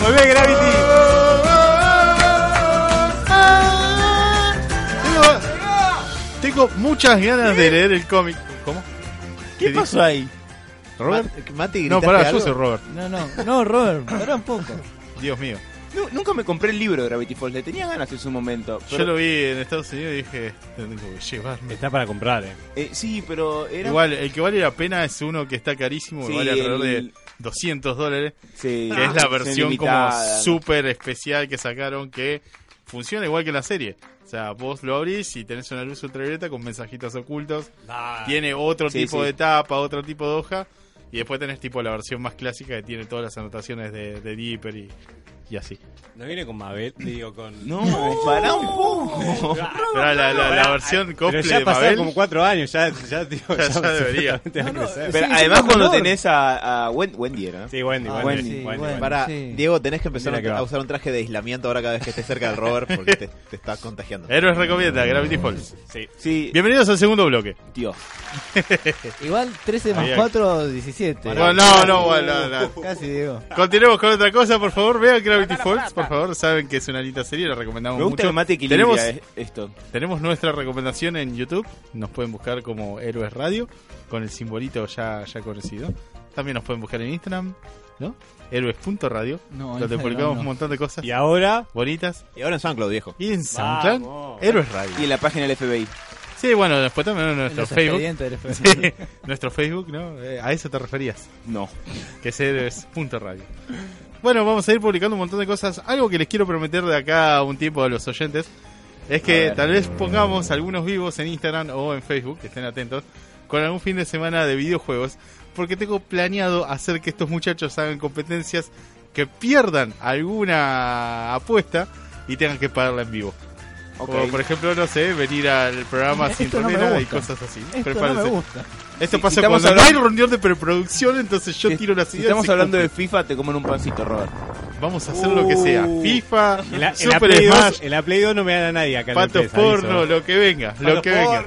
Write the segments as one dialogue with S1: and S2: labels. S1: Muy bien, Gravity. Tengo, tengo muchas ganas de leer el cómic. ¿Cómo?
S2: ¿Qué
S1: dijo?
S2: pasó ahí?
S1: ¿Robert?
S3: Mate, Mati,
S1: No,
S3: ¿gritaste
S1: pará, yo
S3: algo?
S1: soy Robert.
S2: No, no, no, Robert, pará un poco.
S1: Dios mío.
S2: No, nunca me compré el libro de Gravity Falls, le tenía ganas en su momento.
S1: Yo
S2: pero-
S1: lo vi en Estados Unidos y dije, tengo que llevarme.
S4: Está para comprar, eh.
S2: eh, sí, pero era.
S1: Igual, el que vale la pena es uno que está carísimo, que
S2: Sí,
S1: vale alrededor
S2: el-
S1: de 200 dólares,
S2: Sí,
S4: Ah,
S1: que es la
S2: edición
S1: versión como
S2: limitada.
S1: súper especial que sacaron que funciona igual que la serie. O sea, vos lo abrís y tenés una luz ultravioleta con mensajitos ocultos tiene otro
S2: Sí,
S1: tipo
S2: sí.
S1: de tapa, otro tipo de hoja. Y después tenés tipo la versión más clásica que tiene todas las anotaciones de, de Dipper y, y así.
S4: No viene con Mabel, digo, con.
S2: No, pará un poco.
S1: Pero la, la- la versión
S4: Pero
S1: cosplay
S4: ya
S1: de
S4: pasaron
S1: Mabel.
S4: como cuatro años, ya, ya, digo,
S1: Ya- ya debería.
S4: supuestamente va a crecer.
S2: Pero
S3: Sí,
S2: además,
S3: sí, por
S2: cuando
S3: favor.
S2: tenés a, a Wen- Wendy, ¿no?
S4: Sí, Wendy,
S3: Ah,
S4: Wendy,
S2: Wendy,
S4: Wendy,
S3: bueno,
S4: Wendy.
S3: Pará,
S2: Sí.
S3: Diego, tenés que empezar
S4: Mira que
S3: a
S4: va.
S3: usar un traje de aislamiento ahora cada vez que estés cerca del Robert porque te, te está contagiando.
S1: Héroes recomienda, Gravity Falls.
S4: Sí.
S2: Sí,
S1: Bienvenidos al segundo bloque.
S2: Dios.
S5: Igual 13 más
S1: Ahí hay-
S5: 4, 17.
S1: Bueno, no, no, bueno, no, no.
S5: Casi, Diego.
S1: Continuemos con otra cosa, por favor. Vean Gravity Falls, por favor. Saben que es una linda serie, la recomendamos
S2: Me gusta
S1: mucho.
S2: que Mate equilibra
S1: tenemos,
S2: eh, esto.
S1: tenemos nuestra recomendación en YouTube. Nos pueden buscar como Héroes Radio, con el simbolito ya, ya conocido. También nos pueden buscar en Instagram, ¿no? Héroes.radio,
S5: No,
S1: donde
S5: Instagram
S1: publicamos
S5: no.
S1: un montón de cosas
S4: Y ahora.
S1: bonitas.
S3: Y ahora en SoundCloud, viejo.
S1: Y en SoundCloud,
S4: Vamos.
S1: Héroes Radio.
S2: Y en la página del FBI.
S1: Sí, bueno, después también en
S5: En
S1: nuestro
S5: los
S1: Facebook.
S5: expedientes del FBI.
S1: Sí, nuestro Facebook, ¿no? Eh, a eso te referías.
S2: No.
S1: que es héroes.radio. Bueno, vamos a ir publicando un montón de cosas. Algo que les quiero prometer de acá a un tiempo a los oyentes es
S2: A
S1: que
S2: ver.
S1: tal vez pongamos algunos vivos en Instagram o en Facebook, que estén atentos, con algún fin de semana de videojuegos, porque tengo planeado hacer que estos muchachos hagan competencias que pierdan alguna apuesta y tengan que pagarla en vivo.
S2: Ok.
S1: Como por ejemplo, no sé, venir al programa
S5: Esto
S1: sin
S5: no me
S1: remera y
S5: gusta.
S1: cosas así.
S5: Esto no me
S1: Prepárense.
S5: gusta.
S1: Esto
S2: Si-
S1: pasa
S2: si
S1: cuando
S2: estamos
S1: no hay
S2: hablando-
S1: reunión de preproducción, entonces yo
S2: Si-
S1: tiro las
S2: si
S1: ideas.
S2: estamos
S1: y
S2: hablando
S1: cumplo.
S2: de FIFA, te comen un pancito, Robert.
S1: Vamos a hacer lo que sea.
S5: Uh.
S1: FIFA,
S4: En la, en la
S1: Super
S4: Play
S1: Smash,
S4: 2, en la Play 2 no me dan a nadie acá. en la
S1: Pato
S4: empresa,
S1: Porno,
S4: aviso.
S1: lo que venga, lo que venga.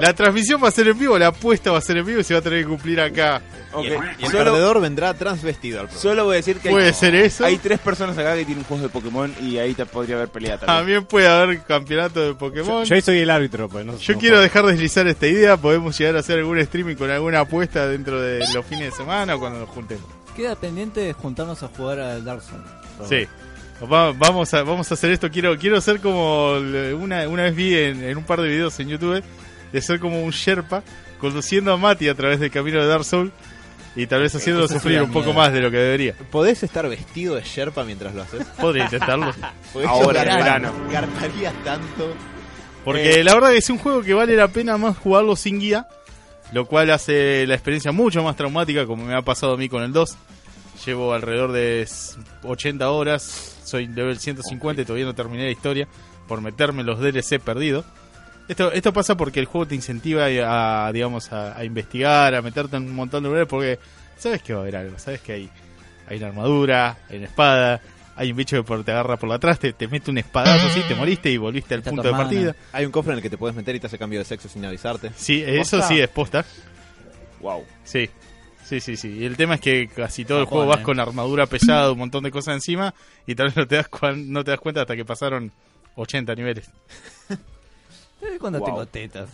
S1: La transmisión va a ser en vivo, la apuesta va a ser en vivo y se va a tener que cumplir acá.
S2: Ok.
S3: Y el
S2: Solo,
S3: perdedor vendrá transvestido al programa.
S2: solo voy a decir que
S1: Puede
S2: hay,
S1: ser eso.
S2: hay tres personas acá que tienen juegos de Pokémon y ahí te podría haber peleado
S3: Ah,
S2: también.
S1: También puede haber campeonato de
S4: Yo,
S1: Pokémon.
S4: yo ahí soy el árbitro, pues. No,
S1: Yo
S4: no
S1: quiero
S4: puedo.
S1: dejar deslizar esta idea. Podemos llegar a hacer algún streaming con alguna apuesta dentro de los fines de semana o cuando nos juntemos.
S5: Queda pendiente de juntarnos a jugar al Dark Souls.
S1: Sí. Va- vamos, a, vamos a hacer esto. Quiero quiero ser como. el- Una, una vez vi en, en un par de videos en YouTube de ser como un Sherpa conduciendo a Mati a través del camino de Dark Soul y tal vez haciéndolo
S5: Eso sí
S1: sufrir
S5: da
S1: un poco
S5: miedo.
S1: más de lo que debería.
S3: ¿Podés estar vestido de Sherpa mientras lo haces?
S1: Podría intentarlo.
S3: Porque
S2: Ahora,
S3: eso
S2: en
S3: garpa-
S2: verano.
S3: Garparía tanto.
S1: Porque la verdad que es un juego que vale la pena más jugarlo sin guía, lo cual hace la experiencia mucho más traumática, como me ha pasado a mí con el 2. Llevo alrededor de s- 80 horas, soy level 150 y todavía no terminé la historia por meterme en los DLC perdido. Esto, esto pasa porque el juego te incentiva a, a, digamos, a, a investigar, a meterte en un montón de lugares, porque sabes que va a haber algo, sabes que hay, hay una armadura, hay una espada, hay un bicho que por- te agarra por la atrás, te, te mete un espadazo así, te moriste y volviste al
S5: Está tu
S1: punto de
S5: hermana.
S1: partida.
S3: Hay un cofre en el que te puedes meter y te hace cambio de sexo sin avisarte.
S1: Sí, eso
S3: ¿Posta?
S1: sí es posta.
S2: Wow.
S1: Sí. Sí, sí, sí. Y el tema es que casi todo el
S5: Bajón,
S1: juego vas
S5: eh.
S1: con armadura pesada, un montón de cosas encima y tal vez no te das, cuan- no te das cuenta hasta que pasaron 80 niveles.
S5: ¿Sabes cuando
S2: Wow.
S5: tengo tetas?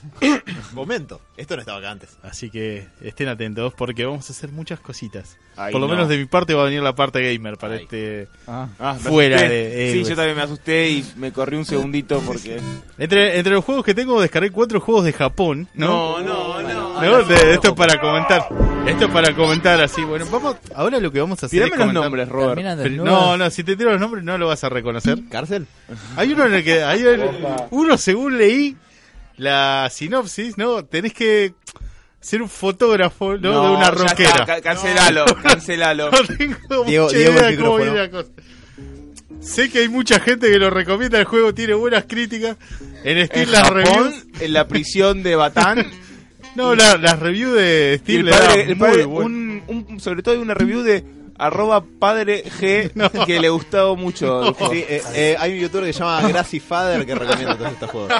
S3: Momento. Esto no estaba acá antes.
S1: Así que estén atentos porque vamos a hacer muchas cositas.
S2: Ay,
S1: Por lo
S2: no.
S1: menos de mi parte va a venir la parte gamer para
S3: Ay.
S1: este...
S5: Ah.
S2: Ah, me
S1: Fuera
S2: asusté.
S1: de
S2: Sí,
S1: héroes.
S2: yo también me asusté y me corrí un segundito porque.
S1: Entre, entre los juegos que tengo descargué cuatro juegos de Japón, ¿no?
S2: no, no.
S1: No, de- esto es para comentar. Esto es para comentar así. Bueno, vamos. Ahora lo que vamos a hacer
S2: Tirame
S1: es
S2: los
S1: comentar-
S2: nombres, Robert.
S5: Terminan
S1: Pero-
S5: desnudas.
S1: no, no, si te tiro los nombres no lo vas a reconocer.
S3: ¿Cárcel?
S1: Hay uno en el que. Hay un- uno, según leí la sinopsis, ¿no? Tenés que ser un fotógrafo, ¿no? de una
S2: ya está,
S1: roquera.
S2: ca- cancelalo, cancelalo.
S1: No tengo
S3: Diego-
S1: mucha
S3: Diego,
S1: idea
S3: el
S1: cómo viene la
S3: micrófono.
S1: cosa. Sé que hay mucha gente que lo recomienda, el juego tiene buenas críticas. En Steam
S2: en
S1: las
S2: Japón,
S1: reviews.
S2: en la prisión de Batán.
S1: No, la- las reviews de
S2: y
S1: Steam
S2: el
S1: le dan
S2: padre, el
S1: muy
S2: padre-
S1: buen-
S2: un, un- sobre todo hay una review de arroba padre G que le gustó mucho. dijo.
S3: Sí, eh, eh, hay un youtuber que se llama Grassy Father que recomienda todos estos juegos.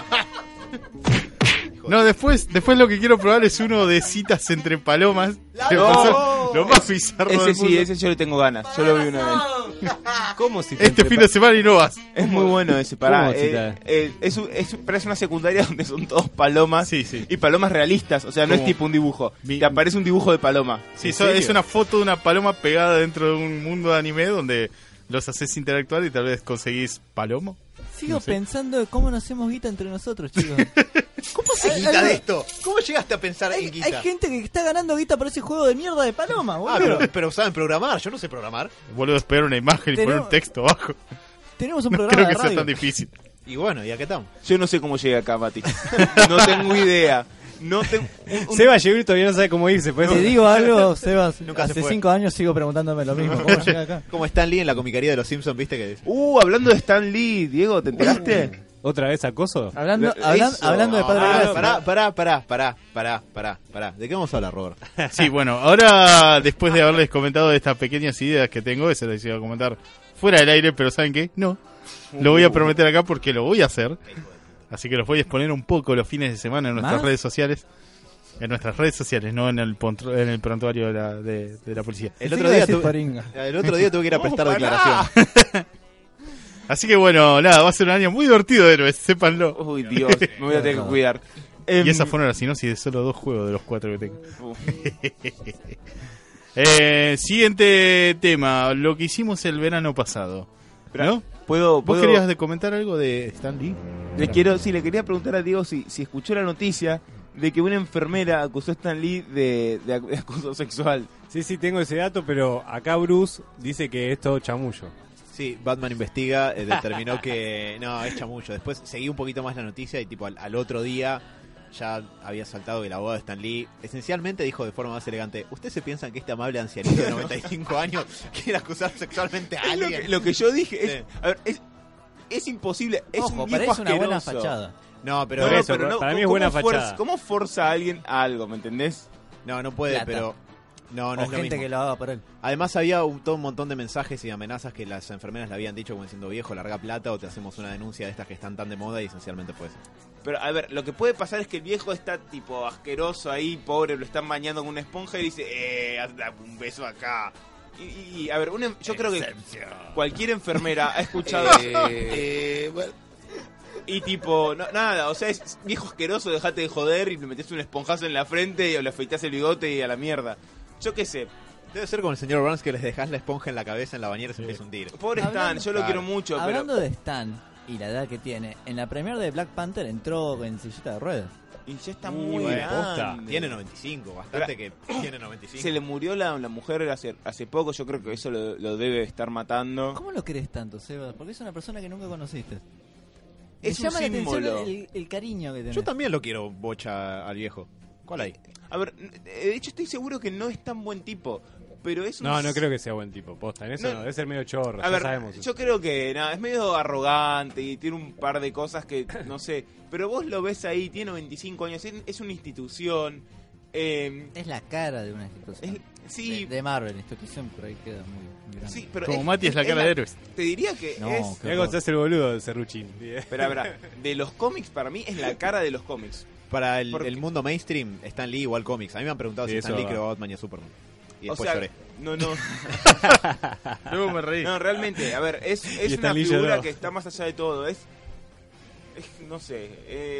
S1: No, después, después lo que quiero probar es uno de citas entre palomas. Que
S2: no.
S1: pasó Lo más bizarro
S2: Ese
S1: del
S2: sí,
S1: mundo.
S2: ese yo le tengo ganas. Yo lo vi una vez.
S4: ¿Cómo si
S1: Este fin de semana y no vas.
S2: Es muy bueno ese, pará.
S5: ¿Cómo,
S2: eh,
S5: cita?
S2: eh, es, un- es un- pero es una secundaria donde son todos palomas.
S1: Sí, sí.
S2: Y palomas realistas. O sea, no es
S1: ¿Cómo?
S2: tipo un dibujo.
S1: Mi-
S2: Te aparece un dibujo de paloma.
S1: Sí,
S2: ¿En
S1: so- es
S2: serio?
S1: una foto de una paloma pegada dentro de un mundo de anime donde los haces interactuar y tal vez conseguís palomo.
S5: Sigo
S1: No sé.
S5: pensando de cómo nos hacemos guita entre nosotros, chicos. ¿Cómo se
S3: ¿Qué guita de esto? ¿Cómo llegaste a pensar
S5: Hay,
S3: en
S5: hay
S3: guita?
S5: gente que está ganando guita por ese juego de mierda de paloma, boludo.
S3: Ah, pero, pero saben programar, yo no sé programar.
S1: Vuelvo a esperar una imagen y poner
S5: Tenemos-
S1: un texto abajo.
S5: Tenemos un
S1: No
S5: programa
S1: creo
S5: de
S1: que sea
S5: radio.
S1: tan difícil.
S3: Y bueno, y acá estamos.
S2: Yo no sé cómo llegué acá, Mati. No tengo idea. No tengo. uh, un- un-
S4: Seba llegó y todavía no sabe cómo irse. Pues.
S5: Te digo algo, Sebas.
S3: Nunca se
S5: hace
S3: fue.
S5: cinco años sigo preguntándome lo mismo. ¿Cómo llegué acá?
S3: Como Stan Lee en la comicaría de los Simpsons, viste que dice.
S2: Uh, hablando de Stan Lee, Diego, ¿te enteraste?
S4: ¿Otra vez acoso?
S1: Ah.
S5: Hablando,
S2: Eso.
S5: hablan- hablando de padre
S3: Ah,
S5: Gracia.
S3: pará, pará, pará, pará, pará, pará, pará. ¿De qué vamos a hablar, Robert?
S1: Sí, bueno, ahora después de haberles comentado estas pequeñas ideas que tengo, eso les iba a comentar fuera del aire, pero ¿saben qué? No. Lo
S5: Uh.
S1: voy a prometer acá porque lo voy a hacer. Así que los voy a exponer un poco los fines de semana en nuestras
S5: ¿Más?
S1: redes sociales. En nuestras redes sociales, no en el, pontro- en el prontuario de la, de- de la policía.
S3: El
S5: Sí,
S3: otro
S5: iba a
S3: día,
S5: decir
S3: tuve-
S5: poringa.
S3: el otro día tuve
S2: Oh,
S3: que ir a prestar declaración.
S1: Así que bueno, nada, va a ser un año muy divertido, héroes, sépanlo.
S2: Uy, Dios, me voy a tener que cuidar. Em,
S1: Y esa fueron las sinopsis de solo dos juegos de los cuatro que tengo.
S2: Uf.
S1: Eh, siguiente tema, lo que hicimos el verano pasado. ¿No?
S2: ¿Puedo,
S1: ¿Vos
S2: puedo-
S1: querías de comentar algo de Stan Lee?
S2: Le quiero, sí, le quería preguntar a Diego si, si escuchó la noticia de que una enfermera acusó a Stan Lee de, de ac- de acoso sexual.
S4: Sí, sí, tengo ese dato, pero acá Bruce dice que es todo chamullo.
S3: Sí, Batman investiga, eh, determinó que no, es mucho. Después seguí un poquito más la noticia y tipo al, al otro día ya había saltado que el abogado de Stan Lee esencialmente dijo de forma más elegante, ¿ustedes se piensan que este amable ancianito de 95 años quiere acusar sexualmente a
S2: Es lo, que,
S3: alguien?
S2: lo que yo dije es,
S3: Sí.
S2: a ver, es, es imposible, es
S5: Ojo,
S2: un viejo
S5: parece una buena
S2: asqueroso.
S5: fachada.
S3: No, pero
S2: No,
S4: Por eso,
S2: pero no,
S4: para mí es
S2: ¿cómo
S4: buena
S2: fuerza-
S4: fachada.
S2: ¿Cómo forza a alguien a algo, me entendés?
S3: no, no puede,
S5: Plata.
S3: pero no, no
S5: o
S3: es lo
S5: gente
S3: mismo.
S5: que lo haga por él.
S3: Además había un, todo un montón de mensajes y amenazas que las enfermeras le habían dicho como diciendo viejo, larga plata o te hacemos una denuncia de estas que están tan de moda y esencialmente pues, fue eso.
S2: Pero a ver, lo que puede pasar es que el viejo está tipo asqueroso ahí, pobre, lo están bañando con una esponja y dice, eh, haz- dame un beso acá. Y, y- y, a ver, una en- yo creo que cualquier enfermera ha escuchado eh, bueno. y tipo, no- nada, o sea, es viejo asqueroso, dejate de joder y le metes un esponjazo en la frente y o le afeitas el bigote y a la mierda. Yo qué sé,
S3: Debe ser como el señor Burns que les dejas la esponja en la cabeza en la bañera y se empieza a hundir.
S2: pobre Stan,
S5: Hablando-
S2: yo lo
S3: Claro.
S2: quiero mucho,
S5: Hablando
S2: pero...
S5: de Stan y la edad que tiene, en la premier de Black Panther entró en sillita de ruedas.
S2: Y ya está
S4: Uy,
S2: muy
S4: bueno, posta.
S2: grande.
S3: Tiene 95, bastante que tiene 95.
S2: Se le murió la, la mujer hace, hace poco, yo creo que eso lo, lo debe estar matando.
S5: ¿Cómo lo crees tanto, Sebas? Porque es una persona que nunca conociste. Me
S2: Es un
S5: llama la
S2: símbolo.
S5: atención el, el cariño que tenés.
S3: Yo también lo quiero bocha al viejo. ¿Cuál hay?
S2: A ver, n- de hecho estoy seguro que no es tan buen tipo, pero es un...
S4: No, no creo que sea buen tipo, posta. En eso
S2: No,
S4: no, debe ser medio chorro,
S2: A
S4: ya
S2: ver,
S4: sabemos.
S2: yo creo que nada, es medio arrogante y tiene un par de cosas que no sé, pero vos lo ves ahí, tiene 25 años, es, es una institución, eh,
S5: Es la cara de una institución.
S2: es- sí,
S5: De, de Marvel, institución, por ahí queda muy grande.
S2: sí, pero...
S1: Como Mati es la cara de héroes.
S2: Te diría que
S5: No,
S2: es...
S5: qué-
S4: Luego se hace el boludo de Serruchín. ¿sí?
S2: Pero, a ver, de los cómics para mí es la cara de los cómics.
S3: Para el,
S2: Porque-
S3: el mundo mainstream, Stan Lee igual cómics. A mí me han preguntado
S4: Sí,
S3: si Stan
S4: eso
S3: Lee
S4: va.
S3: creó a Batman y a Superman. Y
S2: O
S3: después
S2: sea,
S3: lloré.
S2: no, no.
S1: Luego me reí.
S2: No, realmente, a ver, es, es
S4: Y
S2: una
S4: Stan Lee
S2: figura
S4: lloró.
S2: que está más allá de todo. Es No sé.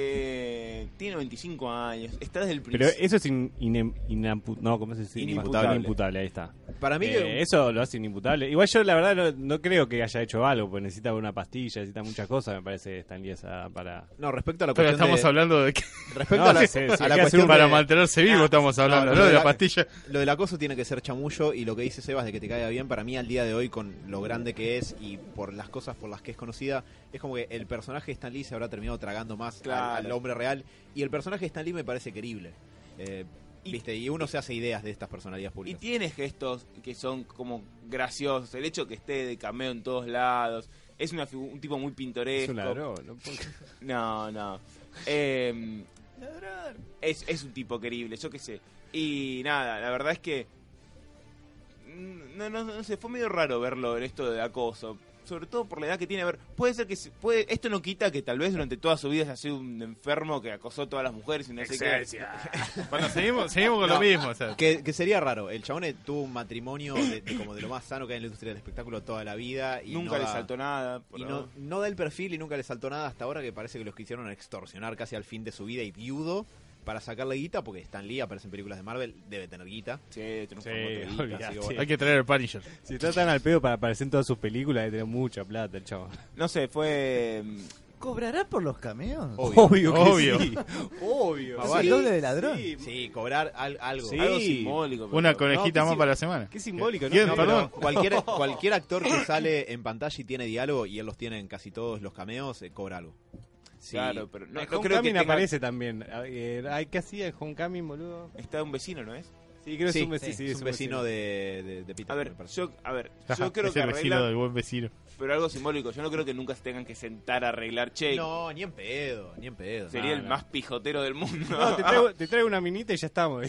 S2: eh, tiene 25 años. Está desde el
S4: Pero
S2: principio.
S4: eso es in- inem- inampu- no, ¿cómo se dice?
S3: Inimputable.
S4: Inimputable, ahí está.
S3: Para mí
S4: Eh,
S3: que-
S4: Eso lo hace inimputable. Igual yo, la verdad, no, no creo que haya hecho algo, porque necesita una pastilla, necesita muchas cosas, me parece, Stan Lee, esa para...
S3: No, respecto a la
S1: Pero
S3: cuestión
S1: estamos
S3: de-
S1: hablando de que
S3: Respecto
S4: No,
S3: a la,
S4: sí, sí,
S3: a
S4: sí,
S3: la
S4: hay que hacer
S3: cuestión
S4: un
S1: para
S3: de-
S1: mantenerse vivo
S3: Ah,
S1: estamos hablando,
S3: no,
S1: ¿no? De la
S3: la-
S1: pastilla.
S3: Lo del acoso tiene que ser chamullo y lo que dice Sebas de que te caiga bien, para mí al día de hoy, con lo grande que es y por las cosas por las que es conocida, es como que el personaje de Stan Lee se habrá terminado tragando más al-
S2: Claro.
S3: al, hombre real y el personaje de Stan Lee me parece querible. Eh,
S2: Y-
S3: ¿Viste? Y uno se hace ideas de estas personalidades
S2: Y
S3: públicas.
S2: tiene gestos que son como graciosos. El hecho que esté de cameo en todos lados. Es una figu- un tipo muy
S4: Es
S2: pintoresco.
S4: un ladrón, ¿no?
S2: No, no. Eh, es, es un tipo querible, yo qué sé. Y nada, la verdad es que. mm, No, no, no sé, fue medio raro verlo en esto de acoso. Sobre todo por la edad que tiene. A ver, puede ser que. se- Puede, esto no quita que tal vez durante toda su vida haya sido un enfermo que acosó a todas las mujeres y no sé qué.
S1: Bueno, seguimos, seguimos con
S3: No.
S1: lo mismo. o sea,
S3: Que, que sería raro, el chabón eh, tuvo un matrimonio de, de como de lo más sano que hay en la industria del espectáculo toda la vida y
S2: Nunca
S3: no
S2: le
S3: da-
S2: saltó nada. por
S3: Y
S2: ahora.
S3: no, no da el perfil y nunca le saltó nada hasta ahora que parece que los quisieron extorsionar casi al fin de su vida y viudo para sacarle guita porque Stan Lee aparece en películas de Marvel, debe tener guita.
S2: Sí,
S4: Sí,
S2: triunfó con otro.
S3: olvidate.
S4: olvidate.
S1: hay que traer el Punisher.
S4: Si está tan al pedo para aparecer en todas sus películas, debe tener mucha plata el chavo.
S2: No sé, fue. em,
S5: ¿Cobrará por los cameos?
S1: Oh,
S3: Obvio.
S1: Obvio.
S4: Obvio.
S3: Ah,
S5: ¿Es
S3: vale.
S5: el doble de ladrón?
S3: Sí, cobrar al- algo.
S4: Sí.
S2: Algo simbólico. pero-
S1: Una conejita
S4: No, que
S1: más
S4: sí.
S1: para la semana.
S4: Qué simbólico, ¿no?
S1: Bien,
S4: No, pero-
S1: perdón.
S3: Cualquier, cualquier actor que sale en pantalla y tiene diálogo, y él los tiene en casi todos los cameos, eh, cobra algo. Sí.
S2: Claro, pero no,
S4: El
S2: no creo que.
S4: Homecoming
S2: tenga-
S4: aparece también. Eh, Ay, ¿qué hacía el Homecoming, boludo?
S2: Está un vecino, ¿no es?
S4: Sí, creo que
S3: Sí,
S4: es un vecino.
S5: sí,
S4: sí,
S3: es un vecino de, de, de Peter.
S2: A
S3: me
S2: ver,
S3: parece.
S2: yo, a ver, yo creo
S1: es
S2: que
S1: el vecino
S2: arreglan,
S1: del buen vecino.
S2: pero algo simbólico. Yo no creo que nunca se tengan que sentar a arreglar che.
S3: No, ni en pedo, ni en pedo.
S2: sería
S3: no,
S2: el
S3: no.
S2: más pijotero del mundo.
S4: No, te traigo, te traigo una minita y ya estamos.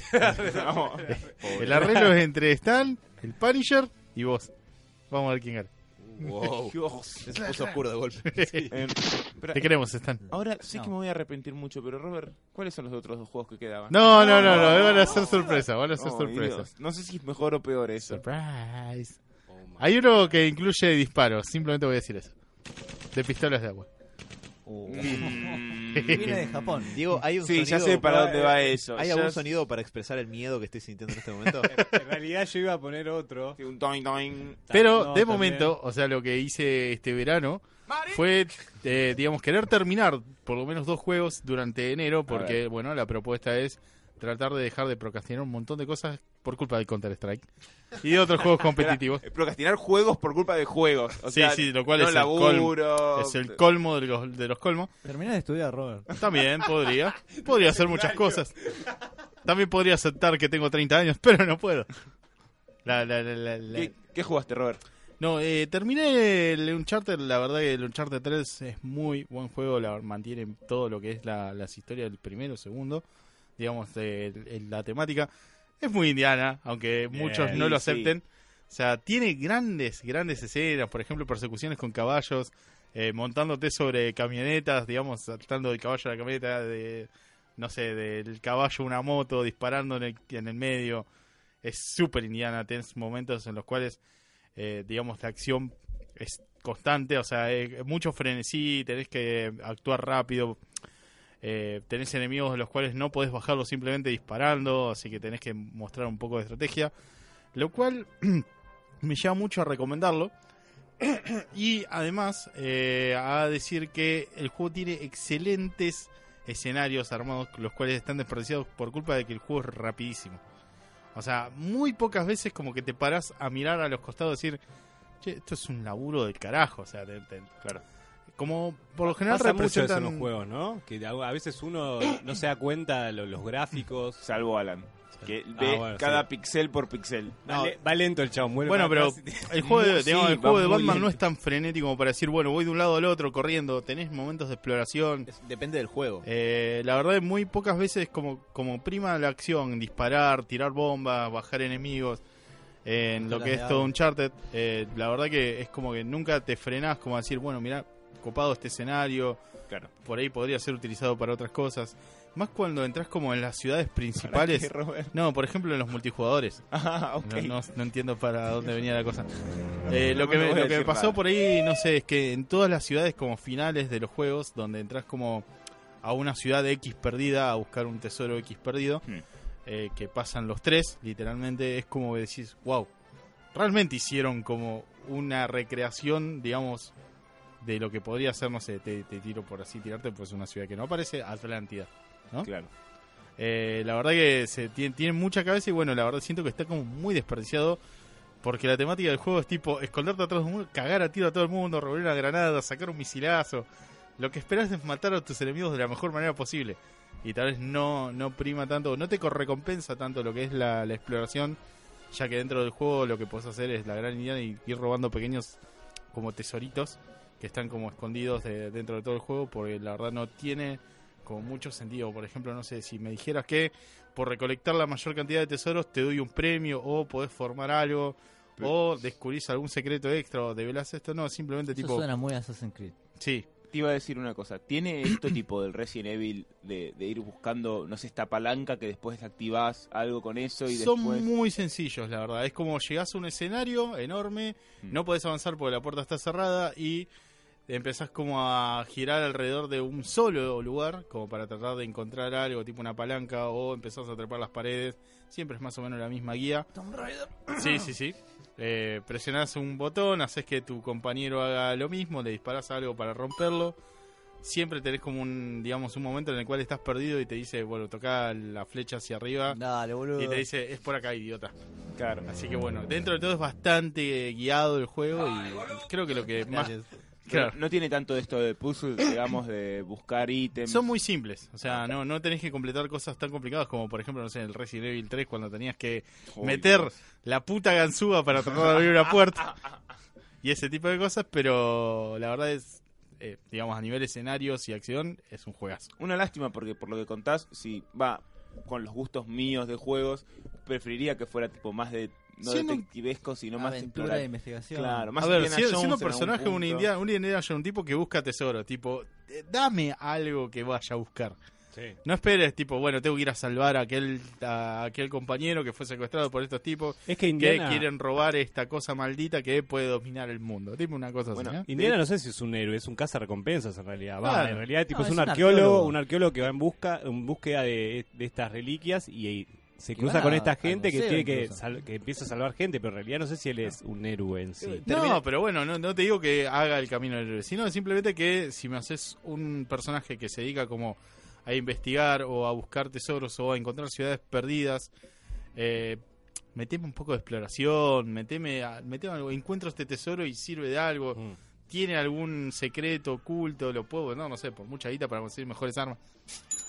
S2: No.
S1: El arreglo es entre Stan, el Punisher y vos. Vamos a ver quién gana.
S3: Wow.
S2: Dios.
S3: Se puso oscuro de golpe.
S2: Em, pero-
S1: Te queremos, Stan.
S2: ahora sé
S5: No.
S2: que me voy a arrepentir mucho, pero Robert, ¿cuáles son los otros dos juegos que quedaban?
S1: No, no, no, no, van a ser sorpresa, van a ser
S2: Oh,
S1: sorpresa.
S2: Dios. No sé si es mejor o peor eso.
S1: Surprise. Hay uno que incluye disparos, simplemente voy a decir eso. De pistolas de agua. Uh.
S5: Viene de Japón.
S3: Diego, hay un
S2: Sí, Mm. ya
S3: sonido-
S2: sé para dónde va eso.
S3: ¿Hay
S2: Ya
S3: algún
S2: sé-
S3: sonido para expresar el miedo que estoy sintiendo en este momento?
S1: Eh,
S4: en realidad yo iba a poner otro.
S2: Sí, Un toing toing.
S1: Pero
S4: No,
S1: de
S4: también.
S1: momento, o sea, lo que hice este verano fue, eh, digamos, querer terminar por lo menos dos juegos durante enero, porque, bueno, la propuesta es tratar de dejar de procrastinar un montón de cosas por culpa del Counter-Strike y de otros juegos competitivos.
S2: Era, eh, Procrastinar juegos por culpa de juegos. O
S1: Sí,
S2: sea,
S1: sí, lo cual
S2: no
S1: es el
S2: laburo.
S1: Es el colmo de los, de los colmos.
S5: Termina de estudiar, Robert.
S1: También podría. Podría hacer muchas cosas. También podría aceptar que tengo 30 años, pero no puedo. La- la- la- la- la-
S2: ¿Qué, qué jugaste, Robert?
S1: No, eh, terminé el Uncharted. La verdad que el Uncharted 3 es muy buen juego. La, mantiene todo lo que es la, las historias del primero, segundo. Digamos, el- el- la temática. Es muy indiana, aunque
S4: Bien.
S1: muchos no lo
S2: Sí, sí.
S1: acepten. O sea, tiene grandes, grandes escenas. Por ejemplo, persecuciones con caballos. eh, montándote sobre camionetas, digamos, saltando del caballo a la camioneta, de, no sé, del caballo a una moto, disparando en el, en el medio. Es súper indiana. Tienes momentos en los cuales, eh, digamos, la acción es constante, o sea, es mucho frenesí, tenés que actuar rápido. eh, tenés enemigos de los cuales no podés bajarlos simplemente disparando, así que tenés que mostrar un poco de estrategia. Lo cual me lleva mucho a recomendarlo. y además eh, a decir que el juego tiene excelentes escenarios armados, los cuales están desperdiciados por culpa de que el juego es rapidísimo. O sea, muy pocas veces como que te parás a mirar a los costados y decir, che, esto es un laburo del carajo. O sea, te- te- como por lo general
S4: Pasa mucho eso en
S1: representan...
S4: los juegos, ¿no? Que a a veces uno no se da cuenta de lo- los gráficos.
S2: Salvo Alan. Que
S4: Ah,
S2: ve
S4: bueno,
S2: cada
S4: sí.
S2: pixel por pixel.
S4: Va le- Va lento el chavo, muere.
S1: Bueno, pero el juego de,
S2: Sí,
S1: digamos, el
S2: va
S1: juego de
S2: muy
S1: Batman
S2: lento.
S1: no es tan frenético como para decir, bueno, voy de un lado al otro corriendo, tenés momentos de exploración.
S3: Es- Depende del juego.
S1: Eh, la verdad, muy pocas veces como, como prima la acción, disparar, tirar bombas, bajar enemigos, eh, en lo
S5: Pistolas
S1: que
S5: de
S1: es todo
S5: agua.
S1: Uncharted, eh, la verdad que es como que nunca te frenás como a decir, bueno, mira, copado este escenario.
S2: Claro.
S1: Por ahí podría ser utilizado para otras cosas. Más cuando entras como en las ciudades principales. No, por ejemplo en los multijugadores.
S2: Ah, ok.
S1: No, no- no entiendo para dónde venía la cosa. Eh, lo
S2: No
S1: que
S2: me
S1: me,
S2: lo voy
S1: lo
S2: a
S1: que me
S2: decir
S1: pasó
S2: nada.
S1: por ahí, no sé, es que en todas las ciudades como finales de los juegos, donde entras como a una ciudad X perdida a buscar un tesoro X perdido,
S2: Hmm.
S1: eh, que pasan los tres, literalmente es como que decís, wow, realmente hicieron como una recreación, digamos, de lo que podría ser, no sé, te, te tiro por así tirarte, pues una ciudad que no aparece, Atlántida. ¿no?
S2: Claro.
S1: Eh, la verdad que se tiene, tiene mucha cabeza y bueno, la verdad siento que está como muy desperdiciado porque la temática del juego es tipo esconderte atrás de un muro, cagar a tiro a todo el mundo, robar una granada, sacar un misilazo. Lo que esperas es matar a tus enemigos de la mejor manera posible. Y tal vez no, no prima tanto, no te co- recompensa tanto lo que es la, la exploración, ya que dentro del juego lo que puedes hacer es la gran idea y ir robando pequeños como tesoritos que están como escondidos de- dentro de todo el juego, porque la verdad no tiene como mucho sentido. Por ejemplo, no sé, si me dijeras que por recolectar la mayor cantidad de tesoros te doy un premio o podés formar algo o descubrís algún secreto extra o develás esto, no, simplemente
S5: Eso
S1: tipo...
S5: suena muy a Assassin's Creed.
S1: Sí,
S2: Te iba a decir una cosa. ¿Tiene esto tipo del Resident Evil de, de ir buscando, no sé, esta palanca que después activás algo con eso y
S1: son
S2: después...
S1: muy sencillos, la verdad. Es como llegás a un escenario enorme,
S2: Mm.
S1: no podés avanzar porque la puerta está cerrada y empezás como a girar alrededor de un solo lugar, como para tratar de encontrar algo, tipo una palanca, o empezás a trepar las paredes. Siempre es más o menos la misma guía. Sí, sí, sí. Eh, presionás un botón, haces que tu compañero haga lo mismo, le disparás algo para romperlo. Siempre tenés como un, digamos, un momento en el cual estás perdido y te dice, bueno, toca la flecha hacia arriba.
S5: Dale, boludo.
S1: Ah. Y te dice, es por acá, idiota.
S2: Claro.
S1: Así que bueno, dentro de todo es bastante guiado el juego y creo que lo que más...
S2: Pero
S1: Claro.
S2: No tiene tanto de esto de puzzle, digamos, de buscar ítems.
S1: Son muy simples, o sea, no, no tenés que completar cosas tan complicadas como por ejemplo, no sé, en el Resident Evil 3 cuando tenías que
S2: Oh,
S1: meter
S2: Dios.
S1: la puta ganzúa para tratar de abrir una puerta y ese tipo de cosas, pero la verdad es, eh, digamos, a nivel escenarios y acción, es un juegazo.
S2: Una lástima porque por lo que contás, si va con los gustos míos de juegos, preferiría que fuera tipo más de no
S1: Siendo-
S2: detectivesco, sino más
S5: Aventura
S2: explorar.
S5: de investigación.
S2: Claro, más
S1: a ver,
S2: Indiana
S1: si-
S2: Jones
S1: siendo un
S2: en algún
S1: personaje, un
S2: punto.
S1: Indiana, un Indiana Jones, un tipo que busca tesoro, tipo, eh, dame algo que vaya a buscar.
S4: Sí.
S1: No esperes, tipo, bueno, tengo que ir a salvar a aquel, a aquel compañero que fue secuestrado por estos tipos
S4: Es que
S1: que
S4: Indiana.
S1: quieren robar esta cosa maldita que puede dominar el mundo. Tipo una cosa
S2: Bueno,
S1: así. ¿eh?
S4: Indiana no sé si es un héroe, es un cazarrecompensas en realidad. Va,
S1: Claro.
S4: en realidad tipo,
S5: No,
S4: es,
S5: es
S4: un
S5: un
S4: arqueólogo,
S5: arqueólogo.
S4: un arqueólogo que va en busca en búsqueda de, de estas reliquias y, y se
S5: Que
S4: cruza
S5: va
S4: con esta
S5: al
S4: gente que
S5: museo
S4: tiene que,
S5: incluso.
S4: sal- que empieza a salvar gente, pero en realidad no sé si él es un héroe en sí.
S1: No, pero bueno, no, no te digo que haga el camino del héroe, sino simplemente que si me haces un personaje que se dedica como a investigar o a buscar tesoros o a encontrar ciudades perdidas, eh, meteme un poco de exploración, meteme, a- meteme algo, encuentro este tesoro y sirve de algo.
S4: Mm.
S1: tiene algún secreto oculto, lo puedo, no, no sé, por mucha guita para conseguir mejores armas.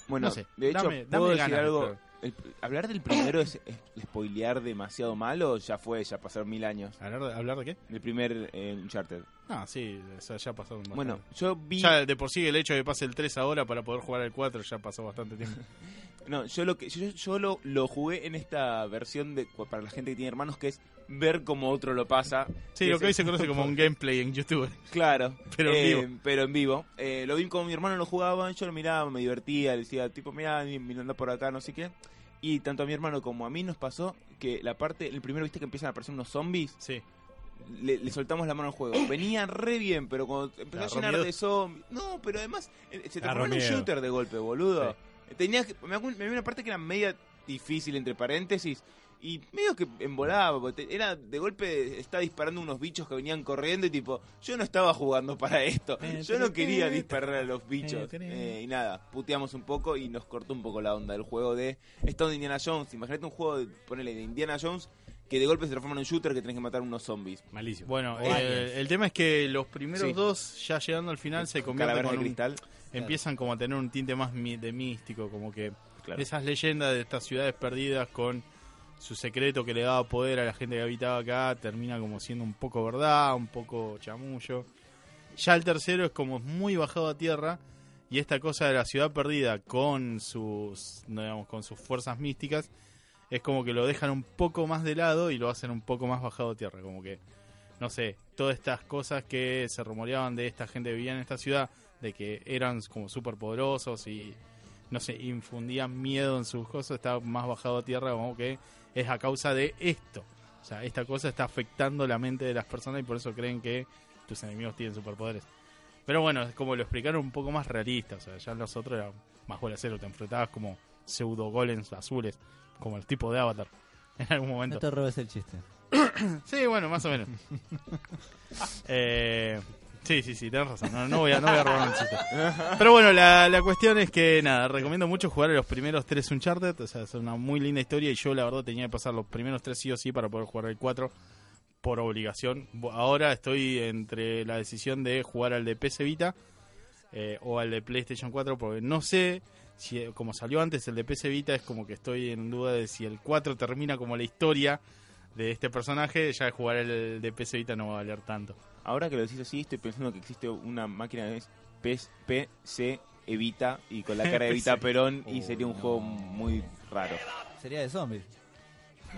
S2: Bueno,
S1: No sé,
S2: de hecho,
S1: dame-
S2: puedo
S1: dame
S2: decir
S1: ganas de
S2: algo.
S1: explorar.
S2: El- hablar del primero es, es spoilear demasiado malo, ya fue, ya pasaron mil años.
S1: ¿Hablar de, hablar de qué?
S2: El primer eh, Uncharted.
S1: Ah, sí, o sea, ya pasó un
S2: Bueno, yo vi.
S1: ya de por sí el hecho de que pase el 3 ahora para poder jugar el 4 ya pasó bastante tiempo.
S2: No, yo lo que yo, yo lo, lo jugué en esta versión de para la gente que tiene hermanos que es ver cómo otro lo pasa.
S1: Sí,
S2: Y
S1: lo
S2: es
S1: que hoy
S2: el-
S1: se conoce como un gameplay en YouTube.
S2: Claro,
S1: Pero en
S2: eh,
S1: vivo.
S2: pero en vivo. Eh, lo vi como mi hermano lo jugaba, yo lo miraba, me divertía, le decía, tipo, mirá, mirando por acá, no sé qué. Y tanto a mi hermano como a mí nos pasó que la parte, el primero, viste que empiezan a aparecer unos zombies,
S1: Sí.
S2: le, le soltamos la mano al juego. Venía re bien, pero cuando empezó a
S1: Agarró
S2: llenar
S1: miedo.
S2: de zombies. No, pero además eh, se transformó
S4: Agarró
S2: en un
S4: miedo.
S2: shooter de golpe, boludo. Tenías que- me, acu- me vi una parte que era media difícil, entre paréntesis. Y medio que embolaba, porque te- era de golpe, estaba disparando unos bichos que venían corriendo y tipo, yo no estaba jugando para esto, yo no quería disparar a los bichos. Eh, y nada, puteamos un poco y nos cortó un poco la onda del juego de Estado de Indiana Jones. Imagínate un juego, de, ponele, de Indiana Jones que de golpe se transforma en un shooter que tenés que matar unos zombies.
S4: Malísimo.
S1: Bueno, el, el tema es que los primeros
S2: Sí.
S1: dos, ya llegando al final, se convierten
S2: Calaveras
S1: con
S2: de
S1: un-
S2: cristal.
S1: empiezan como a tener un tinte más mi- de místico, como que
S2: Claro.
S1: esas leyendas de estas ciudades perdidas con su secreto que le daba poder a la gente que habitaba acá termina como siendo un poco verdad, un poco chamullo. Ya el tercero es como muy bajado a tierra y esta cosa de la ciudad perdida con sus no, digamos con sus fuerzas místicas es como que lo dejan un poco más de lado y lo hacen un poco más bajado a tierra, como que no sé, todas estas cosas que se rumoreaban de esta gente que vivía en esta ciudad, de que eran como súper poderosos y, no sé, infundían miedo en sus cosas, está más bajado a tierra como que es a causa de esto. O sea, esta cosa está afectando la mente de las personas y por eso creen que tus enemigos tienen superpoderes. Pero bueno, es como lo explicaron un poco más realista. O sea, ya los otros eran más bola cero. Te enfrentabas como pseudo golems azules, como el tipo de Avatar. En algún
S5: No
S1: momento.
S5: te robes el chiste.
S1: Sí, bueno, más o menos. Eh, sí, sí, sí, tenés razón. No, no voy, a, no voy a robar un chiste. Pero bueno, la, la cuestión es que nada, recomiendo mucho jugar a los primeros tres Uncharted. O sea, es una muy linda historia y yo la verdad tenía que pasar los primeros tres sí o sí para poder jugar el 4 por obligación. Bo- Ahora estoy entre la decisión de jugar al de PC Vita eh, o al de PlayStation 4 porque no sé. Si, eh, como salió antes el de PC Vita, es como que estoy en duda de si el 4 termina como la historia de este personaje, ya jugar el de PC Vita no va a valer tanto.
S2: Ahora que lo decís así, estoy pensando que existe una máquina que es PS PC Evita y con la cara de Evita Perón
S1: Oh,
S2: y sería un juego muy raro.
S5: Sería de zombies.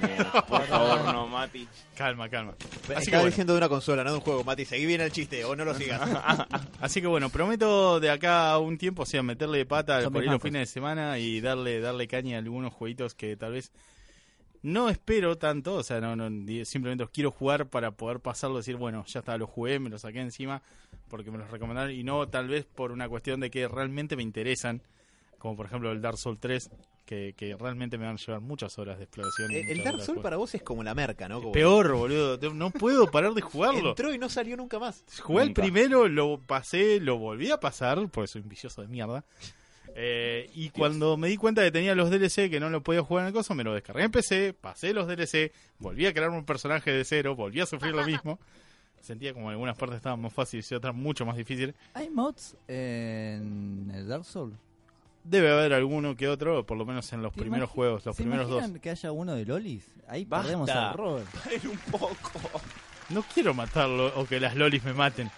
S2: Eh, por favor, no, Mati.
S1: Calma, calma.
S3: Estaba
S1: Así que, bueno,
S3: diciendo de una consola, no de un juego, Mati. Seguí bien el chiste o no lo sigas.
S1: así que bueno, prometo de acá a un tiempo, o sea, meterle pata al
S5: Son mis
S1: por ahí los
S5: mapas.
S1: fines de semana y darle, darle caña a algunos jueguitos que tal vez no espero tanto, o sea, no, no, di- simplemente los quiero jugar para poder pasarlo, decir, bueno, ya está, lo jugué, me lo saqué encima, porque me los recomendaron, y no tal vez por una cuestión de que realmente me interesan, como por ejemplo el Dark Souls 3, que, que realmente me van a llevar muchas horas de exploración. y
S3: Eh, el, el
S1: muchas
S3: Dark
S1: horas de
S3: Souls
S1: juego.
S3: para vos es como la merca, ¿no? Como-
S1: Peor, boludo. Te- No puedo parar de jugarlo.
S3: Entró y no salió nunca más.
S1: Jugué el
S2: Nunca.
S1: primero, lo pasé, lo volví a pasar, porque soy un vicioso de mierda. Eh, y cuando me di cuenta que tenía los DLC que no lo podía jugar en el coso, me lo descargué en PC, pasé los DLC, volví a crear un personaje de cero, volví a sufrir lo mismo. Sentía como algunas partes estaban más fáciles y otras mucho más difíciles.
S5: ¿Hay mods en el Dark Souls?
S1: Debe haber alguno que otro, por lo menos en los
S5: ¿Te
S1: primeros
S5: imagi-
S1: juegos, los
S5: ¿Se
S1: primeros dos.
S5: imaginan que haya uno de Lolis? Ahí
S2: Basta.
S5: perdemos al Robert.
S2: un poco.
S1: No quiero matarlo o que las lolis me maten.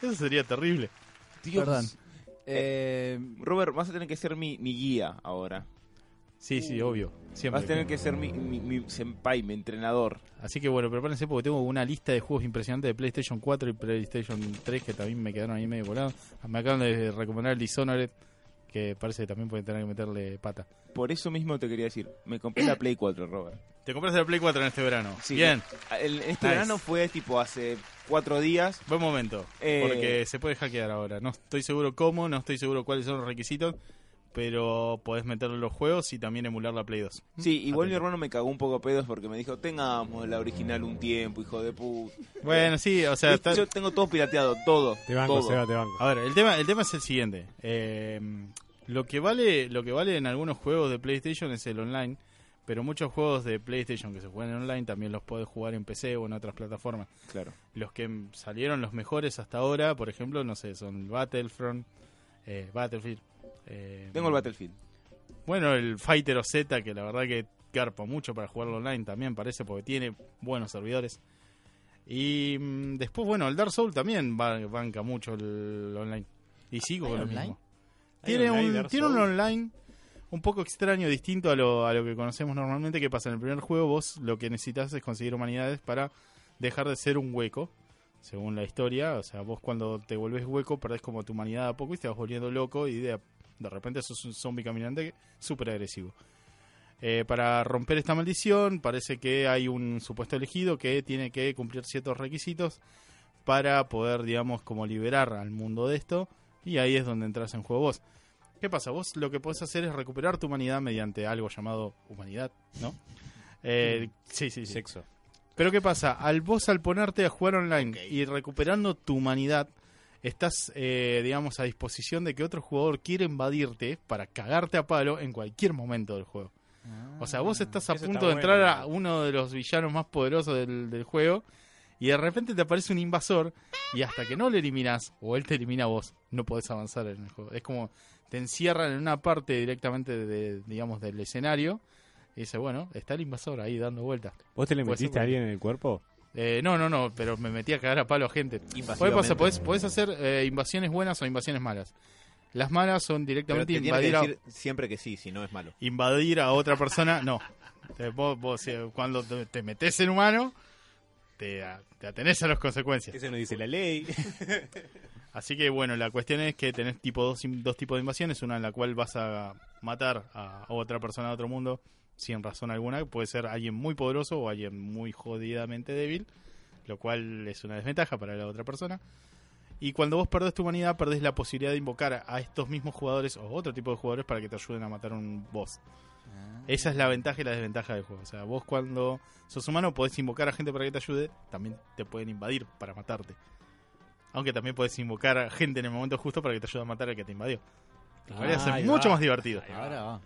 S1: Eso sería terrible.
S5: Perdón.
S2: Eh, Robert, vas a tener que ser mi, mi guía ahora.
S1: Sí,
S5: Uh.
S1: sí, obvio. Siempre.
S2: Vas a tener que ser mi, mi, mi senpai, mi entrenador.
S1: Así que bueno, prepárense porque tengo una lista de juegos impresionantes de PlayStation 4 y PlayStation 3 que también me quedaron ahí medio volados. Me acaban de recomendar el Dishonored, que parece que también pueden tener que meterle pata.
S2: Por eso mismo te quería decir, me compré la Play 4, Robert.
S1: Te compraste la Play 4 en este verano.
S2: Sí.
S1: Bien,
S2: El- este
S1: Nice.
S2: verano fue tipo hace cuatro días.
S1: buen momento.
S2: Eh.
S1: Porque se puede hackear ahora. No estoy seguro cómo, no estoy seguro cuáles son los requisitos, pero podés meterle los juegos y también emular la Play 2.
S2: Sí, igual mi
S1: Atento.
S2: hermano me cagó un poco a pedos porque me dijo, tengamos la original un tiempo, hijo de puta.
S1: Bueno, sí, o sea, está-
S2: Yo tengo todo pirateado, todo.
S4: Te banco,
S2: todo.
S4: Seba, te banco.
S1: A ver, el tema, el tema es el siguiente. Eh, lo que vale, lo que vale en algunos juegos de PlayStation es el online, pero muchos juegos de PlayStation que se juegan en online también los puedes jugar en PC o en otras plataformas.
S2: Claro.
S1: Los que mm, salieron los mejores hasta ahora, por ejemplo, no sé, son el Battlefront, eh, Battlefield. eh,
S2: Tengo el Battlefield.
S1: Bueno, el Fighter OZ, que la verdad que carpa mucho para jugarlo online también, parece, porque tiene buenos servidores. Y mm, después, bueno, el Dark Soul también ba- banca mucho el online. Y sigo
S5: ¿Hay
S1: con lo
S5: online?
S1: mismo.
S4: ¿Hay
S1: Tiene,
S4: online
S1: un,
S4: Dark
S1: tiene un
S4: Souls?
S1: online un poco extraño, distinto a lo, a lo que conocemos normalmente. Que pasa en el primer juego, vos lo que necesitas es conseguir humanidades para dejar de ser un hueco, según la historia. O sea, vos cuando te volvés hueco, perdés como tu humanidad a poco y te vas volviendo loco y de, de repente sos un zombie caminante súper agresivo. Eh, para romper esta maldición, parece que hay un supuesto elegido que tiene que cumplir ciertos requisitos para poder, digamos, como liberar al mundo de esto. Y ahí es donde entras en juego vos. ¿Qué pasa? Vos lo que podés hacer es recuperar tu humanidad mediante algo llamado humanidad, ¿no? Eh, sí, sí, sí.
S4: Sexo.
S1: Pero ¿qué pasa? Al vos al ponerte a jugar online
S3: Ok.
S1: y recuperando tu humanidad, estás, eh, digamos, a disposición de que otro jugador quiera invadirte para cagarte a palo en cualquier momento del juego.
S5: Eh,
S1: O sea,
S3: Ah,
S1: vos estás a
S4: eso
S1: punto
S4: está
S1: de entrar
S4: bueno.
S1: a uno de los villanos más poderosos del, del juego y de repente te aparece un invasor y hasta que no lo eliminás o él te elimina a vos, no podés avanzar en el juego. Es como te encierran en una parte directamente de, digamos, del escenario y dice, bueno, está el invasor ahí dando vueltas.
S4: ¿Vos te le
S1: Puede ser
S4: metiste a alguien en el cuerpo?
S1: Eh, no, no, no, pero me metí a cagar a palo a gente. Puede pasar, podés, podés hacer eh, invasiones buenas o invasiones malas. Las malas son
S3: Pero
S1: directamente
S3: te tiene que
S1: invadir,
S3: decir siempre que sí, si no es malo.
S1: a, invadir a otra persona. No. Te- vos- vos, eh, cuando te, te metes en humano, te, a- te atenés a las consecuencias.
S4: Eso nos dice la ley.
S1: Así que bueno, la cuestión es que tenés tipo dos, dos tipos de invasiones, una en la cual vas a matar a otra persona de otro mundo sin razón alguna, puede ser alguien muy poderoso o alguien muy jodidamente débil, lo cual es una desventaja para la otra persona. Y cuando vos perdés tu humanidad, perdés la posibilidad de invocar a estos mismos jugadores o otro tipo de jugadores para que te ayuden a matar un boss. Esa es la ventaja y la desventaja del juego. O sea, vos cuando sos humano podés invocar a gente para que te ayude, también te pueden invadir para matarte. Aunque también podés invocar a gente en el momento justo para que te ayude a matar al que te invadió. Lo cual hace
S4: Ah, ahí
S1: mucho
S4: va.
S1: más divertido.
S5: Ahora va.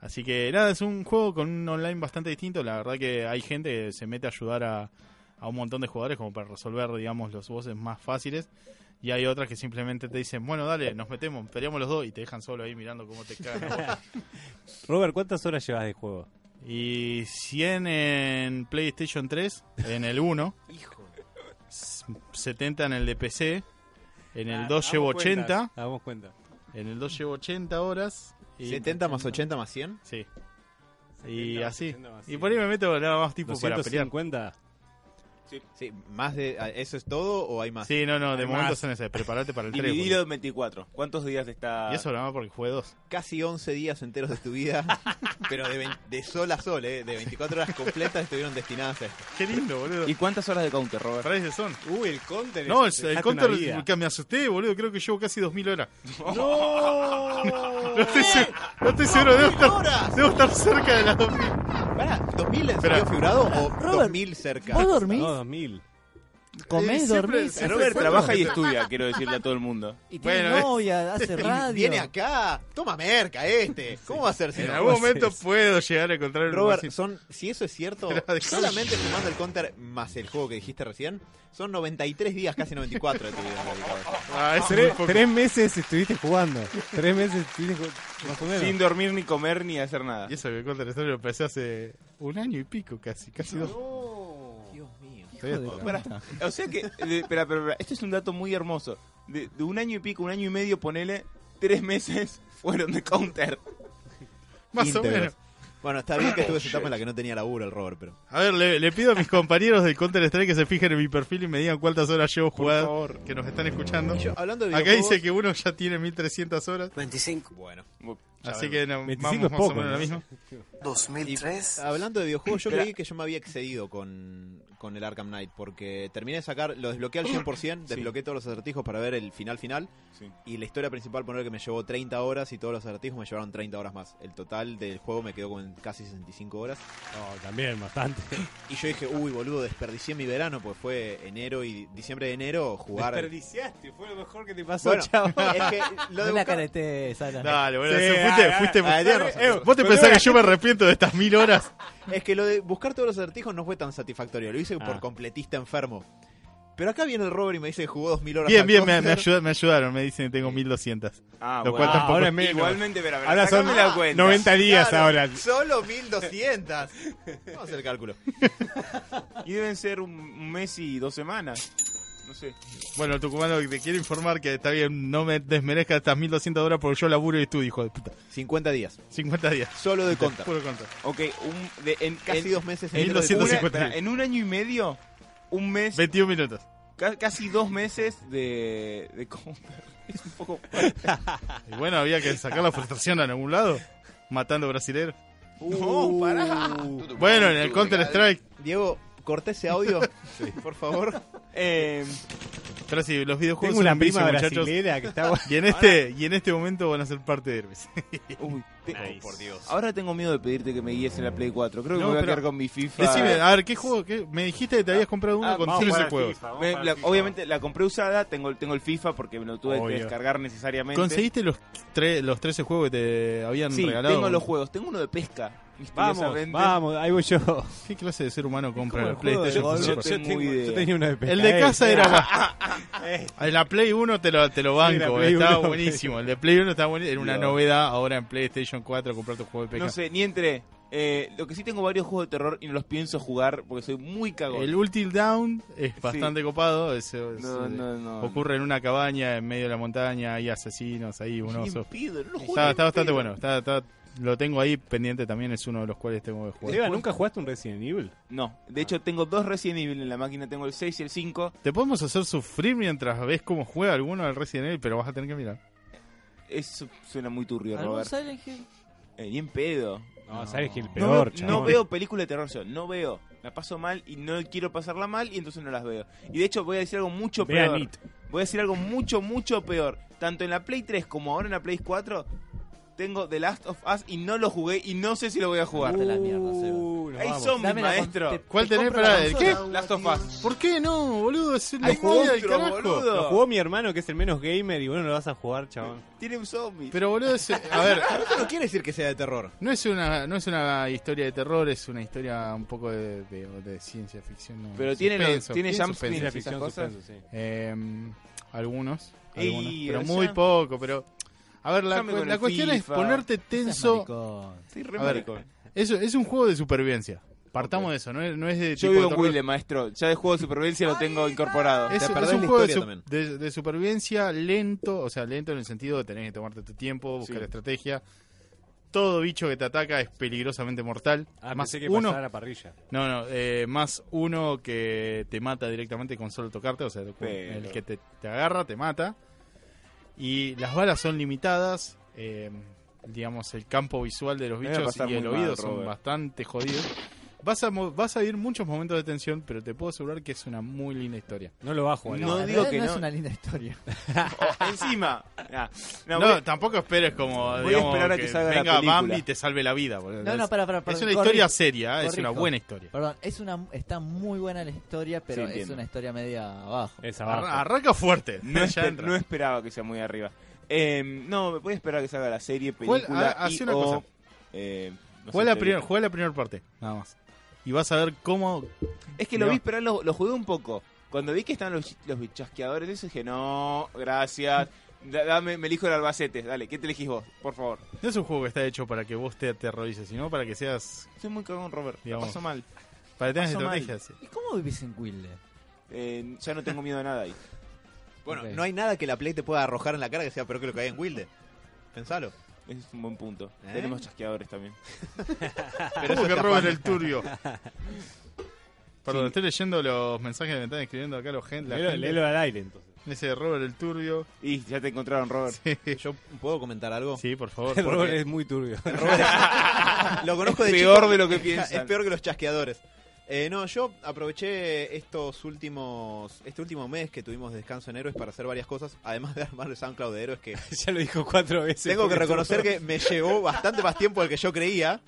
S1: Así que nada, es un juego con un online bastante distinto. La verdad que hay gente que se mete a ayudar a, a un montón de jugadores como para resolver, digamos, los bosses más fáciles. Y hay otras que simplemente te dicen, bueno, dale, nos metemos, peleamos los dos y te dejan solo ahí mirando cómo te cagan. a vos.
S4: Robert, ¿cuántas horas llevas de juego?
S1: y 100 en PlayStation 3, en el 1,
S2: Hijo.
S1: 70 en el de PC, en el
S4: Ah,
S1: 2 llevo
S4: hagamos cuentas,
S1: 80,
S4: Hagamos cuenta.
S1: en el 2 llevo 80 horas. y-
S3: 70 más 80 más 100.
S1: Sí. Y
S4: 70,
S1: así.
S4: 80 más
S1: Y por ahí me meto nada más tipo para pelear.
S4: 250.
S3: Sí, más de ah, eso es todo o hay más.
S1: Sí, no, no, de
S4: Hay
S1: momento
S4: más.
S1: son esas. Preparate para el 3.
S2: Dividido en 24. ¿Cuántos días está?
S1: Y eso nada más porque jugué dos.
S3: Casi 11 días enteros de tu vida, pero de, vein- de sol a sol, eh, de 24 horas completas estuvieron destinadas a esto.
S1: Qué lindo, boludo.
S2: ¿Y cuántas horas de counter, Robert?
S1: Para ese son.
S4: Uy, el counter.
S1: No, el,
S4: es-
S1: el
S4: dejate
S1: counter
S4: una vida.
S1: que me asusté, boludo. Creo que llevo casi 2000 horas. ¡No! no, estoy, se- no estoy seguro. Debo estar, debo estar cerca de las 2000.
S3: Pará, ¿2000 en
S1: Espera.
S3: serio figurado o
S5: Robert,
S3: 2000 cerca?
S5: ¿Vos dormís?
S4: No, 2000.
S5: ¿Comés,
S1: Eh, siempre-
S5: dormís?
S1: Robert
S5: haces
S2: Robert
S5: todo.
S2: trabaja y estudia, quiero decirle a todo el mundo.
S5: Y tiene
S1: Bueno, es-
S5: novia, hace
S3: Y
S5: radio.
S3: Viene acá, toma merca este. ¿Cómo va a ser si
S1: En
S3: no?
S1: algún momento puedo llegar a encontrar el
S3: Robert,
S1: lugarcito.
S3: son, si eso es cierto,
S1: Pero de-
S3: solamente sumando el counter más el juego que dijiste recién, son 93 días, casi 94 de tu vida. dedicado.
S1: Ah, es muy
S4: Tres,
S1: poco.
S4: tres meses estuviste jugando. Tres meses estuviste jugando. Más o menos.
S2: Sin dormir, ni comer, ni hacer nada.
S1: Y eso que Counter Strike lo empecé hace un año y pico, casi, casi dos. Estoy
S5: Hijo de
S1: desbocado.
S5: puta.
S2: O sea que, de- espera, espera, espera, esto es un dato muy hermoso. De, de un año y pico, un año y medio, ponele, tres meses fueron de counter.
S1: Más o
S3: Íntegros.
S1: menos.
S3: Bueno, está bien que estuve esa etapa en la que no tenía laburo el Robert, pero.
S1: A ver, le, le pido a mis compañeros del Counter Strike que se fijen en mi perfil y me digan cuántas horas llevo jugadas que nos están escuchando.
S3: Hablando de
S1: Acá dice
S3: videojuegos-
S1: que uno ya tiene 1300 horas,
S3: Bueno.
S1: así que no,
S4: 25
S1: vamos
S4: es
S1: más o
S4: poco.
S1: menos lo
S4: ¿no?
S1: mismo.
S3: Hablando de videojuegos, yo
S2: Espera.
S3: creí que yo me había excedido con, con el Arkham Knight, porque terminé de sacar, lo desbloqueé al 100%, desbloqueé todos los acertijos para ver el final final,
S2: Sí.
S3: y la historia principal, poner que me llevó 30 horas y todos los acertijos me llevaron 30 horas más. El total del juego me quedó con casi 65 horas.
S4: No, también, bastante.
S3: Y yo dije, uy, boludo, desperdicié mi verano, pues fue enero y diciembre de enero jugar.
S4: Desperdiciaste, fue lo mejor que te pasó,
S3: Bueno,
S4: chavo.
S3: es que lo de
S5: No la
S3: buscar-
S5: careté, Sara.
S1: Dale, boludo,
S4: Sí,
S1: se-
S4: ah,
S1: fuiste,
S4: ah,
S1: fuiste-
S3: ah, tenés razón.
S4: Eh,
S1: Vos te
S4: pero
S1: pensás
S4: era-
S1: que yo me arrepiento de estas mil horas.
S3: Es que lo de buscar todos los acertijos no fue tan satisfactorio, lo hice por
S4: Ah.
S3: completista enfermo. Pero acá viene el Robert y me dice que jugó 2000 horas.
S1: Bien,
S3: al
S1: bien, me, me
S3: Counter.
S1: ayuda- me ayudaron, me dicen que tengo 1200.
S2: Ah,
S1: Lo
S2: bueno.
S1: cual
S4: Ah,
S1: tampoco
S4: ahora
S1: es
S4: es menos.
S2: Igualmente, espera, espera,
S4: Ahora son
S2: sacame la cuenta.
S4: 90 días
S3: Claro,
S4: ahora.
S3: Solo 1200. Vamos a hacer el cálculo.
S2: Y deben ser un, un mes y dos semanas. No sé.
S1: Bueno, Tucumano, te quiero informar que está bien, no me desmerezca estas 1200 horas porque yo laburo y tú, hijo de puta.
S3: 50 días.
S1: 50 días.
S3: Solo de contar.
S1: Puro contar.
S2: Ok, un, de, en,
S3: Casi
S2: en-
S3: dos meses.
S2: en,
S3: enteros de
S1: 1200.
S2: una-
S1: 150.
S2: espera, en un año y medio, un mes,
S1: 21 minutos.
S2: ca- casi dos meses de, de counter. Es un poco fuerte.
S1: Y bueno, había que sacar la frustración en algún lado. Matando brasileros.
S2: No, pará.
S1: Bueno, en el Counter Strike.
S3: juego. Diego, corté ese audio, por favor.
S2: Eh,
S1: Pero sí, los videojuegos
S4: Tengo una
S1: son un vicio,
S4: prima
S1: muchachos.
S4: brasilera que está buena.
S1: Y en este, y en este momento van a ser parte de Hermes.
S2: uy, te-
S3: por Dios.
S2: Ahora tengo miedo de pedirte que me guíes en la Play 4. Creo que
S1: No,
S2: me voy a
S1: pero-
S2: quedar con mi FIFA.
S1: Decime, ah, a ver, ¿qué juego? qué- Me dijiste que te habías comprado uno
S2: Ah,
S1: con
S2: vamos
S1: tres
S2: para
S1: juegos.
S2: Me- la- obviamente la compré usada, tengo, el- tengo el FIFA porque me lo tuve que
S1: Obvio.
S2: descargar necesariamente.
S1: ¿Conseguiste los, tre- los 13 juegos que te habían
S2: Sí,
S1: regalado?
S2: tengo los juegos. Tengo uno de pesca, misteriosamente.
S4: Vamos, vamos, ahí voy yo.
S1: ¿Qué clase de ser humano compra
S5: como
S1: los
S5: el juego de
S1: PlayStation
S5: golf.
S1: Super?
S2: Yo tengo idea.
S4: yo tenía uno de pesca.
S1: El de
S4: eh.
S1: casa era más.
S4: Eh,
S1: En la Play 1 te lo, te lo
S4: Sí, la
S1: banco,
S4: Play
S1: estaba
S4: 1,
S1: buenísimo. El de Play 1 estaba buenísimo. Era una
S2: Dios.
S1: novedad ahora en PlayStation 4 comprar tu juego de pesca.
S2: No sé, ni entré. Eh, lo que sí tengo varios juegos de terror y no los pienso jugar porque soy muy cagón.
S1: El Ultil Down es bastante copado. es- es- eh,
S2: No, no, no.
S1: Ocurre en una cabaña en medio de la montaña. Hay asesinos, hay un
S2: Ni en
S1: oso.
S2: pedo, no lo juego
S1: Está,
S2: ni
S1: está
S2: en
S1: bastante
S2: pedo.
S1: bueno. Está, está- Lo tengo ahí pendiente también, es uno de los cuales tengo que jugar.
S4: Seba, ¿nunca jugaste un Resident Evil?
S2: No, de hecho tengo dos Resident Evil en la máquina, tengo el 6 y el 5.
S1: Te podemos hacer sufrir mientras ves cómo juega alguno al Resident Evil, pero vas a tener que mirar.
S2: Eso suena muy turbio,
S5: ¿Algún
S2: Robert.
S5: Silent Hill?
S2: Eh, Bien pedo.
S4: No, sabes que el
S2: No veo-
S4: peor, chabón.
S2: no veo película de terror yo, no veo. La paso mal y no quiero pasarla mal y entonces no las veo. Y de hecho voy a decir algo mucho
S4: Vean
S2: peor.
S4: It.
S2: Voy a decir algo mucho, mucho peor. Tanto en la Play 3 como ahora en la Play 4 tengo The Last of Us y no lo jugué y no sé si lo voy a jugar.
S5: Darte la mierda, Seba.
S4: Uh, nos
S2: Ahí
S4: vamos.
S2: son,
S5: Dame la
S2: maestro.
S5: con- te-
S1: ¿Cuál
S5: te
S1: tenés?
S5: compro la
S1: Pará, ¿el qué?
S5: consola.
S2: Last of Us.
S1: ¿Por qué no, boludo? Es una
S2: Hay
S1: jugada del
S2: monstruos,
S1: carajo.
S2: boludo.
S4: Lo jugó mi hermano, que es el menos gamer, y bueno, lo vas a jugar, chabón.
S2: Tiene un zombie.
S1: Pero boludo, es- a ver,
S3: Eso no quiere decir que sea de terror.
S1: no es una no es una historia de terror, es una historia un poco de, de- de ciencia ficción. no,
S2: Pero tiene-
S1: suspenso,
S2: tiene
S1: bien
S2: jump
S1: suspenso.
S2: scare.
S4: Ciencia
S2: esas
S4: ficción,
S2: cosas.
S4: suspenso, sí.
S1: Eh, algunos,
S2: Ey,
S1: algunos,
S2: o
S1: pero
S2: sea-
S1: muy poco, pero a ver, la,
S2: Déjame con
S1: la
S2: el
S1: cuestión es
S2: FIFA.
S1: ponerte
S5: Seas
S1: tenso.
S5: maricón.
S2: Estoy re
S1: A ver,
S2: maricón.
S1: Es, es un juego de supervivencia. Partamos de eso, no es, no es de
S2: Yo
S1: tipo de
S2: vivo en
S1: terror.
S2: Wille, maestro. Ya el juego de supervivencia lo tengo incorporado.
S1: Es,
S3: Te
S1: es
S3: perdés
S1: un
S3: la
S1: juego de,
S3: historia
S1: su- de- de supervivencia lento, o sea, lento en el sentido de tenés que tomarte tu tiempo, buscar
S2: Sí.
S1: estrategia. Todo bicho que te ataca es peligrosamente mortal.
S4: Ah,
S1: más
S4: pensé que
S1: uno,
S4: pasaba la parrilla.
S1: no, no, eh, más uno que te mata directamente con solo tocarte, o sea, con
S2: Pero-
S1: el que te, te agarra te mata. Y las balas son limitadas, eh, digamos, el campo visual de los
S2: Me va a
S1: bichos
S2: pasar
S1: y el
S2: muy mal,
S1: oído son
S2: Robert.
S1: bastante jodidos. Vas a, mo- vas a vivir muchos momentos de tensión, pero te puedo asegurar que es una muy linda historia.
S4: No lo va a jugar.
S2: No
S5: En
S2: digo
S5: realidad
S2: que
S5: No
S2: no.
S5: es una linda historia.
S2: Oh, encima. Ah, Nah, nah,
S1: No,
S2: voy a-
S1: tampoco esperes como
S2: Voy a
S1: digamos,
S2: esperar a que salga la
S1: venga
S2: película.
S1: Bambi y te salve la vida. boludo.
S5: No, no, para, para, para.
S1: es una
S5: corrijo.
S1: historia seria, ¿eh? es una
S5: Corrijo.
S1: buena historia.
S5: Perdón, es una, está muy buena la historia, pero
S2: Sí,
S5: es
S2: entiendo.
S5: una historia media abajo.
S4: Es abajo.
S1: Arra- Arranca fuerte,
S2: no,
S1: ya
S2: esper-
S1: entra.
S2: no esperaba que sea muy arriba. Eh, no, me puede esperar que salga la serie,
S1: ¿Cuál-
S2: película
S1: ha- hace
S2: y
S1: una
S2: o,
S1: cosa?
S2: eh,
S1: Juega la,
S2: no sé,
S1: primer,
S2: entrevista.
S1: juega la primera parte, nada más. Y vas a ver cómo.
S2: Es que lo
S1: No.
S2: vi esperar, lo, lo jugué un poco. Cuando vi que estaban los, los bichasqueadores, eso dije, no, gracias. Da- dame, me elijo el Albacete. Dale, ¿qué te elegís vos? Por favor.
S1: No es un juego que está hecho para que vos te aterrorices, sino para que seas.
S2: Soy muy cagón, Robert. La
S1: Digamos.
S2: paso mal.
S1: para que tengas
S2: Pasó mal.
S1: estrategias.
S5: ¿Y cómo vivís en Wilde?
S2: Eh, ya no tengo miedo a nada ahí.
S3: Bueno,
S5: Ok.
S3: no hay nada que la Play te pueda arrojar en la cara que sea peor que lo que hay en Wilde. Pensalo.
S2: Ese es un buen punto.
S3: ¿Eh?
S2: Tenemos chasqueadores también.
S1: ¿Cómo que roban el turbio? Perdón, estoy leyendo los mensajes que me están escribiendo acá los gen- la
S4: Léelo,
S1: gente.
S4: léelo al aire, entonces.
S1: Ese Robert el turbio.
S2: Y ya te encontraron, Robert.
S3: ¿Yo puedo comentar algo?
S1: Sí, por favor.
S4: El Robert
S3: eh.
S4: es muy turbio.
S3: Lo conozco
S2: Es
S3: de
S2: peor
S3: chico.
S2: de lo que piensan.
S3: Es peor que los chasqueadores. Eh, no, yo aproveché estos últimos, este último mes que tuvimos de descanso en héroes para hacer varias cosas, además de armar el SoundCloud de héroes que
S4: ya lo dijo cuatro veces.
S3: tengo que reconocer que me llevó bastante más tiempo del que yo creía.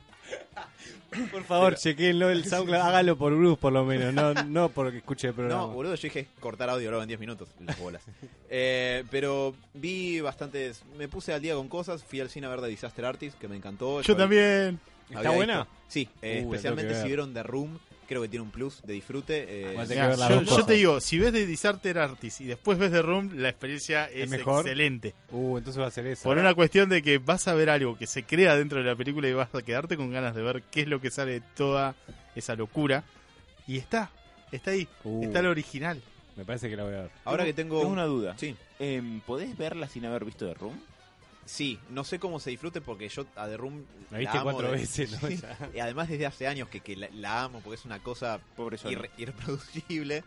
S4: Por favor, chequenlo el SoundCloud. Hágalo por Bruce, por lo menos. No, no porque escuche el programa.
S3: No, boludo, yo dije cortar audio luego en 10 minutos, las bolas. Eh, pero vi bastantes, me puse al día con cosas, fui al cine a ver The Disaster Artist, que me encantó.
S1: Yo
S3: había-
S1: también.
S4: ¿Está
S3: había
S4: buena?
S3: visto- Sí, eh,
S4: Uh, la tengo
S3: especialmente
S4: que
S3: si
S4: ver.
S3: vieron The Room, creo que tiene un plus de disfrute. eh,
S4: Bueno, Hay que
S1: Mirá,
S4: ver las
S1: yo,
S4: dos
S1: yo
S4: cosas.
S1: te digo, si ves The Disaster Artist y después ves The Room, la experiencia es,
S4: mejor?
S1: excelente.
S4: Uh, entonces va a ser eso.
S1: Por una cuestión de que vas a ver algo que se crea dentro de la película y vas a quedarte con ganas de ver qué es lo que sale de toda esa locura. Y está, está ahí,
S4: Uh.
S1: está el original.
S4: Me parece que la voy a ver.
S3: ahora que tengo...
S2: una duda.
S3: Sí.
S2: Em, ¿Podés verla sin haber visto The Room?
S3: Sí, no sé cómo se disfrute porque yo a The Room
S4: La viste
S3: amo
S4: cuatro
S3: de-
S4: veces, ¿no?
S3: Sí.
S4: Ya.
S3: Y además desde hace años que, que la, la amo porque es una cosa
S2: Pobre Sony.
S3: irre- irreproducible.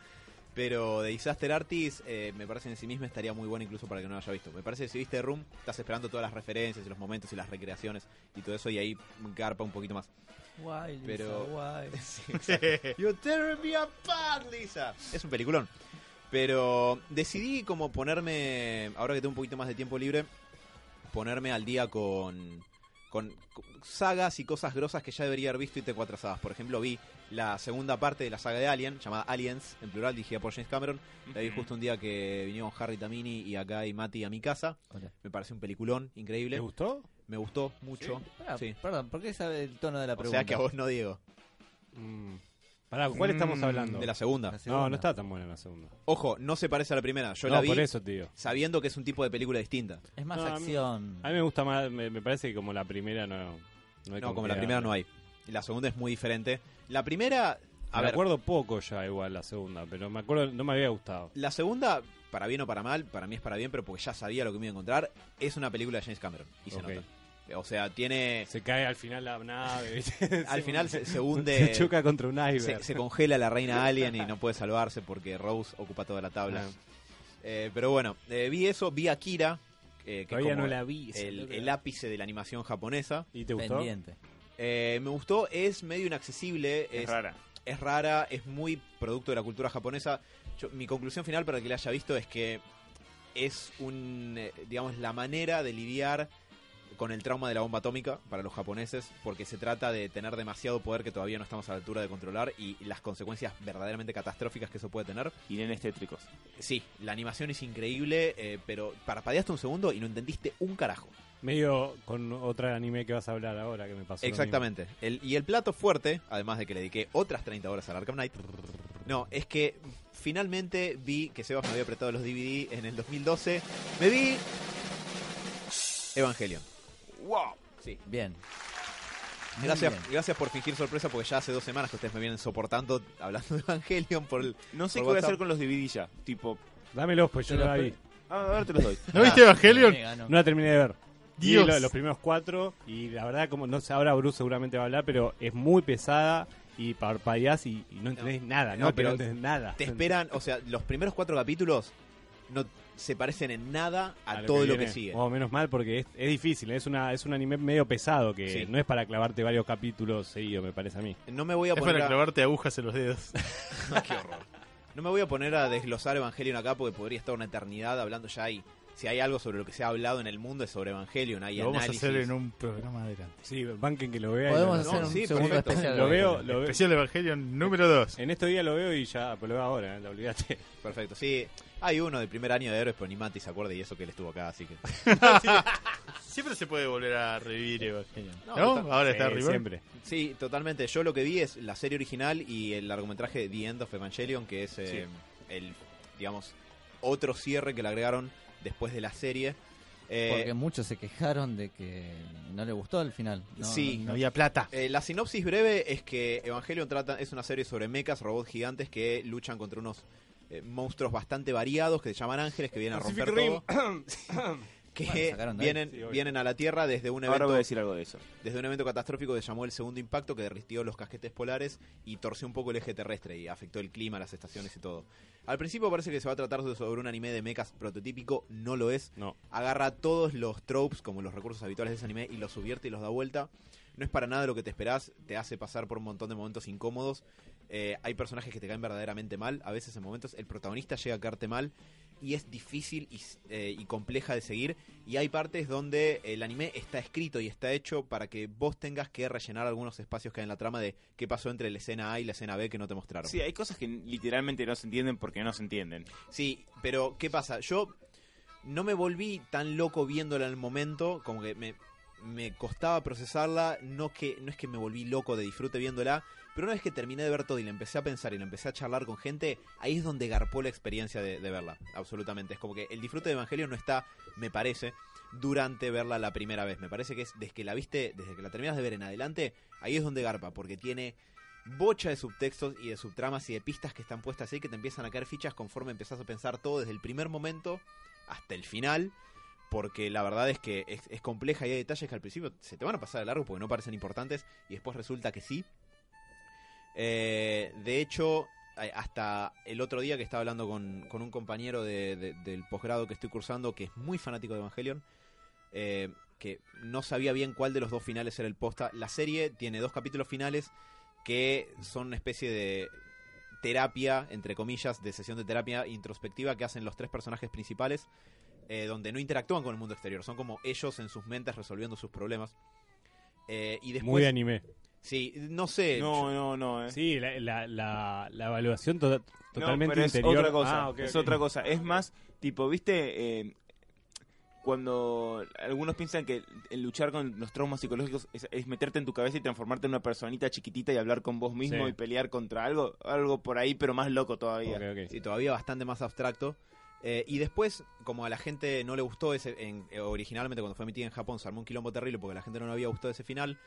S3: Pero de Disaster Artist eh, me parece en sí misma estaría muy buena incluso para el que no lo haya visto. Me parece que si viste The Room estás esperando todas las referencias y los momentos y las recreaciones y todo eso y ahí garpa un poquito más.
S5: Guay, Lisa,
S3: Pero-
S5: guay.
S3: You tear me apart, Lisa. Es un peliculón. Pero decidí como ponerme, ahora que tengo un poquito más de tiempo libre, ponerme al día con, con, con sagas y cosas grosas que ya debería haber visto y tengo atrasadas. Por ejemplo, vi la segunda parte de la saga de Alien, llamada Aliens, en plural, dirigida por James Cameron. La vi justo un día que vinieron Harry Tamini y acá y Mati a mi casa.
S5: Hola.
S3: Me pareció un peliculón
S4: ¿Te
S3: increíble.
S4: gustó?
S3: Me gustó mucho.
S5: Pará,
S3: Sí.
S5: Perdón, ¿por qué sabe el tono de la
S3: O
S5: pregunta?
S3: sea que a vos no, Diego.
S4: Mm. Pará, ¿cuál estamos
S1: Mm,
S4: hablando?
S3: De la segunda.
S5: La segunda.
S4: No, no está tan buena la segunda.
S3: Ojo, no se parece a la primera. Yo
S4: no,
S3: la vi.
S4: por eso, tío.
S3: sabiendo que es un tipo de película distinta.
S5: Es más
S4: No, a mí-
S5: acción.
S4: A mí me gusta más, me, me parece que como la primera no... No, hay
S3: No,
S4: con
S3: como
S4: qué
S3: la primera
S4: darle.
S3: no hay. Y La segunda es muy diferente. La primera, a
S4: me
S3: ver,
S4: acuerdo poco ya igual la segunda, pero me acuerdo, no me había gustado.
S3: la segunda, para bien o para mal, para mí es para bien, pero porque ya sabía lo que me iba a encontrar, es una película de James Cameron. Y se
S4: Ok.
S3: nota. O sea, tiene.
S4: Se cae al final la nave. ¿viste?
S3: al
S4: Se-
S3: final se, se hunde.
S4: se choca contra un
S3: se,
S4: iceberg.
S3: se congela la reina alien y no puede salvarse porque Rose ocupa toda la tabla.
S4: Ah.
S3: Eh, pero bueno, eh, vi eso, vi Akira. eh, que
S4: Todavía
S3: como
S4: no la vi, esa
S3: El,
S4: loca.
S3: el ápice de la animación japonesa.
S4: ¿Y te gustó?
S5: Pendiente.
S3: Eh, me gustó, es medio inaccesible.
S2: Es rara.
S3: es rara, es muy producto de la cultura japonesa. Yo- mi conclusión final para el que la haya visto es que es un, eh, digamos, la manera de lidiar con el trauma de la bomba atómica para los japoneses, porque se trata de tener demasiado poder que todavía no estamos a la altura de controlar y las consecuencias verdaderamente catastróficas que eso puede tener.
S2: Y nenes tétricos.
S3: Sí, la animación es increíble, eh, pero parpadeaste un segundo y no entendiste un carajo.
S4: Medio con otra anime que vas a hablar ahora que me pasó. lo mismo.
S3: Exactamente. El- y el plato fuerte, además de que le dediqué otras 30 horas al Arkham Knight, no, es que finalmente vi que Sebas me había apretado los DVD en el 2012. Me vi Evangelion.
S2: ¡Wow!
S3: Sí.
S5: Bien. Muy
S3: Gracias,
S5: bien.
S3: gracias por fingir sorpresa porque ya hace dos semanas que ustedes me vienen soportando hablando de Evangelion por el...
S2: No sé qué
S3: Por
S2: voy a
S3: WhatsApp.
S2: hacer con los DVD ya. Tipo,
S4: Dámelos, pues yo
S5: Te
S4: no
S5: los
S4: la
S5: pe-
S4: vi.
S2: ah, ahora te los doy.
S1: ¿No viste Evangelion?
S5: Me ganó.
S4: No la terminé de ver. Vi
S1: Dios.
S4: lo- los primeros cuatro y la verdad, como no sé, ahora Bruce seguramente va a hablar, pero es muy pesada y parpadeás y, y no entendés nada,
S3: no,
S4: ¿no?
S3: pero
S4: pero no entendés nada.
S3: Te esperan, o sea, los primeros cuatro capítulos no se parecen en nada a,
S4: A
S3: todo lo que
S4: viene.
S3: sigue.
S4: Oh, menos mal porque es, es difícil, es una es un anime medio pesado que
S3: Sí.
S4: no es para clavarte varios capítulos seguidos, me parece a mí.
S3: No me voy a
S1: Es
S3: poner
S1: para
S3: a-
S1: clavarte agujas en los dedos.
S3: Qué horror. No me voy a poner a desglosar Evangelion acá porque podría estar una eternidad hablando ya ahí. Si hay algo sobre lo que se ha hablado en el mundo es sobre Evangelion, hay
S1: Lo vamos
S3: análisis.
S1: a hacer en un programa adelante.
S4: Sí, banquen que lo vea. y
S5: Podemos
S4: lo-
S5: hacer
S3: no,
S5: un
S3: sí,
S5: segundo
S3: perfecto.
S5: especial.
S4: Lo veo, lo veo.
S1: Especial Evangelion número 2.
S4: En estos días lo veo y ya, pues lo veo ahora, ¿eh? lo olvidaste.
S3: Perfecto, sí. Hay uno del primer año de héroes, pero ni Mati se acuerda y eso que él estuvo acá, así que...
S1: Siempre se puede volver a revivir Evangelion.
S3: No,
S1: ¿No?
S3: está-
S1: Ahora está
S4: Eh,
S1: River.
S4: siempre.
S3: Sí, totalmente. Yo lo que vi es la serie original y el largometraje de The End of Evangelion, que es eh, el, digamos, otro cierre que le agregaron después de la serie. Eh,
S5: Porque muchos se quejaron de que no le gustó al final. No,
S3: Sí.
S5: no-
S1: No había plata.
S3: Eh, la sinopsis breve es que Evangelion trata, es una serie sobre mechas, robots gigantes que luchan contra unos eh, monstruos bastante variados que se llaman ángeles que vienen a romper todo.
S5: Bueno,
S3: que
S5: sacaron de ahí.
S3: vienen,
S4: Sí, obvio.
S3: vienen a la Tierra desde un
S2: Ahora
S3: evento
S2: voy a decir algo de eso.
S3: desde un evento catastrófico que se llamó el segundo impacto que derritió los casquetes polares y torció un poco el eje terrestre y afectó el clima, las estaciones y todo. Al principio parece que se va a tratar de- sobre un anime de mechas prototípico, no lo es
S4: No.
S3: agarra todos los tropes como los recursos habituales de ese anime y los subvierte y los da vuelta. No es para nada lo que te esperás, te hace pasar por un montón de momentos incómodos. Eh, hay personajes que te caen verdaderamente mal, a veces en momentos el protagonista llega a caerte mal y es difícil y, s- eh, y compleja de seguir. Y hay partes donde el anime está escrito y está hecho para que vos tengas que rellenar algunos espacios que hay en la trama de qué pasó entre la escena A y la escena B que no te mostraron.
S2: Sí, hay cosas que literalmente no se entienden porque no se entienden.
S3: Sí, pero ¿qué pasa? Yo no me volví tan loco viéndola en el momento, como que me, me costaba procesarla, no, que, no es que me volví loco de disfrute viéndola, pero una vez que terminé de ver todo y la empecé a pensar y la empecé a charlar con gente, ahí es donde garpó la experiencia de, de verla, absolutamente. Es como que el disfrute de Evangelio no está, me parece, durante verla la primera vez. Me parece que es desde que la viste, desde que la terminas de ver en adelante, ahí es donde garpa, porque tiene bocha de subtextos y de subtramas y de pistas que están puestas ahí que te empiezan a caer fichas conforme empezás a pensar todo desde el primer momento hasta el final. Porque la verdad es que es, es compleja y hay detalles que al principio se te van a pasar de largo porque no parecen importantes y después resulta que sí. Eh, de hecho, eh, hasta el otro día que estaba hablando con, con un compañero de- de- del posgrado que estoy cursando, que es muy fanático de Evangelion, eh, que no sabía bien cuál de los dos finales era el posta. La serie tiene dos capítulos finales que son una especie de terapia, entre comillas, de sesión de terapia introspectiva que hacen los tres personajes principales, eh, donde no interactúan con el mundo exterior, son como ellos en sus mentes resolviendo sus problemas. Eh, y después,
S4: Muy de anime.
S3: sí, no sé,
S2: No, no, no. eh.
S4: Sí, la, la, la, la evaluación to-
S2: No,
S4: totalmente
S2: pero
S4: interior.
S2: Es otra cosa.
S4: Ah, ok,
S2: es
S4: ok.
S2: otra cosa. Es más, tipo, viste, Eh, cuando algunos piensan que el luchar con los traumas psicológicos es, es meterte en tu cabeza y transformarte en una personita chiquitita y hablar con vos mismo
S4: Sí.
S2: y pelear contra algo, algo por ahí, pero más loco todavía.
S4: Ok, ok.
S3: Sí, todavía bastante más abstracto. Eh, y después, como a la gente no le gustó ese, en- eh, originalmente cuando fue emitida en Japón, se armó un quilombo terrible porque a la gente no le había gustado ese final,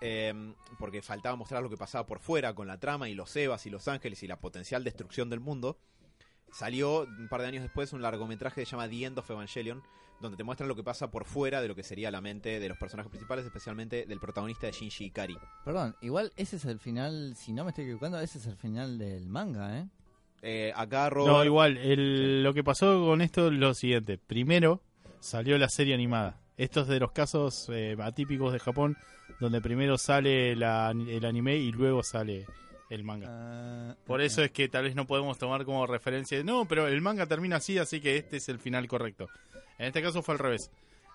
S3: eh, porque faltaba mostrar lo que pasaba por fuera con la trama y los Evas y los ángeles y la potencial destrucción del mundo. salió un par de años después un largometraje que se llama The End of Evangelion, donde te muestran lo que pasa por fuera de lo que sería la mente de los personajes principales, especialmente del protagonista de Shinji Ikari.
S5: Perdón, igual ese es el final, si no me estoy equivocando, ese es el final del manga, ¿eh?
S3: Eh, acá
S1: No,
S3: Robert-
S1: igual, el- lo que pasó con esto es lo siguiente. Primero salió la serie animada. Esto es de los casos eh, atípicos de Japón, donde primero sale la- el anime y luego sale el manga.
S5: Ah,
S1: Por
S5: ok.
S1: eso es que tal vez no podemos tomar como referencia, no, pero el manga termina así, así que este es el final correcto. En este caso fue al revés.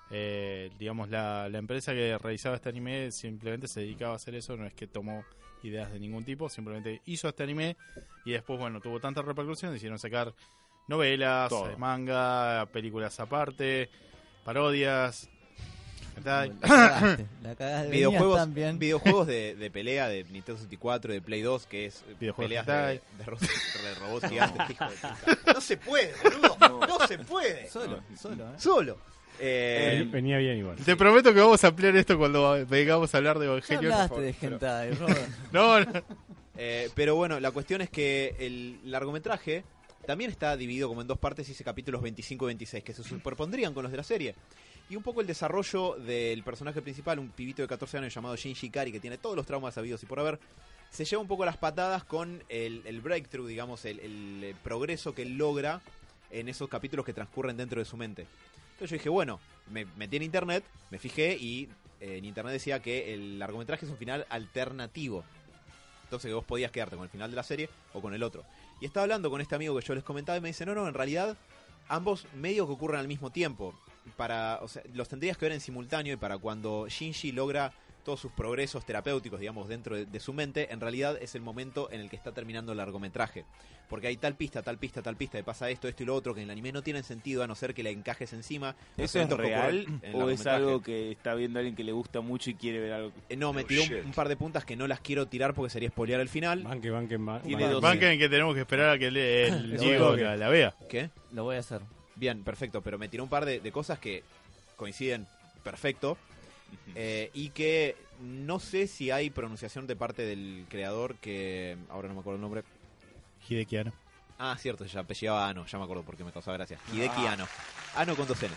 S1: Eh, digamos, la, la empresa que realizaba este anime simplemente se dedicaba a hacer eso, no es que tomó ideas de ningún tipo, simplemente hizo este anime y después, bueno, tuvo tanta repercusión, hicieron sacar novelas,
S2: Todo.
S1: eh, manga, películas aparte, parodias. ¿verdad?
S5: La cagaste, la cagaste. Venías
S3: videojuegos,
S5: tan bien.
S3: videojuegos de, de pelea de Nintendo 64, de Play 2, que es eh,
S1: Videojuegos
S3: peleas
S1: de
S3: de, de ro- de robots gigantes. hijo de puta. no se puede, boludo. No se puede.
S5: Solo, solo, ¿eh?
S3: Solo. Eh,
S4: Venía bien igual.
S1: Te prometo que vamos a ampliar esto cuando vengamos a hablar de
S5: Ya
S1: Evangelion.
S5: hablaste
S3: favor,
S5: de
S3: pero-
S5: hentai, Robert.
S1: No, no.
S3: Eh, pero bueno, la cuestión es que el largometraje también está dividido como en dos partes y ese capítulos 25 y 26, que se superpondrían con los de la serie. Y un poco el desarrollo del personaje principal, un pibito de 14 años llamado Shinji Ikari, que tiene todos los traumas habidos y por haber, se lleva un poco las patadas con el, el breakthrough, digamos, el, el, eh, progreso que él logra en esos capítulos que transcurren dentro de su mente. Entonces yo dije, bueno, me metí en internet, me fijé y eh, en internet decía que el largometraje es un final alternativo. Entonces que vos podías quedarte con el final de la serie o con el otro. Y estaba hablando con este amigo que yo les comentaba y me dice, no, no, en realidad ambos medios que ocurren al mismo tiempo. Para, o sea, los tendrías que ver en simultáneo y para cuando Shinji logra todos sus progresos terapéuticos, digamos, dentro de, de su mente, en realidad es el momento en el que está terminando el largometraje. Porque hay tal pista, tal pista, tal pista, y pasa esto, esto y lo otro, que en el anime no tienen sentido a no ser que le encajes encima.
S2: ¿Eso
S3: los
S2: es
S3: eventos que
S2: real
S3: ocurren en el
S2: o es
S3: largometraje.
S2: algo que está viendo alguien que le gusta mucho y quiere ver algo?
S3: Eh, No, me
S2: Oh,
S3: tiró un-
S2: shit.
S3: un par de puntas que no las quiero tirar porque sería spoilear el final.
S4: Banque, banque, ma-
S2: Tiene
S4: banque.
S2: dos-
S1: Banquen que tenemos que esperar a que le- el
S5: Lo
S1: Diego
S5: veo.
S1: la, la vea.
S3: ¿Qué?
S5: Lo voy a hacer.
S3: Bien, perfecto, pero me tiró un par de, de cosas que coinciden perfecto eh, y que no sé si hay pronunciación de parte del creador que ahora no me acuerdo el nombre.
S1: Hideki Anno.
S3: Ah, cierto, se apellidaba Ano, ya me acuerdo porque me causaba gracia.
S1: Ah.
S3: Hideki Ano. Ano con dos N.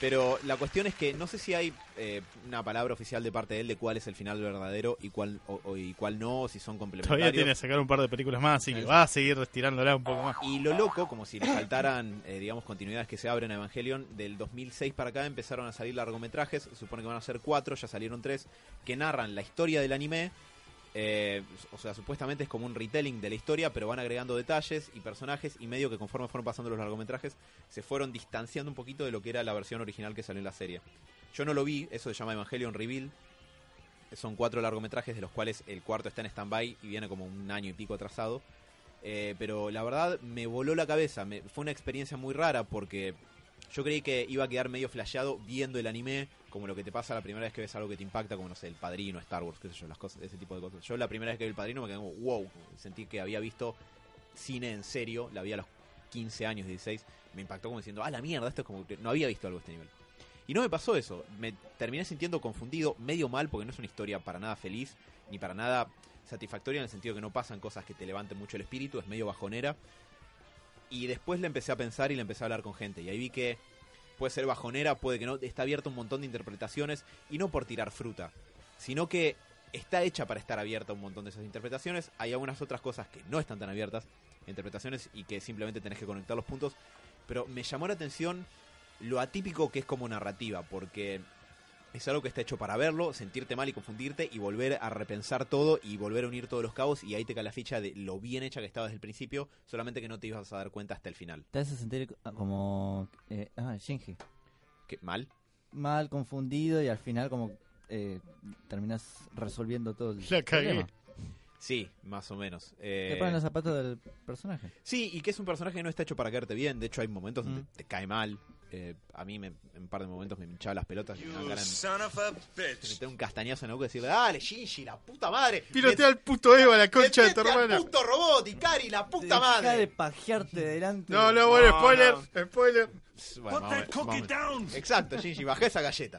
S3: Pero la cuestión es que no sé si hay eh, una palabra oficial de parte de él de cuál es el final verdadero y cuál o- o- y cuál no, o si son complementarios.
S1: Todavía tiene que sacar un par de películas más, así que va a seguir estirándola un poco más.
S3: Y lo loco, como si le faltaran, eh, digamos, continuidades que se abren a Evangelion, del 2006 para acá empezaron a salir largometrajes, se supone que van a ser cuatro, ya salieron tres, que narran la historia del anime. eh, o sea, supuestamente es como un retelling de la historia, pero van agregando detalles y personajes y medio que conforme fueron pasando los largometrajes, se fueron distanciando un poquito de lo que era la versión original que salió en la serie. Yo no lo vi, eso se llama Evangelion Reveal. Son cuatro largometrajes de los cuales el cuarto está en stand-by y viene como un año y pico atrasado. Eh, pero la verdad me voló la cabeza. Me- fue una experiencia muy rara porque yo creí que iba a quedar medio flasheado viendo el anime, como lo que te pasa la primera vez que ves algo que te impacta, como no sé, el padrino, Star Wars, qué sé yo, las cosas, ese tipo de cosas. Yo la primera vez que vi el padrino me quedé como wow, sentí que había visto cine en serio, la vi a los 15 años, 16, me impactó como diciendo, ah, la mierda, esto es como que no había visto algo de este nivel. Y no me pasó eso, me terminé sintiendo confundido, medio mal, porque no es una historia para nada feliz, ni para nada satisfactoria en el sentido que no pasan cosas que te levanten mucho el espíritu, es medio bajonera. Y después la empecé a pensar y la empecé a hablar con gente. Y ahí vi que puede ser bajonera, puede que no, está abierta un montón de interpretaciones y no por tirar fruta, sino que está hecha para estar abierta a un montón de esas interpretaciones. Hay algunas otras cosas que no están tan abiertas, interpretaciones y que simplemente tenés que conectar los puntos. Pero me llamó la atención lo atípico que es como narrativa, porque es algo que está hecho para verlo, sentirte mal y confundirte y volver a repensar todo y volver a unir todos los cabos y ahí te cae la ficha de lo bien hecha que estaba desde el principio, solamente que no te ibas a dar cuenta hasta el final.
S5: Te hace sentir como... Eh, ah, Shinji.
S3: ¿Qué? ¿Mal?
S5: Mal, confundido y al final como... Eh, terminas resolviendo todo el
S1: La cagué.
S5: problema.
S3: Sí, más o menos. Eh,
S5: Te ponen los zapatos del personaje.
S3: Sí, y que es un personaje que no está hecho para caerte bien, de hecho hay momentos donde
S5: Mm.
S3: te cae mal. Eh, a mí me- en un par de momentos me hinchaba las pelotas y me daban ganas de meter un castañazo en la boca y decirle, dale, Shinji, la puta madre.
S1: Pilotea al puto Eva, la concha de tu
S3: metete al
S1: hermana.
S3: puto robot, Ikari, la puta
S5: Deja de
S3: madre!
S5: pajearte delante.
S1: No, no,
S2: No,
S1: bueno, spoiler, spoiler.
S3: Bueno, vamos- vamos- Exacto, Shinji, bajé esa galleta.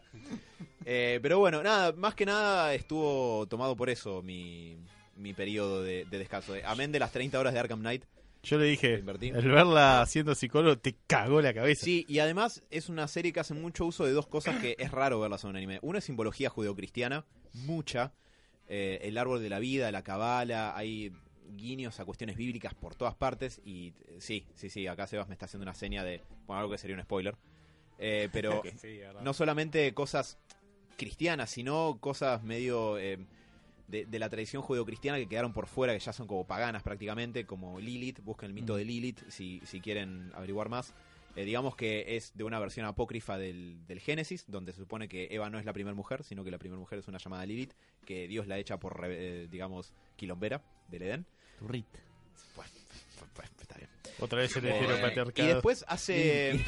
S3: Eh, pero bueno, nada, más que nada estuvo tomado por eso mi, mi periodo de, de descanso. Eh, Amén de las 30 horas de Arkham Knight,
S1: Yo le dije,
S3: Invertí.
S1: el verla haciendo psicólogo te cagó la cabeza.
S3: Sí, y además es una serie que hace mucho uso de dos cosas que es raro verlas en un anime. Una es simbología judeocristiana, mucha. eh, el árbol de la vida, la cabala, hay guiños a cuestiones bíblicas por todas partes. Y eh, sí, sí, sí, acá Sebas me está haciendo una seña de, bueno, algo que sería un spoiler. Eh, pero
S4: Sí, verdad.
S3: no solamente cosas cristianas, sino cosas medio eh, de, de la tradición judeocristiana que quedaron por fuera, que ya son como paganas prácticamente, como Lilith, busquen el mito de Lilith si, si quieren averiguar más. Eh, digamos que es de una versión apócrifa del, del Génesis, donde se supone que Eva no es la primera mujer, sino que la primera mujer es una llamada Lilith, que Dios la echa por, re- eh, digamos, quilombera del Edén.
S5: Turrit.
S3: Pues, pues, pues, está bien.
S1: Otra vez el
S3: Eh,
S1: heteropatriarcado.
S3: y después hace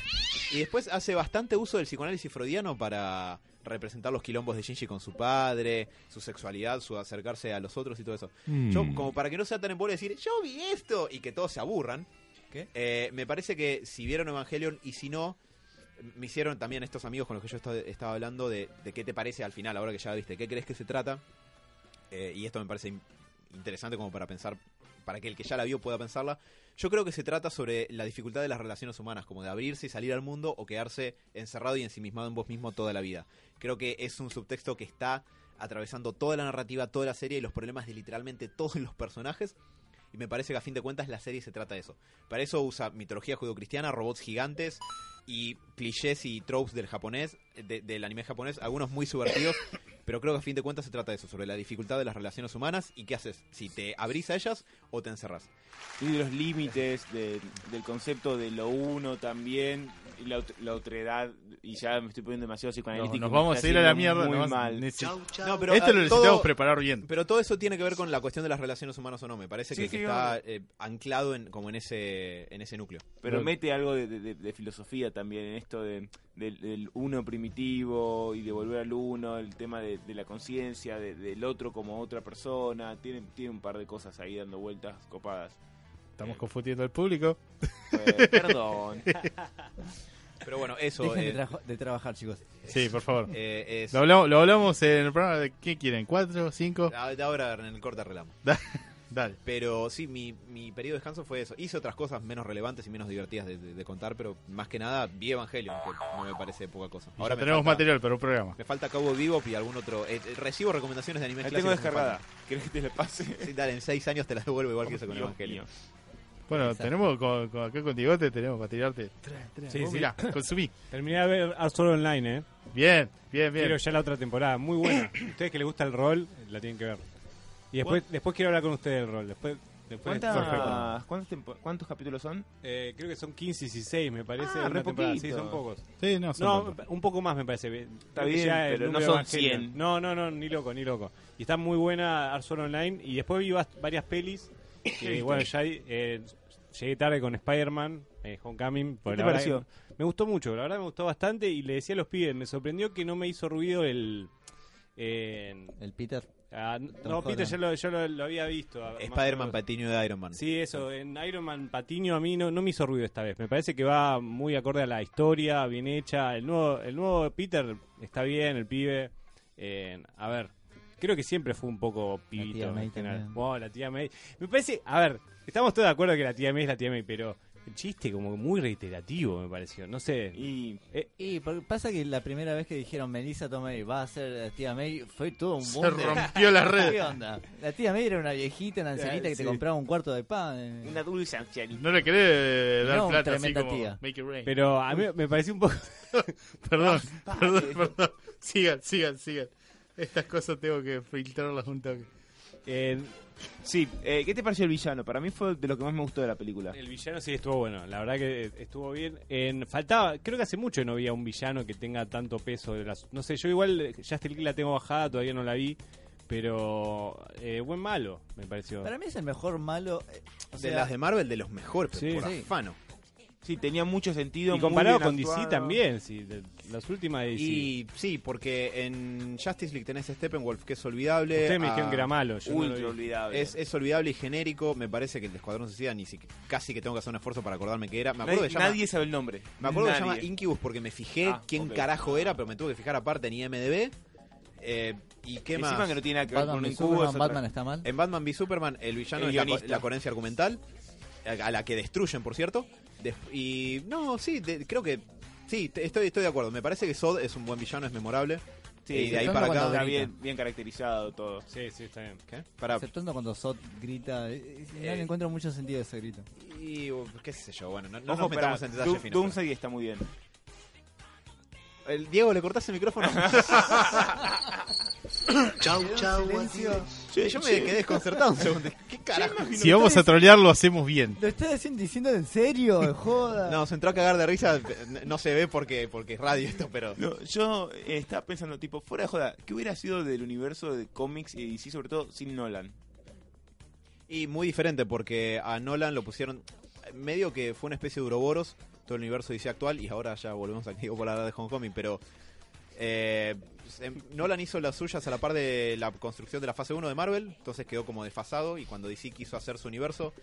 S3: y después hace bastante uso del psicoanálisis freudiano para representar los quilombos de Shinji con su padre, su sexualidad, su acercarse a los otros y todo eso. Yo, como para que no sea tan en bola decir, yo vi esto y que todos se aburran,
S5: ¿Qué?
S3: eh, me parece que si vieron Evangelion y si no, me hicieron también estos amigos con los que yo esta- estaba hablando de, de qué te parece al final, ahora que ya viste, qué crees que se trata. Eh, y esto me parece in- interesante como para pensar, para que el que ya la vio pueda pensarla. Yo creo que se trata sobre la dificultad de las relaciones humanas, como de abrirse y salir al mundo o quedarse encerrado y ensimismado en vos mismo toda la vida. Creo que es un subtexto que está atravesando toda la narrativa, toda la serie y los problemas de literalmente todos los personajes. Y me parece que a fin de cuentas la serie se trata de eso. Para eso usa mitología judeocristiana, robots gigantes y clichés y tropes del japonés, de- del anime japonés, algunos muy subvertidos, pero creo que a fin de cuentas se trata de eso, sobre la dificultad de las relaciones humanas y qué haces, si te abrís a ellas o te encerrás.
S2: Y de los límites de- del concepto de lo uno también, y la, ot- la otredad, y ya me estoy poniendo demasiado
S1: No,
S2: psicoanalítico.
S1: nos
S2: me
S1: vamos
S2: está
S1: a ir a la
S2: haciendo
S1: mierda.
S2: Muy
S1: nos vamos-
S2: mal.
S1: neces-
S3: No, pero
S1: Esto
S3: ah,
S1: lo necesitamos
S3: todo-
S1: preparar bien.
S3: Pero todo eso tiene que ver con la cuestión de las relaciones humanas o no, me parece
S2: Sí,
S3: que,
S2: sí,
S3: está eh, anclado en, como en ese, en ese núcleo.
S2: Pero
S1: Lo-
S2: mete algo de, de- de- de filosofía también en esto de, del- del uno primitivo y de volver al uno, el tema de, de la conciencia, de- del otro como otra persona. Tiene, tiene un par de cosas ahí dando vueltas copadas.
S1: Estamos confundiendo al público.
S2: Eh, perdón.
S3: Pero bueno, eso
S5: Dejen de,
S3: eh,
S5: trajo- de trabajar, chicos.
S1: Sí, por favor.
S3: eh, es...
S1: Lo hablamos, lo hablamos en el programa de ¿qué quieren? ¿Cuatro? ¿Cinco?
S3: Ah, de Ahora en el corte arreglamos.
S1: Dale.
S3: Pero sí, mi, mi periodo de descanso fue eso. Hice otras cosas menos relevantes y menos divertidas de, de- de contar, pero más que nada vi Evangelion, que no me parece poca cosa.
S1: Ahora
S3: me
S1: tenemos
S3: falta-
S1: material para un programa.
S3: Me falta Cabo Vivo y algún otro. eh, eh, recibo recomendaciones de anime
S2: La tengo descargada.
S3: Sí,
S2: ¿Querés que te la pase?
S3: dale, en seis años te las devuelvo igual que hice con
S2: Dios
S3: Evangelion.
S2: mío.
S1: Bueno,
S5: Exacto.
S1: tenemos con, con- acá con Tigote, tenemos para tirarte.
S4: Sí,
S1: Vos
S4: sí.
S1: mirá, consumí.
S4: Terminé de ver Art Solo Online, eh.
S1: Bien, bien, bien.
S4: Quiero ya la otra temporada, muy buena. ustedes que les gusta el rol, la tienen que ver. Y después, después quiero hablar con ustedes del rol. Después, después Perfecto.
S2: ¿Cuántas, cuántos, tempo- ¿Cuántos capítulos son?
S4: Eh, creo que son 15 y 16, me parece.
S2: Ah,
S4: una
S2: re
S4: temporada.
S2: poquito.
S4: Sí, son pocos.
S1: Sí, no, son
S4: No,
S1: tantos.
S4: un poco más me parece. Está
S2: bien, pero no son 100.
S4: No, no, no, ni loco, ni loco. Y está muy buena Art Solo Online. Y después vi vas- varias pelis. Que, bueno, ya eh, llegué tarde con Spider-Man, eh, Homecoming.
S2: ¿Qué
S4: por
S2: te
S4: la verdad que-
S2: pareció?
S4: Me gustó mucho, la verdad me gustó bastante. Y le decía a los pibes, me sorprendió que no me hizo ruido el... eh,
S5: El Peter.
S4: ah, no,
S5: Tom
S4: Peter,
S5: Holland.
S4: ya lo, ya lo- lo había visto. a- más o
S3: Spider-Man
S4: menos.
S3: Patiño de Iron Man.
S4: Sí, eso, en Iron Man Patiño a mí no, no me hizo ruido esta vez. Me parece que va muy acorde a la historia, bien hecha. El nuevo, el nuevo Peter está bien, el pibe. Eh, a ver, creo que siempre fue un poco pibito
S5: tía May
S4: en general.
S5: también.
S4: Wow, la tía May. Me parece, a ver, estamos todos de acuerdo que la tía May es la tía May, pero el chiste como muy reiterativo me pareció. No sé.
S2: Y
S4: Eh,
S5: Y por- pasa que la primera vez que dijeron Melissa Tomei va a ser la tía May, fue todo un
S1: Se
S5: boom. de-
S1: rompió la
S5: ¿Qué
S1: red.
S5: onda? La tía May era una viejita, una ancianita
S4: Ah,
S5: que
S4: sí.
S5: te compraba un cuarto de pan. eh.
S2: una dulce ancianita.
S1: No le querés dar
S5: No,
S1: plata así
S5: tremenda
S1: como
S5: tía.
S1: make it rain.
S4: pero a mí me pareció un poco...
S1: Perdón, perdón, perdón. Sigan, sigan, sigan. Estas cosas tengo que filtrarlas un toque.
S4: eh,
S2: Sí, eh, ¿qué te pareció el villano? Para mí fue de lo que más me gustó de la película.
S4: El villano sí estuvo bueno, la verdad que estuvo bien. En, faltaba, creo que hace mucho que no había un villano que tenga tanto peso. De las, no sé, yo igual eh, Justice League la tengo bajada, todavía no la vi, pero eh, buen malo, me pareció.
S5: Para mí es el mejor malo. eh, o
S3: de
S5: sea,
S3: las de Marvel, de los mejores,
S4: Sí.
S3: pero por
S5: Sí.
S3: afano.
S2: Sí, tenía mucho sentido.
S4: Y comparado
S2: muy
S4: con
S2: bien
S4: DC
S2: actuado.
S4: también, sí, de- las últimas de DC.
S3: Y sí, porque en Justice League tenés a Steppenwolf, que es olvidable.
S4: Ustedes me
S3: a-
S4: dijeron que era malo, yo no lo
S2: Ultra
S4: vi.
S2: olvidable.
S3: Es, es olvidable y genérico. Me parece que el de Escuadrón Suicida ni siquiera, casi que tengo que hacer un esfuerzo para acordarme que era. Me acuerdo
S2: nadie,
S3: que llama-
S2: nadie sabe el nombre.
S3: Me acuerdo que se
S2: Nadie.
S3: llama Incubus porque me fijé
S2: Ah,
S3: quién
S2: ok.
S3: carajo era, pero me tuve que fijar aparte en IMDB. Eh, ¿Y qué
S2: Encima
S3: más?
S2: que no tiene nada que ver
S5: Batman,
S2: con
S5: v
S2: un cubo.
S5: Superman, Batman está mal.
S3: En Batman v Superman, el villano
S2: El
S3: es la, co-
S2: guionista.
S3: la coherencia argumental. a la que destruyen, por cierto. Des- y no, sí, de- creo que sí, te- estoy, estoy de acuerdo. Me parece que Sod es un buen villano, es memorable. y de ahí
S5: exceptuando
S3: para
S5: cuando
S3: acá.
S2: Está
S5: grita.
S2: bien, bien caracterizado todo.
S4: Sí, sí, está bien.
S3: ¿Qué? Para,
S5: Exceptuando cuando Sot grita. eh, eh, No le
S3: Eh.
S5: encuentro mucho sentido a ese grito.
S3: y uh, qué sé yo, bueno, no, no
S2: Ojo,
S3: nos metamos
S2: pará,
S3: en detalle
S2: Doom-
S3: fino.
S2: Doomsday está muy bien.
S3: pero- El Diego le cortaste el micrófono.
S6: Chau, chau, adiós.
S3: yo me quedé desconcertado un segundo. ¿Qué carajo?
S1: Si vamos a trolear, lo hacemos bien.
S5: ¿Lo estás diciendo, diciendo en serio? de Joda.
S3: No, se entró a cagar de risa. No se ve porque, porque es radio esto, pero.
S2: No, yo eh, estaba pensando, tipo, fuera de joda, ¿qué hubiera sido del universo de cómics y DC, sobre todo sin Nolan?
S3: Y muy diferente porque a Nolan lo pusieron medio que fue una especie de Uroboros, todo el universo dice actual, y ahora ya volvemos a Diego para hablar de Homecoming, pero eh, em, Nolan hizo las suyas a la par de la construcción de la fase 1 de Marvel, entonces quedó como desfasado, y cuando DC quiso hacer su universo,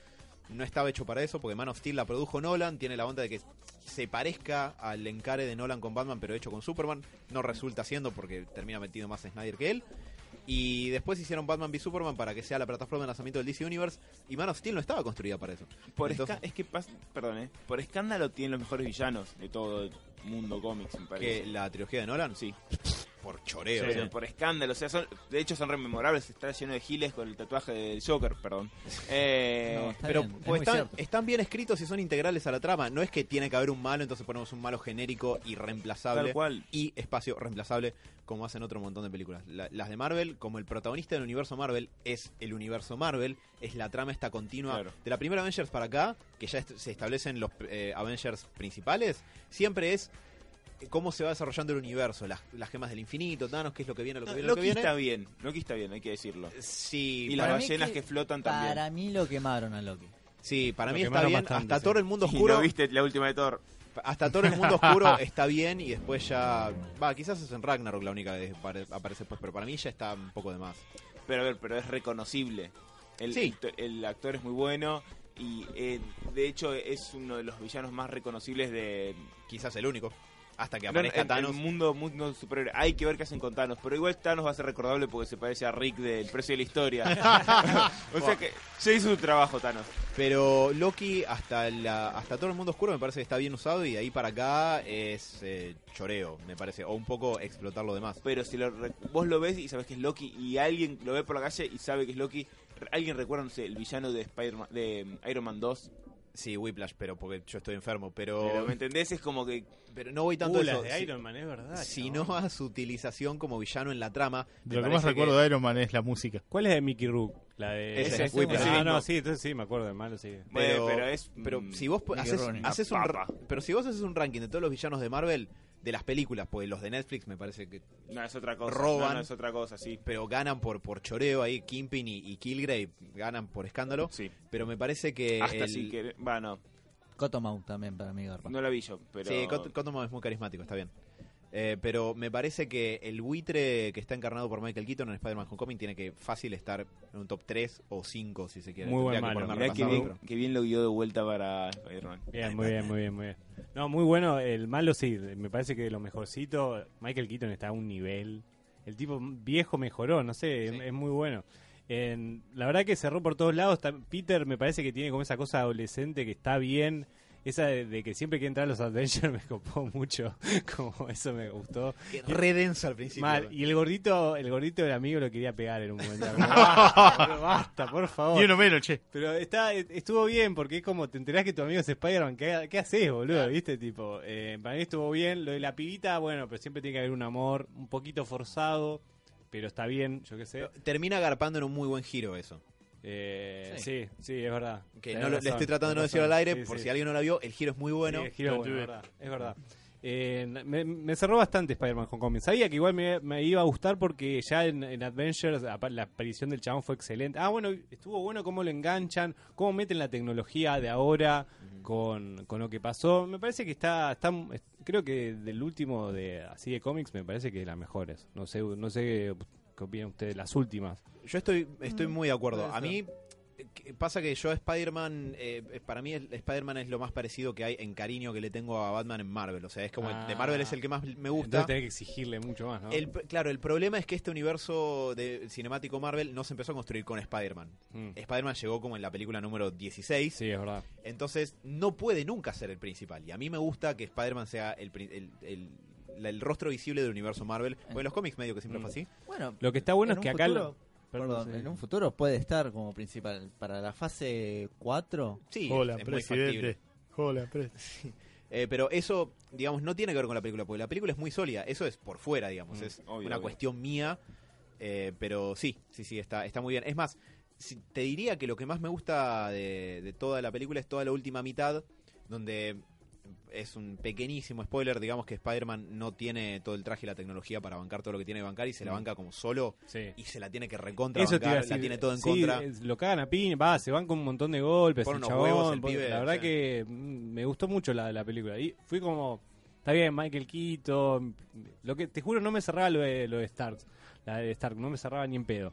S3: no estaba hecho para eso, porque Man of Steel la produjo Nolan, tiene la onda de que se parezca al encare de Nolan con Batman, pero hecho con Superman, no resulta siendo porque termina metido más Snyder que él. Y después hicieron Batman v Superman para que sea la plataforma de lanzamiento del DC Universe. Y Man of Steel no estaba construida para eso.
S2: Por
S3: Entonces-
S2: esca- es que pas- perdón, eh, por escándalo tienen los mejores villanos de todo el mundo cómics, me
S3: Que
S2: parece.
S3: la trilogía de Nolan, sí.
S2: Sí,
S3: Por choreo.
S2: pero
S3: ¿no?
S2: por escándalo, o sea, son, de hecho son rememorables, está lleno de giles con el tatuaje del Joker, perdón. Eh,
S5: No, está
S3: Pero
S5: bien, es
S3: pues,
S5: muy
S3: están,
S5: cierto.
S3: están bien escritos y son integrales a la trama. No es que tiene que haber un malo, entonces ponemos un malo genérico y reemplazable.
S2: tal cual.
S3: Y espacio reemplazable, como hacen otro montón de películas. La- las de Marvel, como el protagonista del universo Marvel es el universo Marvel, es la trama esta continua.
S2: Claro.
S3: De la primera Avengers para acá, que ya est- se establecen los eh, Avengers principales, siempre es eh, cómo se va desarrollando el universo, las, las gemas del infinito, Thanos, qué es lo que viene, lo que viene, lo,
S2: Ah, Loki
S3: que viene.
S2: está bien, Loki está bien, hay que decirlo.
S3: Sí,
S2: Y las
S3: para,
S5: mí
S2: ballenas
S5: que-
S2: que, flotan también.
S5: Para mí lo quemaron a Loki.
S3: sí, para
S4: Lo
S3: mí está
S4: quemaron
S3: bien.
S4: bastante,
S3: hasta
S4: sí.
S3: todo el mundo
S2: Y
S3: oscuro.
S2: lo viste la última de Thor.
S3: Hasta todo el mundo oscuro está bien y después ya. Va, quizás es en Ragnarok la única que apare- aparece después, pero para mí ya está un poco de más.
S2: Pero a ver, pero es reconocible. El,
S3: Sí.
S2: el- el actor es muy bueno y eh, de hecho es uno de los villanos más reconocibles de
S3: Quizás el único. Hasta que
S2: no, en-
S3: aparezca
S2: en
S3: Thanos.
S2: el mundo, mundo superior. Hay que ver qué hacen con Thanos, pero igual Thanos va a ser recordable porque se parece a Rick del precio de la historia. o sea que se hizo su trabajo Thanos.
S3: Pero Loki, hasta la, hasta todo el mundo oscuro, me parece que está bien usado y de ahí para acá es eh, choreo, me parece. O un poco explotar lo demás.
S2: Pero si lo re- vos lo ves y sabes que es Loki y alguien lo ve por la calle y sabe que es Loki, re- alguien recuerda, no sé, el villano de Spider-Man- de mm, Iron Man 2.
S3: Sí, Whiplash, pero porque yo estoy enfermo. Pero,
S2: Pero, ¿me
S3: pero,
S2: entendés? Es como que
S3: no voy tanto
S4: Uh,
S3: a
S4: las
S3: eso.
S4: de
S3: si-
S4: Iron Man, es verdad.
S3: Sino
S4: chabón.
S3: a su utilización como villano en la trama. me
S1: Lo que
S3: parece
S1: más recuerdo de Iron Man es la música.
S4: ¿Cuál es de Mickey Rook? La de.
S3: Ese,
S4: es
S3: uy, pero-
S4: Ah,
S2: ese
S4: no,
S2: mismo.
S4: sí, entonces sí, me acuerdo del malo, sí.
S2: Bueno,
S3: Pero,
S2: pero es,
S3: pero
S2: mm,
S3: si vos po-
S5: Mickey
S3: haces,
S5: Rooney.
S3: haces un ra-
S2: Papa.
S3: pero si vos haces un ranking de todos los villanos de Marvel de las películas, pues los de Netflix me parece que
S2: No, es otra cosa.
S3: Roban.
S2: No, no, es otra cosa, sí.
S3: pero ganan por por choreo ahí Kimpin y, y Kilgrave ganan por escándalo,
S2: Sí.
S3: pero me parece que
S2: Hasta
S3: el-
S2: sí que. Bueno,
S5: Cottonmouth también para mí, Garpa.
S2: no la vi yo, pero.
S3: Sí, Cot- Cottonmouth es muy carismático, está bien. Eh, pero me parece que el buitre que está encarnado por Michael Keaton en Spider-Man Homecoming tiene que fácil estar en un top 3 o 5, si se quiere.
S4: Muy buen
S3: Tendría que
S4: malo.
S3: ponerme a
S2: Mirá que
S3: repasarlo,
S2: bien, que bien lo guió de vuelta para Spider-Man.
S4: Bien, muy bien, muy bien, muy bien. No, muy bueno. El malo sí, me parece que de lo mejorcito. Michael Keaton está a un nivel. El tipo viejo mejoró, no sé,
S3: Sí.
S4: es, es muy bueno. En- la verdad que cerró por todos lados. tam- Peter me parece que tiene como esa cosa adolescente que está bien. Esa de, de que siempre que entra a los Avengers me copó mucho. Como eso me gustó.
S3: pero- Que Redenso al principio.
S4: Mal. Y el gordito, el gordito del amigo lo quería pegar en un momento. Como, "Basta, bro, basta, por
S3: Oh,
S4: favor.
S1: Y uno menos, che.
S4: Pero está, estuvo bien, porque es como te enterás que tu amigo es Spider-Man, ¿qué, qué haces, boludo? ¿Viste? Tipo, eh, para mí estuvo bien. Lo de la pibita, bueno, pero siempre tiene que haber un amor un poquito forzado, pero está bien, yo qué sé.
S3: Termina garpando en un muy buen giro eso.
S4: Eh,
S5: Sí.
S4: sí. sí, es verdad.
S3: Que
S4: Tenés
S3: no lo-
S4: razón,
S3: le estoy tratando de no
S4: tenés
S3: decirlo al
S4: razón.
S3: aire,
S4: Sí,
S3: por
S4: sí.
S3: si alguien no la vio, el giro es muy bueno.
S4: Sí, es giro bueno, es verdad. es verdad. Eh, me, me cerró bastante Spider-Man Homecoming. Sabía que igual me, me iba a gustar porque ya en, en Adventures apa- la aparición del chabón fue excelente. Ah, bueno, estuvo bueno cómo lo enganchan, cómo meten la tecnología de ahora con, con lo que pasó. Me parece que está, está es- creo que del último de así de cómics me parece que de las mejores. No sé, no sé qué opinan ustedes las últimas. Mm.
S3: Yo estoy, estoy muy de acuerdo.
S5: puede
S3: A mí, que- pasa que yo a Spider-Man, eh, para mí el- Spider-Man es lo más parecido que hay en cariño que le tengo a Batman en Marvel. O sea, es como el de
S4: Ah.
S3: Marvel es el que más me gusta.
S4: Entonces tenés que exigirle mucho más, ¿no?
S3: El, claro, el problema es que este universo de cinemático Marvel no se empezó a construir con Spider-Man.
S4: Mm.
S3: Spider-Man llegó como en la película número 16.
S4: Sí, es verdad.
S3: Entonces no puede nunca ser el principal. Y a mí me gusta que Spider-Man sea el, pri- el- el- la- el rostro visible del universo Marvel. Porque en los cómics medio que siempre
S4: Mm.
S3: fue así.
S5: Bueno,
S4: Lo que está bueno es
S5: en un
S4: que acá
S5: futuro-
S4: lo- Perdón,
S5: perdón,
S4: sí.
S5: en un futuro puede estar como principal. Para la fase 4,
S3: Sí,
S1: Hola,
S3: es, es muy factible.
S1: presidente. Hola, presidente.
S3: Eh, pero eso, digamos, no tiene que ver con la película, porque la película es muy sólida. Eso es por fuera, digamos.
S4: Mm,
S3: es
S2: obvio,
S3: una
S2: obvio.
S3: cuestión mía. eh, pero sí, sí, sí, está, está muy bien. Es más, si- te diría que lo que más me gusta de, de toda la película es toda la última mitad, donde es un pequeñísimo spoiler, digamos que Spider-Man no tiene todo el traje y la tecnología para bancar todo lo que tiene que bancar y se la
S4: Mm.
S3: banca como solo
S4: Sí.
S3: y se la tiene que recontra
S4: Eso te iba a
S3: bancar,
S4: decir.
S3: la tiene todo en
S4: Sí,
S3: contra.
S4: es- Lo cagan a piña, va, se van con un montón de golpes.
S3: Pone
S4: el
S3: unos
S4: chabón,
S3: huevos el
S4: pone-
S3: pibe,
S4: la verdad
S3: sí.
S4: que mm, me gustó mucho la, la película. Y fui como, está bien, Michael Keaton. Lo que te juro, no me cerraba lo de, lo de Stark. La de Stark, no me cerraba ni en pedo.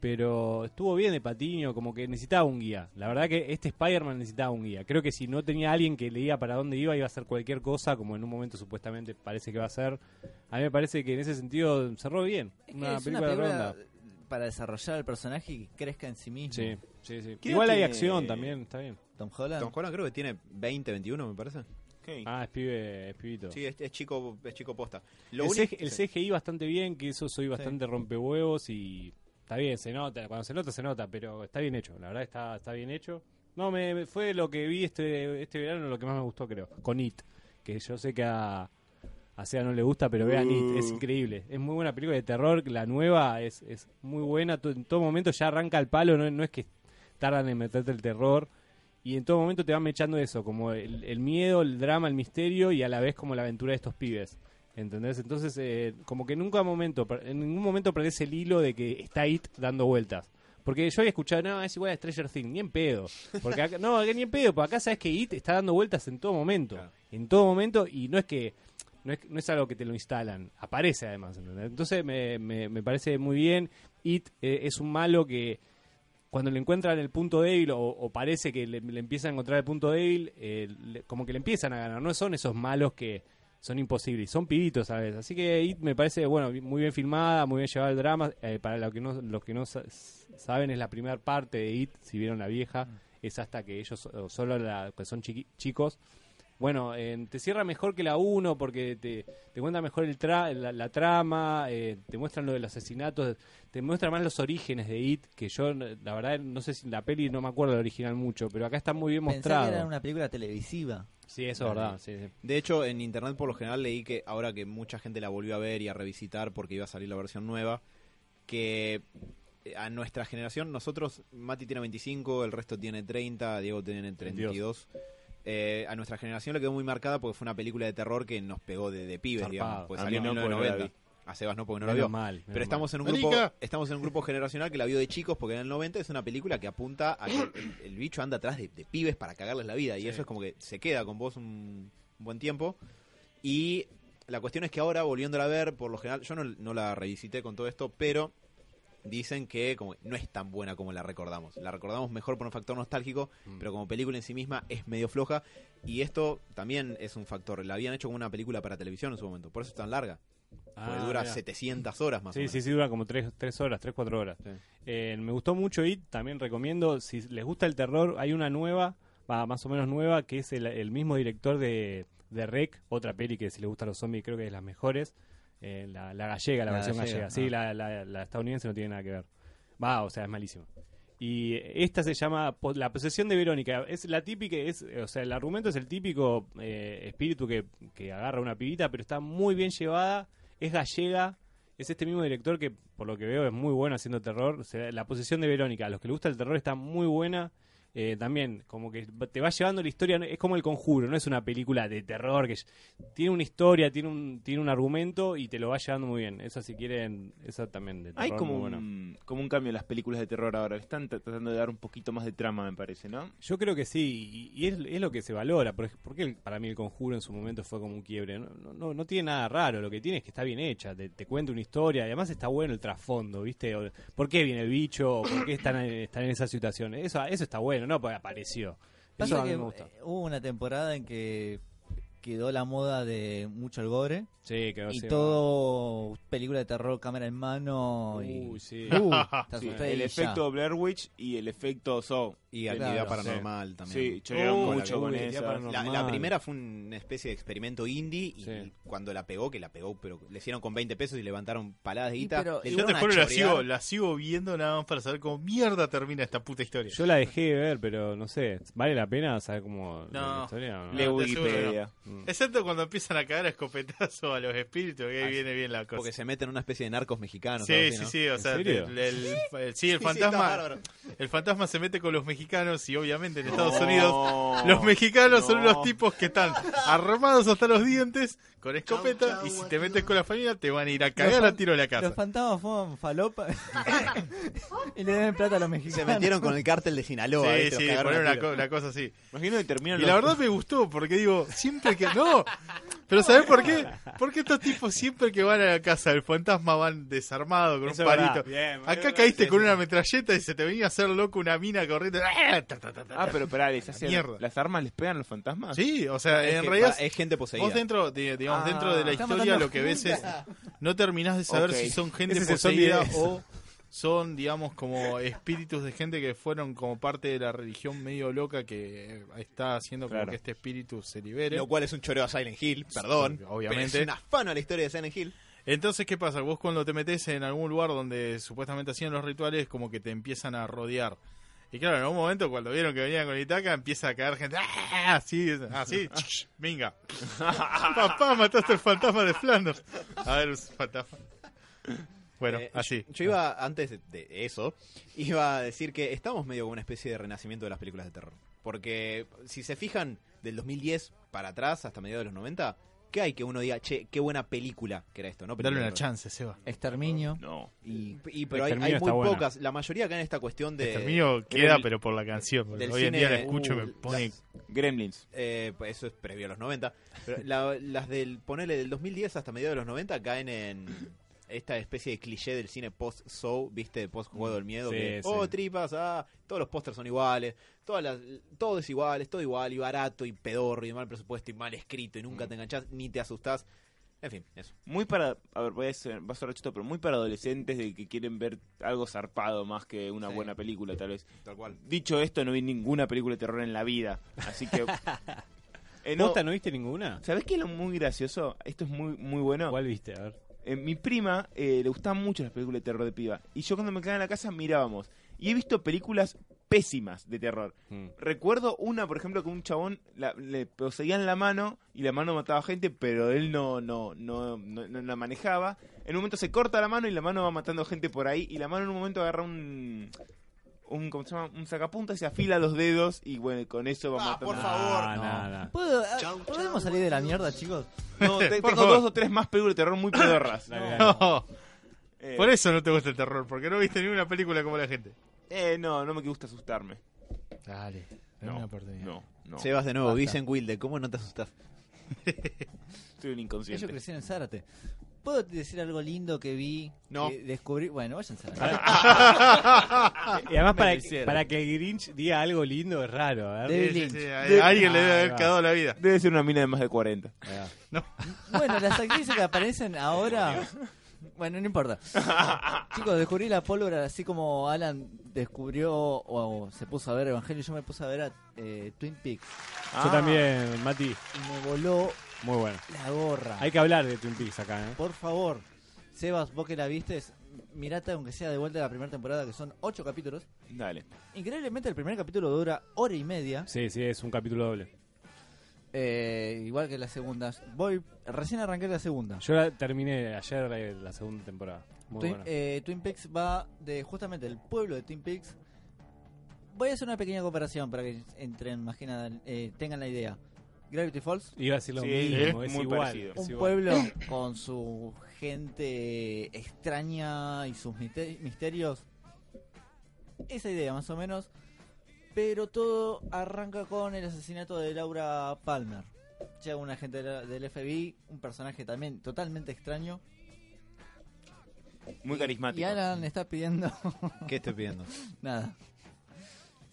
S4: Pero estuvo bien de patiño, como que necesitaba un guía. La verdad que este Spider-Man necesitaba un guía. Creo que si no tenía alguien que le diga para dónde iba, iba a hacer cualquier cosa, como en un momento supuestamente parece que va a ser. A mí me parece que en ese sentido cerró bien.
S5: es, que
S4: una,
S5: es
S4: película redonda.
S5: para desarrollar el personaje y que crezca en sí mismo.
S4: Sí, sí, sí.
S2: ¿Qué
S4: Igual
S2: edad
S4: hay
S2: tiene-
S4: acción también, está bien.
S5: Tom Holland.
S3: Tom Holland creo que tiene 20, 21, me parece.
S2: Ok.
S4: Ah, es pibe, es pibito.
S3: Sí, es, es chico, es chico posta. Lo
S4: el,
S3: único-
S4: CG el CGI bastante bien, que eso soy bastante rompehuevos y está bien, se nota. Cuando se nota, se nota, pero está bien hecho. La verdad está, está bien hecho. No, me, me- fue lo que vi este, este verano, lo que más me gustó, creo. Con It, que yo sé que a, a Seba no le gusta, pero vean It,
S3: Uh.
S4: es increíble. Es muy buena película de terror, la nueva es, es muy buena. to- en todo momento ya arranca el palo, no, no es que tardan en meterte el terror. Y en todo momento te van echando eso, como el, el miedo, el drama, el misterio y a la vez como la aventura de estos pibes. ¿Entendés? Entonces, eh, como que nunca momento, per- en ningún momento perdés el hilo de que está IT dando vueltas. Porque yo había escuchado, no, es igual a Stranger Things, ni en pedo. Porque acá, no, acá ni en pedo, porque acá sabes que IT está dando vueltas en todo momento. En todo momento, y no es que no es, no es algo que te lo instalan, aparece además. ¿entendés? Entonces, me, me- me parece muy bien. IT eh, es un malo que cuando le encuentran el punto débil o, o parece que le, le empiezan a encontrar el punto débil, eh, le- como que le empiezan a ganar. No son esos malos que son imposibles, son pibitos, ¿sabes? Así que It me parece, bueno, bi- muy bien filmada, muy bien llevada el drama. Eh, para lo que no, los que no sa- s- saben, es la primera parte de It, si vieron la vieja,
S3: Mm.
S4: es hasta que ellos, o solo la, que son chiqui- chicos, bueno, eh, te cierra mejor que la 1 porque te, te cuenta mejor el tra- la, la trama, eh, te muestran lo de los asesinatos, te muestra más los orígenes de IT, que yo, n- la verdad, no sé si en la peli no me acuerdo del original mucho, pero acá está muy bien
S5: Pensé
S4: mostrado.
S5: que era una película televisiva.
S4: Sí, eso es verdad. sí, sí.
S3: De hecho, en internet por lo general leí que ahora que mucha gente la volvió a ver y a revisitar porque iba a salir la versión nueva, que eh, a nuestra generación, nosotros, Mati tiene 25, el resto tiene 30, Diego tiene 32. Eh, a nuestra generación le quedó muy marcada porque fue una película de terror que nos pegó de, de pibes,
S4: Zarpado.
S3: digamos. Pues
S2: A mí
S3: salió
S2: no,
S3: en
S2: porque no la
S3: 1990. A Sebas no porque no la
S4: Menos
S3: vio.
S4: mal, menos
S3: Pero estamos en un
S1: ¡Marica!
S3: grupo, estamos en un grupo generacional que la vio de chicos porque en el 90 es una película que apunta a que el, el bicho anda atrás de, de pibes para cagarles la vida y eso es como que se queda con vos un, un buen tiempo y la cuestión es que ahora volviéndola a ver por lo general yo no, no la revisité con todo esto pero dicen que como que no es tan buena como la recordamos la recordamos mejor por un factor nostálgico
S4: Mm.
S3: pero como película en sí misma es medio floja y esto también es un factor la habían hecho como una película para televisión en su momento por eso es tan larga porque
S4: Ah,
S3: pues dura
S4: mirá.
S3: 700 horas más o
S4: Sí,
S3: menos
S4: sí, sí, dura como 3, tres horas, 3, 4 horas. Eh, me gustó mucho IT, también recomiendo, si les gusta el terror, hay una nueva, va, más o menos nueva, que es el, el mismo director de, de Rec, otra peli que si les gustan los zombies creo que es de las mejores, eh, la, la gallega, la,
S5: La
S4: versión gallega,
S5: gallega,
S4: sí,
S5: ah.
S4: la, la- la estadounidense no tiene nada que ver. Va, o sea, es malísima. Y esta se llama Po- La posesión de Verónica. Es la típica, es, o sea, el argumento es el típico eh, espíritu que, que agarra una pibita, pero está muy bien llevada, es gallega, es este mismo director que, por lo que veo, es muy bueno haciendo terror. O sea, la posesión de Verónica, a los que les gusta el terror, está muy buena. eh, también como que te va llevando la historia, es como el conjuro, no es una película de terror que es- tiene una historia, tiene un, tiene un argumento y te lo va llevando muy bien. Esa si quieren, esa también de terror
S2: Hay como
S4: muy buena.
S2: un, como un cambio en las películas de terror ahora. Le están tra- tratando de dar un poquito más de trama, me parece, ¿no?
S4: Yo creo que sí, y, y es, es lo que se valora. por ej- Porque el- para mí el conjuro en su momento fue como un quiebre. No, no, no- no tiene nada raro, lo que tiene es que está bien hecha, te, te cuenta una historia, y además está bueno el trasfondo, ¿viste? O- ¿Por qué viene el bicho? ¿O ¿Por qué están en, están en esa situación? Eso, eso está bueno, no porque apareció. Eso
S5: Pasa
S4: a mí
S5: que
S4: me gusta.
S5: eh, hubo una temporada en que quedó la moda de mucho el gore
S4: Sí, quedó
S5: y
S4: así.
S5: todo película de terror, cámara en mano y
S4: Uy, sí.
S5: Uh, te
S2: Sí,
S5: asusté
S2: el
S5: y ya.
S2: efecto Blair Witch y el efecto Saw.
S3: Y
S5: Claro,
S3: actividad
S5: sí.
S3: paranormal también.
S2: Sí, chorearon
S4: Uh,
S2: mucho con
S4: uy, ya
S2: eso.
S4: para-
S3: La, la
S4: Normal.
S3: primera fue una especie de experimento indie y
S4: Sí.
S3: cuando la pegó, que la pegó, pero le hicieron con 20 pesos y levantaron paladas de
S5: Y
S3: guita.
S5: pero-
S3: le
S5: y
S1: Yo
S3: dieron
S1: te
S3: a
S1: juro, la
S3: chorear.
S1: sigo, la sigo viendo nada más para saber cómo mierda termina esta puta historia.
S4: Yo la dejé de ver, pero no sé, ¿vale la pena saber cómo
S1: No.
S4: la historia? o no?
S1: Le-
S2: Leo
S1: No, Ah, te aseguro que
S2: Wikipedia.
S1: Excepto cuando empiezan a cagar a escopetazo a los espíritus, que ahí
S3: Ah,
S1: viene bien la cosa.
S3: Porque se meten en una especie de narcos mexicanos.
S1: Sí,
S3: algo así,
S1: sí,
S3: ¿no?
S1: sí, o
S4: ¿En
S1: sea,
S4: serio?
S1: el, el- el- sí, el
S3: Sí, sí, está
S1: fantasma,
S3: bárbaro.
S1: el fantasma se mete con los mexicanos y obviamente en Estados
S2: No,
S1: Unidos los mexicanos son
S2: no.
S1: unos tipos que están armados hasta los dientes con escopeta
S6: Chau, chau,
S1: y si te
S6: guachín.
S1: metes con la familia te van a ir a
S5: Los
S1: cagar a
S5: fan-
S1: tiro a la
S5: Los
S1: casa.
S5: fantasmas fueron falopa y le deben plata a los mexicanos.
S3: Se metieron con el cártel de Sinaloa.
S1: Sí,
S3: ¿viste? Los
S1: sí,
S3: cagaron
S1: poner
S3: a
S1: una,
S3: tiro.
S1: co- una cosa así.
S2: Imagino que terminan
S1: Y
S2: los-
S1: la verdad me gustó, porque digo, siempre que. ¡No! Pero ¿sabés por qué? Porque estos tipos siempre que van a la casa del fantasma van desarmados con
S4: Eso
S1: un
S4: es verdad.
S1: palito.
S4: Bien,
S1: Acá
S4: bien,
S1: caíste
S4: sí,
S1: con
S4: sí.
S1: una metralleta y se te venía a hacer loco una mina corriendo. ¡Ah! Ta, ta, ta, ta,
S2: Ah,
S1: ta.
S2: pero pará, les hacen-
S1: mierda.
S2: ¿Las armas les pegan los fantasmas?
S1: Ah, Sí, o sea,
S3: Es
S1: en
S3: que,
S1: realidad.
S3: para, es gente poseída.
S1: Vos dentro, de- digamos,
S2: Ah,
S1: dentro de la
S5: está
S1: historia
S5: matando
S1: lo que ves es. No terminás de saber
S2: Ok.
S1: si son gente
S4: Ese es el zombie
S1: poseída
S4: de-
S1: o son, digamos, como espíritus de gente que fueron como parte de la religión medio loca que está haciendo como
S2: Claro.
S1: que este espíritu se libere.
S3: Lo cual es un choreo a Silent Hill, perdón.
S1: Obviamente.
S3: Pero es un afano a la historia de Silent Hill.
S1: Entonces, ¿qué pasa? Vos cuando te metes en algún lugar donde supuestamente hacían los rituales, como que te empiezan a rodear. Y claro, en algún momento cuando vieron que venían con Itaca, empieza a caer gente. ¡Ah! Así, así, venga. Papá, mataste al fantasma de Flanders. A ver, fantasma. Bueno,
S3: Eh,
S1: así.
S3: Yo iba, antes de- de eso, iba a decir que estamos medio con una especie de renacimiento de las películas de terror. Porque si se fijan, del 2010 para atrás, hasta mediados de los 90, ¿qué hay que uno diga, che, qué buena película que era esto? ¿no?
S1: Dale
S3: Película
S1: una
S3: de terror.
S1: chance, Seba.
S5: Exterminio.
S2: No.
S3: Y, y- pero hay,
S4: Exterminio
S3: hay muy
S4: está buena.
S3: pocas. La mayoría acá en esta cuestión de.
S1: Este mío queda, pero por la canción. porque
S3: eh, del
S1: Hoy en día la
S3: cine-
S1: escucho y me
S3: uh,
S1: pone.
S3: las-
S2: Gremlins.
S3: eh, pues eso es previo a los 90. Pero la- las del, ponele, del 2010 hasta mediados de los 90 caen en esta especie de cliché del cine post-show, viste, post-juego del miedo.
S4: Sí,
S3: que,
S4: sí.
S3: Oh, tripas, ah, todos los pósters son iguales, todas las, todo es igual, es todo igual, y barato, y pedorro, y mal presupuesto, y mal escrito, y nunca te enganchás, ni te asustás. En fin, eso.
S2: Muy para. A ver, voy a ser, va a ser rechuto, pero muy para adolescentes de que quieren ver algo zarpado más que una
S3: Sí.
S2: buena película, tal vez.
S3: Tal cual.
S2: Dicho esto, no vi ninguna película de terror en la vida. Así que. Eh, no,
S4: ¿Posta no viste ninguna?
S2: ¿Sabés qué es lo muy gracioso? Esto es muy, muy bueno.
S4: ¿Cuál viste? A ver.
S2: Eh, mi prima eh, le gustaban mucho las películas de terror de piba. Y yo cuando me quedaba en la casa mirábamos. Y he visto películas pésimas de terror.
S4: Mm.
S2: Recuerdo una, por ejemplo, que un chabón la- le poseían la mano y la mano mataba gente, pero él no, no, no, no, no la manejaba. En un momento se corta la mano y la mano va matando gente por ahí. Y la mano en un momento agarra un. un ¿Cómo se llama? Un sacapunta y se afila los dedos. Y bueno, con eso va
S3: Ah,
S2: matando.
S3: por
S4: No,
S3: favor,
S4: no, no.
S5: ¿Puedo- ah,
S6: Chau, chau,
S5: ¿Podemos salir de la
S6: adiós.
S5: mierda, chicos?
S2: No, te-
S1: Por
S2: tengo
S1: favor.
S2: dos o tres más películas de terror muy pedorras.
S4: Dale, dale.
S1: No,
S2: Eh,
S1: por eso no te gusta el terror, porque no viste ninguna película como la gente.
S2: eh, no, no me gusta asustarme.
S1: Dale,
S2: No, No, no.
S3: Sebas de nuevo,
S5: Basta.
S3: Vincent Wilde, ¿cómo no te asustás?
S2: Estoy un inconsciente.
S5: Ellos crecieron en Zárate. ¿Puedo decir algo lindo que vi?
S3: No.
S5: Que descubrí. Bueno, váyanse a la
S2: Ah.
S5: mierda.
S4: Y además
S5: Me
S4: para,
S5: lo hicieron.
S4: para que el Grinch diga algo lindo es raro. ¿eh? A ver.
S5: David
S1: Sí, sí,
S5: Lynch.
S1: sí, a- a alguien le debe
S4: Ah,
S1: haber
S4: va.
S1: cagado la vida.
S2: Debe ser una mina de más de 40.
S1: No.
S5: Bueno, las actrices que aparecen ahora. Bueno, no importa. Chicos, descubrí la pólvora así como Alan descubrió o, o se puso a ver Evangelio. Yo me puse a ver a eh, Twin Peaks
S2: Ah.
S4: Yo también, Mati.
S5: y me voló
S4: Muy bueno.
S5: la gorra.
S4: Hay que hablar de Twin Peaks acá, ¿eh?
S5: Por favor, Sebas, vos que la viste, mirate aunque sea de vuelta la primera temporada, que son ocho capítulos.
S2: Ah, Dale.
S5: Increíblemente, el primer capítulo dura hora y media.
S4: Sí, sí, es un capítulo doble.
S5: Eh, igual que las segundas. Voy, recién arranqué la segunda.
S4: Yo la terminé ayer eh, la segunda temporada. Muy
S5: Twin,
S4: bueno.
S5: eh, Twin Peaks va de justamente el pueblo de Twin Peaks voy a hacer una pequeña comparación para que entren, más que nada, eh, tengan la idea. Gravity Falls,
S4: Iba a decir lo
S2: Sí,
S4: mismo,
S2: es
S4: es
S2: muy
S4: igual.
S2: parecido.
S4: es
S5: un
S4: igual.
S5: pueblo con su gente extraña y sus miste- misterios. Esa idea, más o menos. Pero todo arranca con el asesinato de Laura Palmer. Llega un agente de la- del FBI, un personaje también totalmente extraño.
S2: Muy carismático.
S5: Y Alan está pidiendo
S3: ¿Qué estoy pidiendo?
S5: nada.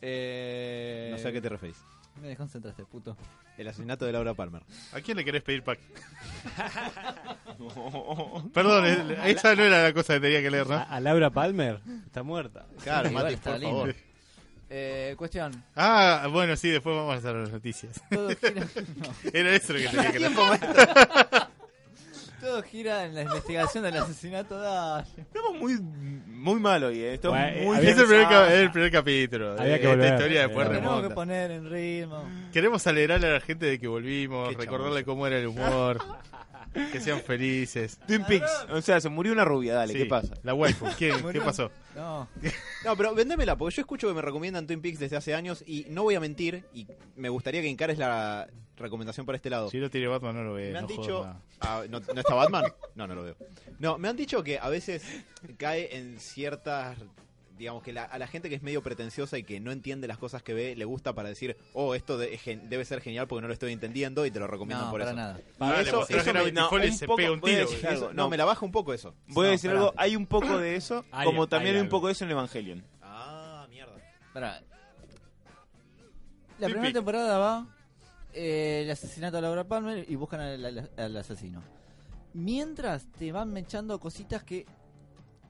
S5: Eh,
S3: No sé a qué te referís.
S5: Me desconcentraste, puto.
S3: El asesinato de Laura Palmer.
S1: ¿A quién le querés pedir pack? Perdón, el- esa no era la cosa que tenía que leer, ¿no?
S4: A, a Laura Palmer está muerta.
S3: Claro,
S5: Igual
S3: Mati,
S5: está
S3: por
S5: lindo.
S3: favor.
S5: Eh, cuestión.
S1: Ah, bueno, sí, después vamos a hacer las noticias.
S5: Todo gira, no.
S1: Era eso lo que tenía que leer.
S5: Todo gira en la investigación del asesinato. Dale.
S2: Estamos muy, muy mal hoy, ¿eh? Estamos
S4: Bueno,
S2: muy Ah.
S4: había-
S1: Es el primer,
S2: pesados.
S1: ca- el primer capítulo. de
S4: Había que
S1: esta
S4: volver.
S1: historia
S4: Eh,
S1: después
S4: Lo
S5: Lo tenemos que
S1: remonta.
S5: poner en ritmo.
S1: Queremos alegrarle a la gente de que volvimos,
S3: Qué
S1: recordarle cómo era el humor, que sean felices.
S2: Twin Peaks. Ah. O sea, se murió una rubia, dale,
S1: Sí,
S2: ¿qué pasa?
S1: La waifu, ¿quién? ¿qué
S5: Bueno.
S1: pasó?
S5: No.
S3: No, pero vendémela, porque yo escucho que me recomiendan Twin Peaks desde hace años y no voy a mentir y me gustaría que encares la recomendación para este lado.
S1: Si no tiene Batman, no lo ve.
S3: me han
S1: eh, no jodas
S3: dicho...
S1: nada.
S3: Ah, ¿no, no está Batman? No, no lo veo. No, me han dicho que a veces cae en ciertas... Digamos que la- a la gente que es medio pretenciosa y que no entiende las cosas que ve, le gusta para decir, oh, esto de- es gen- debe ser genial porque no lo estoy entendiendo y te lo recomiendan
S5: No,
S3: por
S5: para
S3: eso.
S5: nada.
S1: Dale,
S3: eso-
S1: mostrás
S3: eso me-
S1: Gravity
S2: no,
S1: Falls y
S2: un
S1: se
S2: poco-
S1: pega un
S2: voy a
S1: tiro.
S2: decir-
S1: güey.
S3: Eso-
S2: Claro,
S3: no,
S2: no.
S3: me la baja un poco eso.
S2: Voy a
S4: No,
S2: decir
S4: pará.
S2: algo, hay un poco de eso,
S4: Hay-
S2: como también
S4: hay
S2: hay un
S4: algo.
S2: poco de eso en Evangelion.
S3: Ah, mierda.
S5: Pará. La
S1: Twin
S5: primera
S1: Peaks.
S5: temporada va eh, el asesinato de Laura Palmer y buscan al, al- al asesino. Mientras te van mechando cositas que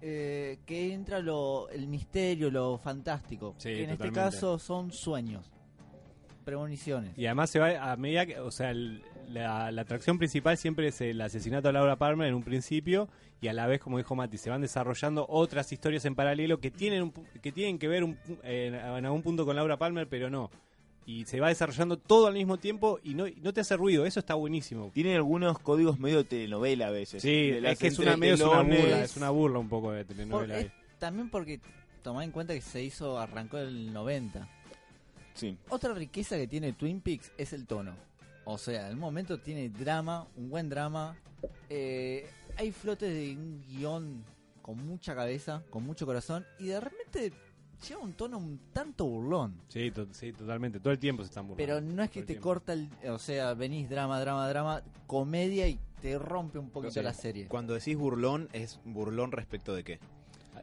S5: eh, que entra lo el misterio, lo fantástico.
S4: Sí,
S5: que en este
S4: totalmente.
S5: caso son sueños, premoniciones.
S4: Y además se va a medida que, o sea, el- la, la atracción principal siempre es el asesinato de Laura Palmer en un principio y a la vez, como dijo Mati, se van desarrollando otras historias en paralelo que tienen un pu- que tienen que ver un pu- en, en algún punto con Laura Palmer, pero no. Y se va desarrollando todo al mismo tiempo y no, y no te hace ruido, eso está buenísimo.
S2: Tiene algunos códigos medio de telenovela a veces.
S4: Sí,
S2: De las
S4: es que es una, medio es una
S2: entretelones.
S4: burla, es una burla un poco de
S5: Por- eh,
S4: telenovela.
S5: es también porque tomá en cuenta que se hizo arrancó el 90.
S2: Sí.
S5: Otra riqueza que tiene Twin Peaks es el tono. O sea, el momento tiene drama, un buen drama. eh, hay flotes de un guión con mucha cabeza, con mucho corazón. Y de repente lleva un tono un tanto burlón.
S4: Sí, to- sí, totalmente, todo el tiempo se están burlando.
S5: Pero no es
S4: todo
S5: que
S4: el
S5: te
S4: tiempo.
S5: corta el... O sea, venís drama, drama, drama, comedia y te rompe un poquito
S4: Sí.
S5: la serie.
S3: Cuando decís burlón, ¿es burlón respecto de qué?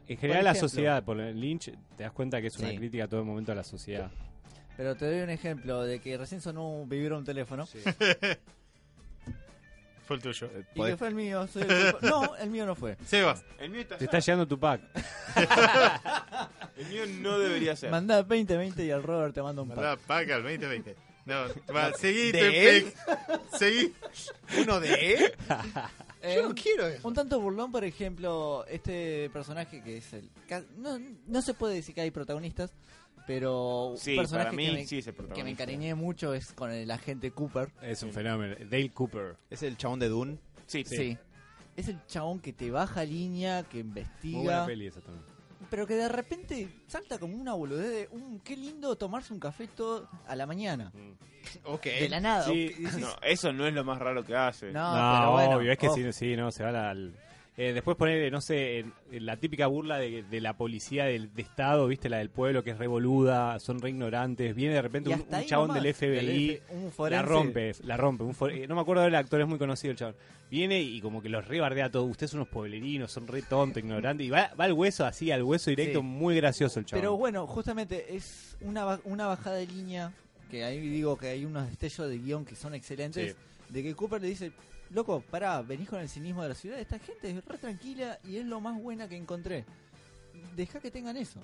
S4: En general la
S5: ejemplo.
S4: sociedad, por Lynch, te das cuenta que es una
S5: Sí.
S4: crítica a todo el momento a la sociedad.
S5: Pero te doy un ejemplo de que recién sonó un vibró un teléfono.
S1: Fue el tuyo.
S3: Eh,
S5: Y que
S3: podés-
S5: fue el mío. soy el culpa- no, el mío no fue.
S1: Sebas,
S2: El mío, está
S4: Te está llegando tu pack.
S2: el mío no debería ser.
S5: Mandá 20-20 y al Robert te manda un pack.
S1: ¿verdad? Paga el 2020. No, va, seguí,
S3: ¿De
S1: Twin
S3: él?
S1: Peaks. Seguí.
S3: ¿Uno de él?
S5: Eh,
S6: Yo no quiero eso.
S5: Un tanto burlón, por ejemplo, este personaje que es el. ca- No, no se puede decir que hay protagonistas, pero un
S2: Sí,
S5: personaje
S2: para mí
S5: que, me,
S2: sí es el
S5: que
S2: protagonista.
S5: me encariñé mucho es con el agente Cooper.
S4: Es un fenómeno. Dale Cooper.
S3: ¿Es el chabón de Dune?
S2: Sí,
S5: Sí. Es el chabón que te baja línea, que investiga.
S4: Muy buena peli esa también.
S5: Pero que de repente salta como una boludez de. Un, qué lindo tomarse un café todo a la mañana.
S3: Ok.
S5: De la nada.
S4: Sí.
S5: o que decís,
S2: No, eso no es lo más raro que hace.
S5: Ah, No,
S4: No,
S5: pero bueno.
S4: obvio, es que
S5: oh,
S4: sí, sí, no, se va la- al... eh, después poner, no sé, en- en la típica burla de, de la policía del de Estado, viste, la del pueblo que es revoluda, son re ignorantes. Viene de repente
S5: y
S4: un,
S5: hasta
S4: un
S5: ahí
S4: chabón
S5: nomás,
S4: del FBI,
S5: F- un
S4: la
S5: forense.
S4: rompe, la rompe. un for- eh, no me acuerdo del actor, es muy conocido el chabón. Viene y como que los rebardea a todos. Ustedes son unos pueblerinos, son re tontos, ignorantes. Y va, va al hueso así, al hueso directo,
S5: Sí.
S4: muy gracioso el chabón.
S5: Pero bueno, justamente es una, ba- una bajada de línea, que ahí digo que hay unos destellos de guión que son excelentes, de que Cooper le dice, loco, pará, venís con el cinismo de la ciudad, esta gente es re tranquila y es lo más buena que encontré. Deja que tengan eso.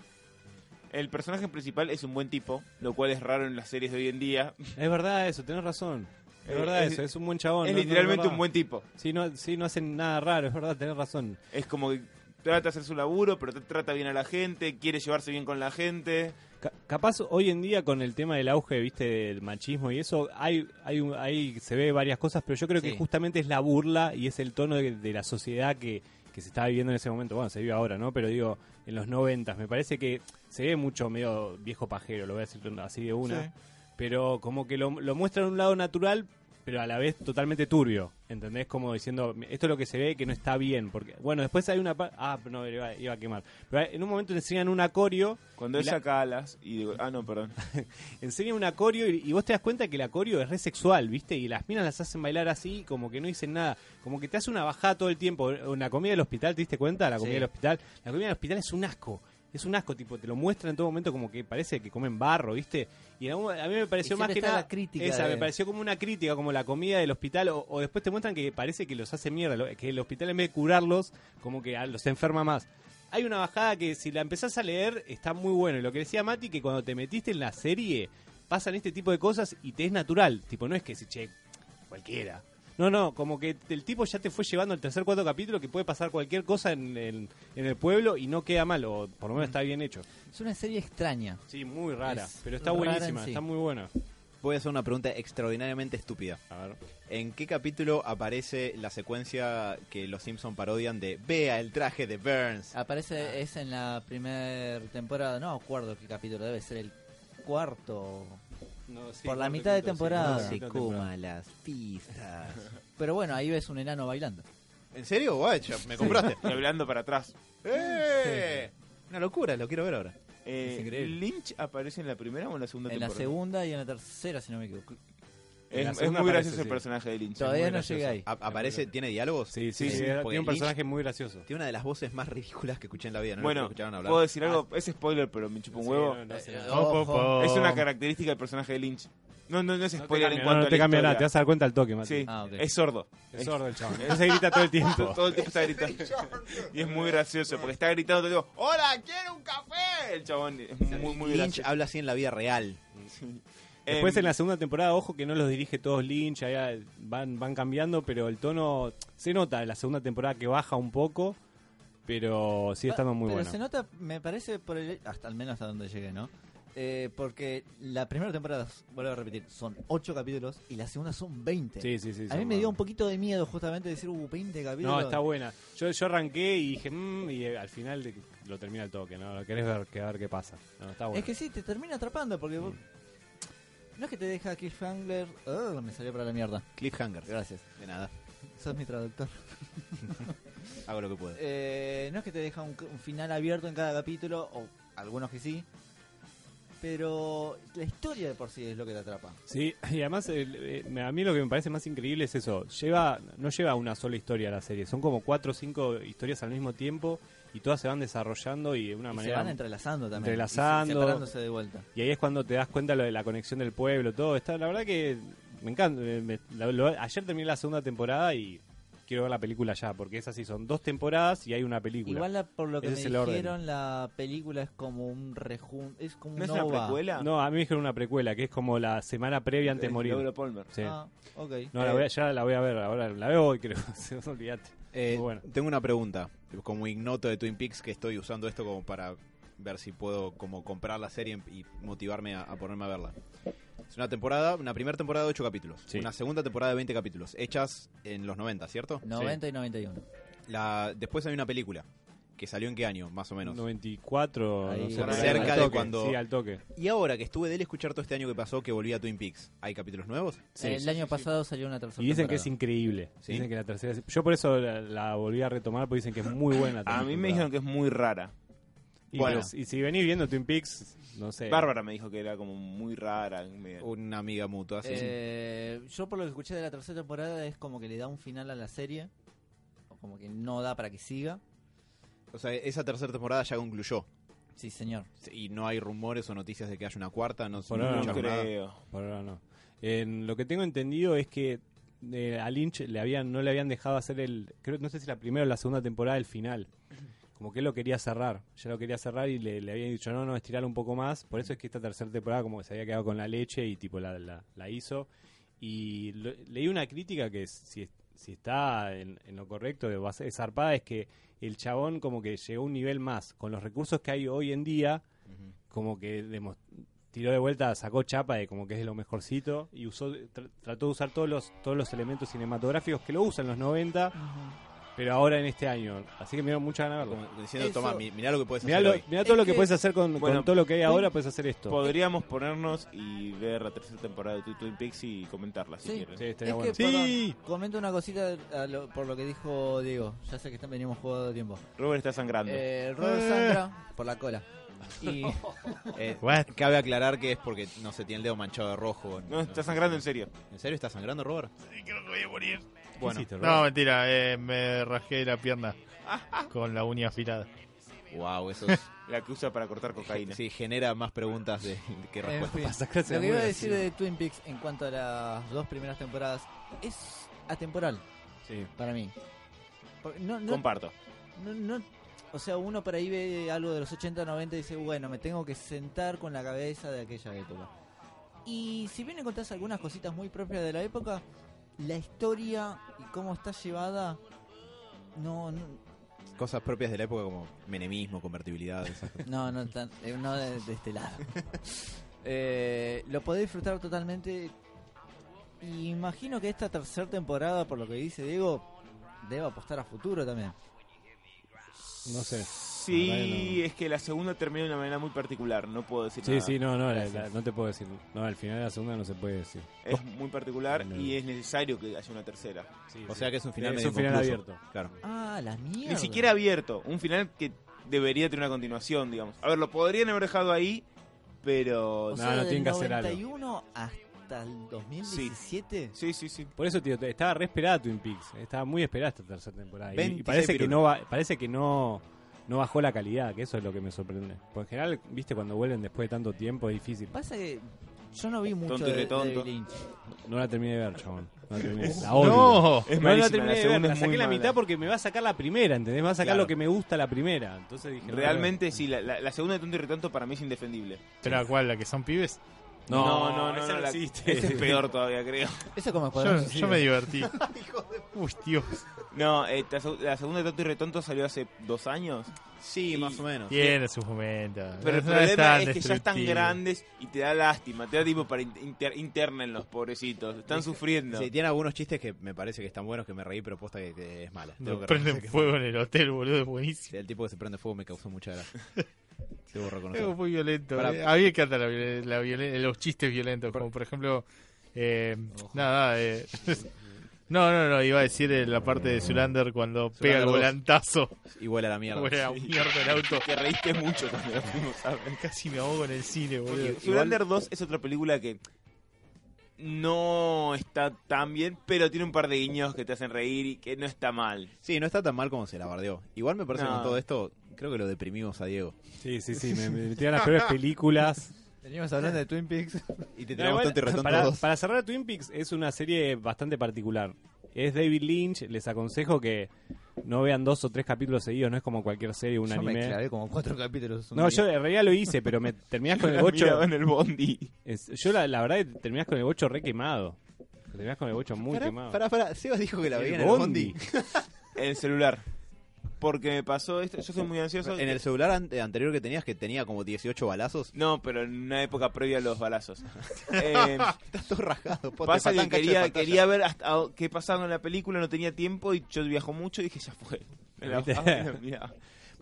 S2: El personaje principal es un buen tipo, lo cual es raro en las series de hoy en día.
S4: Es verdad eso, tenés razón. Es
S2: Eh,
S4: verdad
S2: es-
S4: eso, es un buen chabón.
S2: es
S4: no- no,
S2: literalmente
S4: verdad.
S2: un buen tipo.
S4: Sí no, sí, no hacen nada raro, es verdad, tenés razón.
S2: Es como que trata de hacer su laburo, pero tra- trata bien a la gente, quiere llevarse bien con la gente.
S4: Ca- capaz hoy en día con el tema del auge, viste, del machismo y eso, hay, hay, un- ahí se ve varias cosas, pero yo creo que
S5: Sí.
S4: justamente es la burla y es el tono de, de la sociedad que, que que se estaba viviendo en ese momento, bueno, se vive ahora, ¿no? Pero digo, en los noventas, me parece que se ve mucho medio viejo pajero, lo voy a decir así de una,
S1: Sí.
S4: pero como que lo, lo muestra de un lado natural, pero a la vez totalmente turbio, ¿entendés? Como diciendo, esto es lo que se ve que no está bien, porque, bueno, después hay una... pa- Ah, no, iba, iba a quemar. Pero en un momento te enseñan un acorio
S2: Cuando
S4: Y
S2: ella
S4: la-
S2: saca alas y digo, ah, no, perdón.
S4: enseñan un acorio y, y vos te das cuenta que el acorio es re sexual, ¿viste? Y las minas las hacen bailar así, como que no dicen nada. Como que te hace una bajada todo el tiempo. En la comida del hospital, ¿te diste cuenta? La comida
S5: Sí.
S4: del hospital. La comida del hospital es un asco. Es un asco, tipo, te lo muestran en todo momento como que parece que comen barro, ¿viste? Y en algún- a mí me pareció
S5: Y
S4: más
S5: siempre
S4: que
S5: está
S4: nada.
S5: la crítica
S4: esa,
S5: de-
S4: me pareció como una crítica, como la comida del hospital. O, o después te muestran que parece que los hace mierda, lo- que el hospital en vez de curarlos, como que ah, los enferma más. Hay una bajada que si la empezás a leer está muy bueno. Y lo que decía Mati, que cuando te metiste en la serie pasan este tipo de cosas y te es natural. Tipo, no es que si che, cualquiera. No, no, como que el tipo ya te fue llevando al tercer, cuarto capítulo que puede pasar cualquier cosa en el, en el pueblo y no queda mal, o por lo menos está bien hecho.
S5: Es una serie extraña.
S4: Sí, muy rara,
S5: Es
S4: pero está
S5: Mm. rara en
S4: buenísima,
S5: sí.
S4: está muy buena.
S3: Voy a hacer una pregunta extraordinariamente estúpida.
S4: A ver.
S3: ¿En qué capítulo aparece la secuencia que los Simpson parodian de Vea el traje de Burns?
S5: Aparece,
S4: Ah.
S5: es en la primera temporada, no me acuerdo qué capítulo, debe ser el cuarto. Por la mitad de temporada.
S3: se
S5: Sí,
S3: coma las pistas.
S5: Pero bueno, ahí ves un enano bailando.
S3: ¿En serio? Guacha, me compraste.
S2: Y hablando para atrás.
S3: ¡Eh! Una locura, lo quiero ver ahora.
S2: Eh,
S5: Es increíble.
S2: ¿Lynch aparece en la primera o en la segunda
S5: En la
S2: temporada?
S5: segunda y en la tercera, si no me equivoco.
S2: Es,
S4: En la
S2: es
S4: segunda
S2: muy
S4: aparece,
S2: gracioso el
S4: sí.
S2: personaje de Lynch.
S5: Todavía
S4: muy
S5: no
S4: gracioso. Ah,
S5: llegué ahí.
S3: A- ¿Aparece? ¿Tiene diálogos?
S4: Sí, sí, sí,
S3: Sí, porque
S4: tiene un
S3: Lynch-
S4: personaje muy gracioso.
S3: Tiene una de las voces más ridículas que escuché en la vida. No
S2: bueno,
S3: lo escucharon hablar.
S2: ¿puedo decir algo? Es spoiler, pero me chupa un
S4: Sí,
S2: huevo.
S4: no, no hace
S5: Eh,
S4: nada.
S1: Po, po,
S5: ojo.
S1: po.
S2: Es una característica del personaje de Lynch. No, no, no es
S4: No te
S2: spoiler
S4: cambia,
S2: en
S4: no, no
S2: cuanto
S4: te
S2: a la
S4: cambia nada, te
S2: historia.
S4: vas a dar cuenta al toque, Mati.
S2: Sí,
S5: Ah, ok.
S2: es sordo.
S4: Es sordo el chabón. No se grita todo el tiempo.
S2: Todo el tiempo está gritando. Y es muy gracioso, porque está gritando todo el tiempo, ¡Hola, quiero un café! El chabón es muy, muy
S3: Ah, Lynch
S2: gracioso.
S3: habla así en la vida real.
S4: Después
S2: Em,
S4: en la segunda temporada, ojo que no los dirige todos Lynch, allá van, van cambiando, pero el tono se nota en la segunda temporada que baja un poco, pero sigue estando muy
S5: Pero
S4: bueno.
S5: se nota, me parece, por el, hasta al menos hasta donde llegué, ¿no? Eh, porque la primera temporada, vuelvo a repetir, son 8 capítulos y la segunda son 20.
S4: Sí, sí, sí.
S5: a
S4: son
S5: mí me dio
S4: buenos.
S5: un poquito de miedo justamente decir, uh, 20 capítulos.
S4: No, está buena. Yo, yo arranqué y dije, "Mm", y eh, al final de- lo termina el toque, ¿no? Lo querés ver, que, a ver qué pasa. No, está bueno.
S5: Es que sí, te termina atrapando porque vos- No es que te deja Cliffhanger. Ah, me salió para la mierda.
S3: Cliffhanger.
S5: Gracias.
S3: De nada.
S5: Sos mi traductor.
S3: Hago lo que puedo.
S5: Eh, no es que te deja un, un final abierto en cada capítulo, o algunos que sí. Pero la historia de por sí es lo que te atrapa.
S4: Sí, y además el- eh, me- a mí lo que me parece más increíble es eso, lleva no lleva una sola historia la serie, son como cuatro o cinco historias al mismo tiempo y todas se van desarrollando y de una
S5: Y se
S4: manera
S5: van entrelazando también.
S4: Entrelazando.
S5: Y se- separándose de vuelta.
S4: Y ahí es cuando te das cuenta lo de la conexión del pueblo, todo. Está, la verdad que me encanta. eh, me- la- lo- ayer terminé la segunda temporada y quiero ver la película ya, porque es así, son dos temporadas y hay una película.
S5: Igual la- por lo que
S4: Ese
S5: me
S4: es el orden.
S5: dijeron, la película es como un rejun... Es como
S2: ¿No es
S5: un
S2: una
S5: OVA.
S2: precuela?
S4: No, a mí me dijeron una precuela, que es como la semana previa antes de
S2: Es
S4: morir.
S2: Laura Palmer.
S4: Sí.
S5: Ah, ok.
S4: No, la voy a- ya la voy a ver, ahora la veo hoy creo, olvídate.
S3: Eh,
S4: Muy bueno.
S3: Tengo una pregunta. Como ignoto de Twin Peaks, que estoy usando esto como para ver si puedo como comprar la serie y motivarme a, a ponerme a verla. Es una temporada, una primera temporada de 8 capítulos,
S4: Sí.
S3: una segunda temporada de 20 capítulos, hechas en los 90, ¿cierto?
S5: 90 y 91.
S3: La, después hay una película, que salió en qué año, más o menos.
S4: 94,
S5: Ahí,
S4: no sé,
S5: por
S4: por ahí,
S5: ahí.
S4: al
S5: Cerca
S3: de
S4: toque.
S3: cuando-
S4: Sí, al toque.
S3: Y ahora que estuve de él escuchar todo este año que pasó, que volví a Twin Peaks, ¿hay capítulos nuevos?
S4: Sí.
S5: Eh, el año pasado salió una tercera
S4: Y dicen que
S5: temporada.
S4: es increíble.
S3: Sí.
S4: Dicen que la tercera... es- Yo por eso la, la volví a retomar, porque dicen que es muy buena.
S2: A mí me dijeron que es muy rara.
S4: Y,
S3: Bueno.
S4: pues, y si venís viendo Twin Peaks, no sé.
S2: Bárbara me dijo que era como muy rara. medio-
S3: Una amiga mutua, sí.
S5: Eh, yo por lo que escuché de la tercera temporada es como que le da un final a la serie. O como que no da para que siga.
S3: O sea, esa tercera temporada ya concluyó.
S5: Sí, señor.
S3: Y no hay rumores o noticias de que haya una cuarta, no sé.
S4: Por ahora
S2: no
S4: no
S3: escucharon nada.
S2: creo.
S4: Por ahora no. En lo que tengo entendido es que eh, a Lynch le habían, no le habían dejado hacer el. Creo, no sé si la primera o la segunda temporada, el final. Como que él lo quería cerrar. Ya lo quería cerrar y le, le habían dicho, no, no, estirar un poco más. Por eso es que esta tercera temporada, como que se había quedado con la leche y tipo la, la, la hizo. Y lo- leí una crítica que si, si está en, en lo correcto, de base- es zarpada, es que el chabón como que llegó a un nivel más. Con los recursos que hay hoy en día, como que demos- tiró de vuelta, sacó chapa de como que es de lo mejorcito y usó tr- trató de usar todos los todos los elementos cinematográficos que lo usan los 90, pero ahora en este año. Así que me dio mucha ganas de verlo.
S3: Como Diciendo,
S5: Eso-
S3: toma, mi- mirá lo que puedes
S4: Mirá,
S3: hacer
S4: lo-
S3: hoy.
S4: mirá todo lo que,
S5: que-
S4: puedes hacer con, con
S2: Bueno,
S4: todo lo que hay ahora, puedes hacer esto.
S2: Podríamos ponernos y ver la tercera temporada de Twin Peaks y comentarla si
S5: Sí.
S2: quieren.
S4: Sí,
S5: Es
S4: estaría
S5: que,
S4: bueno.
S1: Sí.
S5: perdón, comento una cosita a lo- por lo que dijo Diego. Ya sé que están, venimos jugando tiempo.
S2: Robert está sangrando.
S5: Eh, Robert
S1: Eh.
S5: Sandra, por la cola. Y
S4: Oh,
S3: Eh,
S1: What?
S3: cabe aclarar que es porque no se tiene el dedo manchado de rojo.
S2: No, está sangrando en serio.
S3: ¿En serio está sangrando, Robert?
S1: Creo que voy a morir.
S3: Bueno,
S1: No, mentira, eh, me rajé la pierna con la uña afilada.
S3: wow, eso es-
S2: La que usa para cortar cocaína.
S3: sí, genera más preguntas de, que
S5: En
S3: respuestas.
S5: fin,
S4: sacarse
S5: lo
S4: la
S5: que iba a
S4: mugre,
S5: decir
S4: sí.
S5: de Twin Peaks en cuanto a las dos primeras temporadas es atemporal
S4: Sí.
S5: para mí. Porque No, no,
S2: Comparto.
S5: no- no- o sea, uno por ahí ve algo de los 80, 90 y dice, bueno, me tengo que sentar con la cabeza de aquella época. Y si bien encontrás algunas cositas muy propias de la época, la historia y cómo está llevada, no, no,
S3: Cosas propias de la época como menemismo, convertibilidad. esas cosas.
S5: No, no, tan- eh, no de, de este lado. Eh, lo podés disfrutar totalmente. Y Imagino que esta tercera temporada, por lo que dice Diego, debe apostar a futuro también.
S4: No sé. La verdad
S2: Sí,
S4: que no.
S2: es que la segunda termina de una manera muy particular. No puedo decir
S4: Sí,
S2: nada.
S4: sí, no, no, la-
S5: Gracias.
S4: la- no te puedo decir. No, al final de la segunda no se puede decir.
S2: Es muy particular
S4: No.
S2: y es necesario que haya una tercera.
S3: o sea que es un final
S4: Es
S3: medio
S4: un final
S3: inconcluso.
S4: abierto.
S3: Claro.
S5: Ah, la mierda.
S2: Ni siquiera abierto. Un final que debería tener una continuación, digamos. A ver, lo podrían haber dejado ahí, pero...
S5: O
S4: No,
S5: sea,
S4: no
S5: del
S4: tienen que hacer algo.
S5: 91 hasta el 2017.
S2: Sí, sí, sí.
S4: Por eso, tío, te- estaba re esperada Twin Peaks. eh, Estaba muy esperada esta tercera temporada. Y- Y,
S3: 26
S4: parece que
S3: pirulos.
S4: no va- parece que no, no bajó la calidad, que eso es lo que me sorprende. Porque en general, viste, cuando vuelven después de tanto tiempo es difícil.
S5: Pasa que yo no vi mucho
S2: Tonto y
S5: de, de
S2: retonto.
S5: Lynch.
S4: No la terminé de ver, chabón. No la terminé. de ver. La odio.
S1: No,
S2: Es
S4: no
S2: malísima,
S4: la terminé
S2: la
S4: de ver,
S2: segunda
S4: la
S2: es
S4: saqué
S2: muy
S4: la
S2: mala.
S4: mitad porque me va a sacar la primera, ¿entendés? Me va a sacar
S2: Claro.
S4: lo que me gusta la primera. Entonces dije, no,
S2: Realmente sí, la, la- la segunda de Tonto y Retanto para mí es indefendible.
S1: ¿Pero cuál? ¿La que son pibes?
S4: No, no, no,
S2: no,
S4: esa no
S2: la-
S4: existe.
S2: esa es peor todavía, creo.
S5: Eso como Escuadrón
S1: Yo,
S5: Suicida.
S1: yo me divertí. Uy, Dios.
S2: No, eh, la seg- la segunda de Tonto y Retonto salió hace dos años.
S3: Sí, más o menos.
S1: Tiene sus momentos.
S2: Pero el
S1: No
S2: problema
S1: tan
S2: es que ya están
S1: destructivo.
S2: grandes y te da lástima, te da tipo para inter interna en los pobrecitos, están sufriendo.
S3: Sí, tiene algunos chistes que me parece que están buenos, que me reí, pero posta que, que es mala. Tengo
S1: Nos
S3: que
S1: prenden
S3: reconocer que-
S1: fuego en el hotel, boludo, es buenísimo.
S3: El tipo que se prende fuego me causó mucha gracia. Debo
S1: Es
S3: reconocer.
S1: muy violento.
S3: Para-
S1: eh. A mí me encantan la violen- la violen- los chistes violentos, como por ejemplo. eh, nada, eh, No, no, no, iba a decir eh, la parte de Zulander cuando pega el
S3: dos.
S1: volantazo.
S3: Igual a la mierda.
S1: Bueno, la mierda el auto.
S2: Te reíste mucho cuando la fuimos a ver.
S1: Casi me ahogo en el cine, boludo.
S2: Zoolander 2 es otra película que no está tan bien, pero tiene un par de guiños que te hacen reír y que no está mal.
S3: Sí, no está tan mal como se la bardeó. Igual me parece que
S2: No.
S3: con todo esto, creo que lo deprimimos a Diego.
S4: Sí, sí, sí, me, me metí en las peores películas.
S5: Veníamos hablando de Twin Peaks.
S3: Y te
S4: No,
S3: tiramos
S4: igual,
S3: tanto y retonto
S4: para,
S3: dos.
S4: para cerrar Twin Peaks es una serie bastante particular. Es David Lynch, les aconsejo que no vean dos o tres capítulos seguidos, no es como cualquier serie, un
S5: yo me
S4: anime.
S5: clavé como cuatro capítulos. un
S4: No,
S5: día.
S4: yo en realidad lo hice, pero me terminás con el
S2: La miraba
S4: bocho.
S2: en el bondi.
S4: es- yo la, la verdad que terminás con el bocho re quemado. Terminás con el bocho muy quemado.
S3: Pará, pará, Sebas dijo que la
S4: El
S3: veía en el bondi.
S4: bondi.
S2: El celular. Porque me pasó esto, yo soy muy ansioso.
S3: En el celular an- anterior que tenías, que tenía como 18 balazos,
S2: No, pero en una época previa a los balazos. Eh,
S3: está todo rasgado. po, te
S2: pasa
S3: faltan
S2: que
S3: cachos de
S2: quería,
S3: pantalla.
S2: quería ver hasta a- qué pasaba en la película, no tenía tiempo y yo viajo mucho y dije, ya fue. Me la
S4: ¿Viste?
S2: bajaba y la miraba.